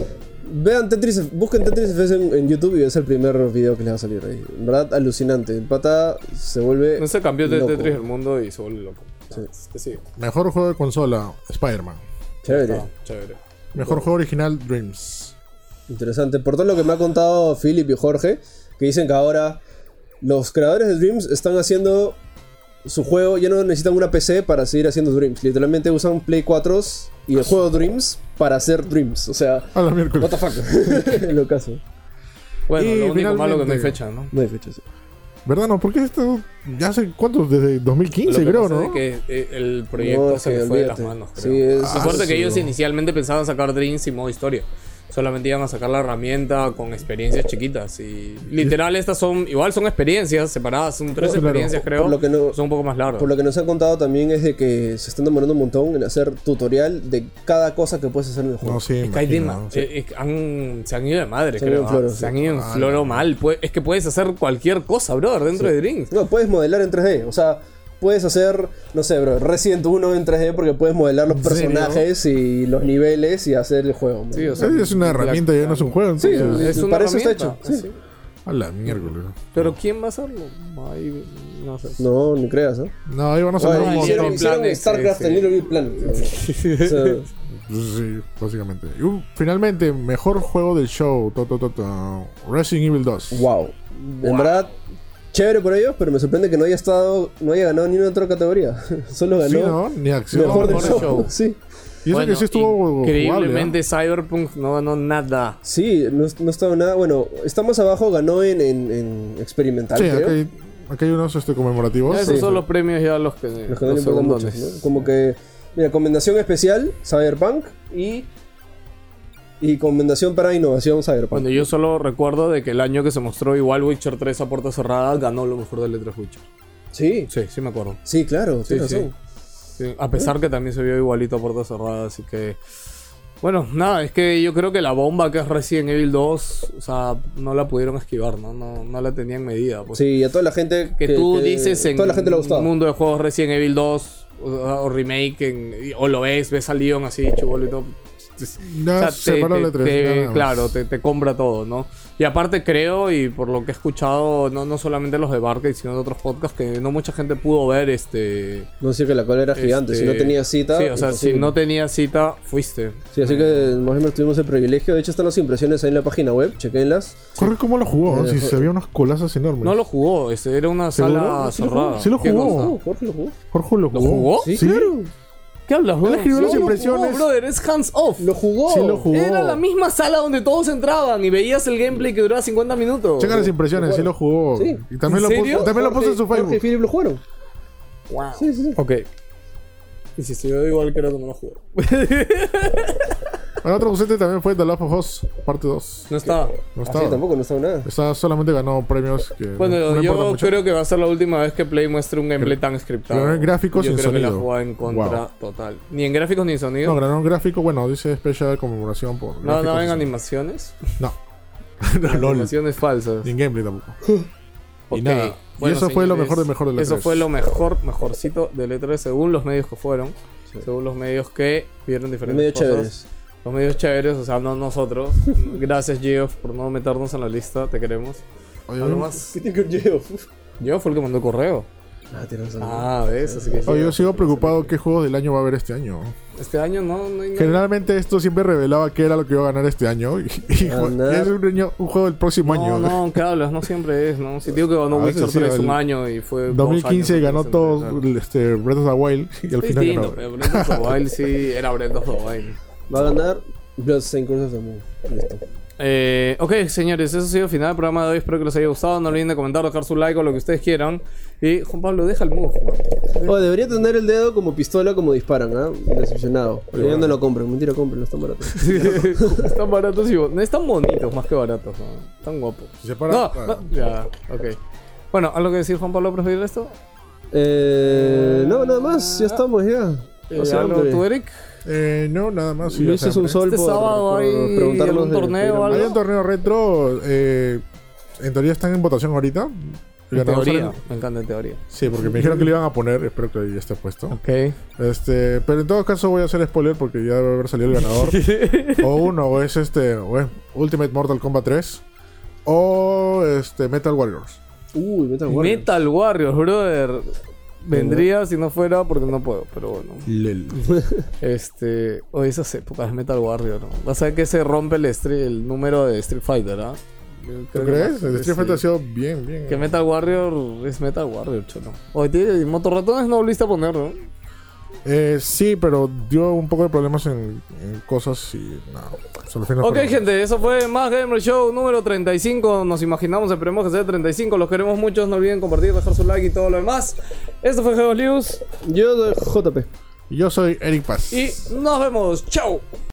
Speaker 1: Vean Tetris, Eff- busquen Tetris Effect en, en YouTube y es el primer video que les va a salir ahí. En verdad, alucinante. El pata se vuelve.
Speaker 2: No se cambió de
Speaker 1: loco.
Speaker 2: Tetris del mundo y se vuelve loco. Es que sí,
Speaker 3: Mejor juego de consola, Spider-Man.
Speaker 1: Chévere,
Speaker 2: está chévere.
Speaker 3: Mejor juego original, Dreams.
Speaker 1: interesante. Por todo lo que me ha contado Philip y Jorge, que dicen que ahora los creadores de Dreams están haciendo su juego, ya no necesitan una PC para seguir haciendo Dreams. Literalmente usan Play 4 y el juego Dreams para hacer Dreams. O sea,
Speaker 3: A la miércoles.
Speaker 1: what the fuck. lo caso.
Speaker 2: Bueno,
Speaker 3: Y
Speaker 2: lo único malo que no hay
Speaker 3: finalmente-
Speaker 2: fecha, ¿no?
Speaker 1: No hay fecha, sí.
Speaker 3: ¿Verdad? No, porque esto ya hace cuánto, desde 2015
Speaker 2: Lo que
Speaker 3: creo,
Speaker 2: pasa
Speaker 3: ¿no?
Speaker 2: es que eh, el proyecto
Speaker 1: No, es
Speaker 2: se
Speaker 1: que
Speaker 2: le fue de las
Speaker 1: olvídate.
Speaker 2: manos, creo.
Speaker 1: Sí, es-
Speaker 2: Y fuerte
Speaker 3: Ah,
Speaker 2: que
Speaker 3: sí.
Speaker 2: ellos inicialmente pensaban sacar Dreams y modo historia. Solamente iban a sacar la herramienta con experiencias chiquitas. Y literal, estas son, igual son experiencias separadas, son tres
Speaker 3: Claro,
Speaker 2: experiencias, creo.
Speaker 1: por lo que no-
Speaker 2: son un poco más largas.
Speaker 1: Por lo que nos han contado también es de que se están demorando un montón en hacer tutorial de cada cosa que puedes hacer en el juego.
Speaker 3: No, sí,
Speaker 2: Es que hay
Speaker 3: imagino.
Speaker 2: dema- eh, eh, han- se han ido de madre,
Speaker 1: Se han ido
Speaker 2: creo.
Speaker 1: en
Speaker 2: ah.
Speaker 1: floro,
Speaker 2: se
Speaker 1: sí.
Speaker 2: han ido en floro mal. Pue- Es que puedes hacer cualquier cosa, brother, dentro de Dreams.
Speaker 1: No, puedes modelar en 3D. O sea, puedes hacer, no sé, bro, Resident 1 en 3D porque puedes modelar los
Speaker 3: serio?
Speaker 1: personajes y los niveles y hacer el juego. man.
Speaker 2: Sí, o
Speaker 3: Sí, es una herramienta, ya no es un juego.
Speaker 1: Sí,
Speaker 3: entonces.
Speaker 1: es- para eso está
Speaker 2: herramienta,
Speaker 1: hecho, sí.
Speaker 2: así.
Speaker 3: A la miércoles.
Speaker 2: Pero ¿quién va a hacerlo? Ahí, no sé.
Speaker 1: No, ni creas, ¿no?
Speaker 3: No, ahí van a salir
Speaker 1: Oye,
Speaker 3: un
Speaker 1: hicieron hicieron
Speaker 2: Little
Speaker 3: montón.
Speaker 2: Planet,
Speaker 1: StarCraft
Speaker 2: sí,
Speaker 1: en
Speaker 2: sí.
Speaker 1: Little Big Planet. O sea,
Speaker 3: Sí, básicamente. Y, uh, finalmente, mejor juego del show. to, to, to, to, Resident Evil 2.
Speaker 1: wow. En verdad, chévere por ellos, pero me sorprende que no haya estado, no haya ganado ni una otra categoría. Solo ganó
Speaker 3: Sí, ¿no? Ni acción.
Speaker 1: mejor, del
Speaker 2: Mejor
Speaker 1: show.
Speaker 2: show.
Speaker 1: Sí.
Speaker 3: Y eso que
Speaker 2: Bueno,
Speaker 3: sí estuvo
Speaker 2: Increíblemente
Speaker 3: jugable, ¿eh?
Speaker 2: Cyberpunk no ganó nada.
Speaker 1: Sí, no, no estaba nada. Bueno, está más abajo, ganó en, en- en experimental,
Speaker 3: Sí,
Speaker 1: creo.
Speaker 3: acá hay, acá hay unos este,
Speaker 2: Ya
Speaker 3: conmemorativos.
Speaker 2: Esos
Speaker 1: sí.
Speaker 2: son los premios ya los que...
Speaker 1: Los que no le importan mucho,
Speaker 2: segundones.
Speaker 1: ¿no? Como que. Mira, recomendación especial, Cyberpunk y. Y comendación para innovación, Cyberpunk.
Speaker 2: Bueno, yo solo recuerdo de que el año que se mostró igual Witcher 3 a puerta cerrada ganó lo mejor de letras Witcher.
Speaker 1: sí,
Speaker 2: Sí, sí me acuerdo.
Speaker 1: sí, claro,
Speaker 2: Sí,
Speaker 1: tienes
Speaker 2: sí.
Speaker 1: razón.
Speaker 2: Sí, A pesar que también se vio igualito a puerta cerrada, así que... Bueno, nada, es que yo creo que la bomba que es Resident Evil 2, o sea, no la pudieron esquivar, ¿no? No, no la tenían medida. pues.
Speaker 1: Sí, y a toda la gente.
Speaker 2: que, tú dices en
Speaker 1: Toda la gente le ha gustado.
Speaker 2: el mundo de juegos Resident Evil 2 o, o remake en- y- o lo ves, ves al Leon así chubolo y todo.
Speaker 3: Ya
Speaker 2: O sea, te-
Speaker 3: separó
Speaker 2: te-
Speaker 3: la E tres,
Speaker 2: te-
Speaker 3: nada más.
Speaker 2: claro, te, te compra todo, ¿no? Y aparte creo, y por lo que he escuchado, no, no solamente los de Barcade, sino de otros podcasts, que no mucha gente pudo ver este...
Speaker 1: No decir que la cola era gigante,
Speaker 2: este-
Speaker 1: si no tenía cita.
Speaker 2: Sí, o sea, si
Speaker 1: imposible.
Speaker 2: no tenía cita, fuiste.
Speaker 3: Pues
Speaker 1: Sí, así que más o menos tuvimos el privilegio. De hecho, están las impresiones ahí en la página web, chequenlas.
Speaker 3: Corre cómo lo jugó, ¿no? si se veía unas colazas enormes.
Speaker 2: Eh, No lo jugó, este, era una
Speaker 3: ¿Seguro?
Speaker 2: sala
Speaker 3: Sí lo jugó,
Speaker 2: cerrada.
Speaker 3: sí lo
Speaker 2: ¿Qué
Speaker 3: jugó.
Speaker 2: cosa?
Speaker 1: Oh, Jorge lo jugó.
Speaker 3: Jorge lo jugó.
Speaker 2: jugó?
Speaker 3: Sí,
Speaker 1: Sí, claro.
Speaker 2: ¿Qué hablas, bro?
Speaker 3: Él escribió las
Speaker 2: Sí, lo jugó,
Speaker 3: impresiones.
Speaker 2: brother, es hands off.
Speaker 1: Lo jugó.
Speaker 3: Sí lo jugó.
Speaker 2: Era la misma sala donde todos entraban y veías el gameplay que duraba 50 minutos.
Speaker 3: Checa las impresiones, sí lo jugó.
Speaker 1: Sí.
Speaker 3: Y también, lo
Speaker 2: ¿En serio?
Speaker 3: puso, también lo puso en su
Speaker 1: Jorge- Jorge y
Speaker 3: Facebook.
Speaker 1: Philip lo jugaron.
Speaker 2: Wow.
Speaker 1: Sí, sí, sí.
Speaker 2: Ok. Y si se vio igual, creo que no lo jugó.
Speaker 3: El otro ausente también fue The Last of Us, parte 2.
Speaker 2: No estaba.
Speaker 1: Así
Speaker 3: No estaba.
Speaker 1: tampoco, no estaba nada.
Speaker 2: Pues,
Speaker 3: Esa solamente ganó premios que no
Speaker 2: Ah, Bueno,
Speaker 3: importa
Speaker 2: yo
Speaker 3: mucho.
Speaker 2: creo que va a ser la última vez que Play muestre un gameplay tan scriptado.
Speaker 3: Pero en gráficos
Speaker 2: Yo
Speaker 3: y en
Speaker 2: creo que la
Speaker 3: sonido.
Speaker 2: jugaba en contra
Speaker 3: Wow.
Speaker 2: total. Ni en gráficos ni en
Speaker 3: No,
Speaker 2: sonido.
Speaker 3: ganaron gráfico, bueno, dice Special conmemoración por.
Speaker 2: No, no,
Speaker 3: gráficos
Speaker 2: en
Speaker 3: y-
Speaker 2: animaciones.
Speaker 3: No. no, LOL.
Speaker 2: Animaciones falsas.
Speaker 3: Ni en gameplay tampoco.
Speaker 2: Ok.
Speaker 3: nada. Y eso fue lo mejor de mejor del E
Speaker 2: Eso
Speaker 3: E3.
Speaker 2: fue lo mejor, mejorcito del E3 según los medios que fueron. Según los medios que vieron diferentes
Speaker 1: Medio
Speaker 2: cosas.
Speaker 1: chéveres.
Speaker 2: Los medios chéveres, o sea, no nosotros. Gracias, Geoff, por no meternos en la lista. Te queremos.
Speaker 3: Oye,
Speaker 2: ¿Algo
Speaker 3: yo-
Speaker 2: más?
Speaker 1: ¿Qué tiene que ver Geoff?
Speaker 2: Geoff fue el que mandó el correo.
Speaker 1: Ah, tiene razón.
Speaker 2: Ah, ves, así que.
Speaker 3: oye, yo sigo preocupado qué juegos del año va a haber este año.
Speaker 2: Este año no, no hay nada.
Speaker 3: Generalmente esto siempre revelaba qué era lo que iba a ganar este año. Y, y- y
Speaker 1: Ganar.
Speaker 3: es un, año- un juego del próximo
Speaker 2: No,
Speaker 3: año.
Speaker 2: no, ¿qué hablas? No siempre es, ¿no? Si digo que ganó
Speaker 3: A veces
Speaker 2: Witcher
Speaker 3: sí,
Speaker 2: 3 un
Speaker 3: el-
Speaker 2: año y fue. dos
Speaker 3: 2015
Speaker 2: años,
Speaker 3: ganó
Speaker 2: entonces,
Speaker 3: todo
Speaker 2: claro.
Speaker 3: el, este, Breath of the Wild y al
Speaker 2: Es
Speaker 3: final ganó.
Speaker 2: distinto, pero Breath of the Wild sí era Breath of the Wild.
Speaker 1: Va a ganar Bloodstained Curse of the Moon. Listo.
Speaker 2: Eh, ok, señores, eso ha sido el final del programa de hoy. Espero que les haya gustado. No olviden de comentar, dejar su like o lo que ustedes quieran. Y Juan Pablo, deja el move. man.
Speaker 1: Oh, debería tener el dedo como pistola como disparan, ¿ah? Decepcionado. Pero yo no lo compro, mentira, cómprenlo, están baratos.
Speaker 2: Están baratos y bon- están bonitos más que baratos. ¿no? Están guapos.
Speaker 3: se para-
Speaker 2: no,
Speaker 3: claro.
Speaker 2: no, ya, ok. Bueno, ¿algo que decir Juan Pablo preferir esto?
Speaker 1: Eh, no, nada más, ya estamos ya.
Speaker 2: Eh,
Speaker 1: Hace
Speaker 2: ¿Algo
Speaker 1: hambre.
Speaker 2: tú, Eric?
Speaker 3: Eh, no, nada más. sí,
Speaker 1: Luis
Speaker 3: o sea, eh,
Speaker 1: es un sol
Speaker 2: Este
Speaker 1: por,
Speaker 2: sábado
Speaker 1: por
Speaker 2: hay
Speaker 1: preguntarnos
Speaker 2: algún
Speaker 1: de-
Speaker 2: torneo o
Speaker 1: de-
Speaker 2: algo.
Speaker 3: Hay un torneo retro. eh, en teoría están en votación ahorita. El
Speaker 2: En
Speaker 3: ganador
Speaker 2: teoría.
Speaker 3: sale-
Speaker 2: Me encanta en teoría.
Speaker 3: Sí, porque me dijeron que lo iban a poner. Espero que ya esté puesto.
Speaker 2: Ok.
Speaker 3: Este, pero en todo caso voy a hacer spoiler porque ya debe haber salido el ganador. o uno, o es este, o es Ultimate Mortal Kombat 3. O este, Metal Warriors.
Speaker 1: Uy, Metal Warrior.
Speaker 2: Metal Warriors, brother. Vendría si no fuera porque no puedo, pero bueno.
Speaker 3: Lel.
Speaker 2: Este, hoy esas épocas de Metal Warrior, ¿no? Vas a ver que se rompe el, estri- el número de Street Fighter, ¿ah? Yo
Speaker 3: ¿Tú
Speaker 2: creo que
Speaker 3: crees?
Speaker 2: más-
Speaker 3: El Street
Speaker 2: sí.
Speaker 3: Fighter ha sido bien, bien.
Speaker 2: este. Que Metal Warrior es Metal Warrior, cholo. Oye, tío, motorratones no volviste a poner, ¿no?
Speaker 3: Eh, sí, pero dio un poco de problemas en, en cosas y nada. Solo fue una
Speaker 2: Ok,
Speaker 3: forma.
Speaker 2: gente, eso fue Más Gamer Show número 35. Nos imaginamos, esperemos que sea 35. Los queremos muchos. No olviden compartir, dejar su like y todo lo demás. Esto fue Geos News
Speaker 1: Yo doy JP.
Speaker 3: Yo soy Eric Paz.
Speaker 2: y nos vemos. ¡Chao!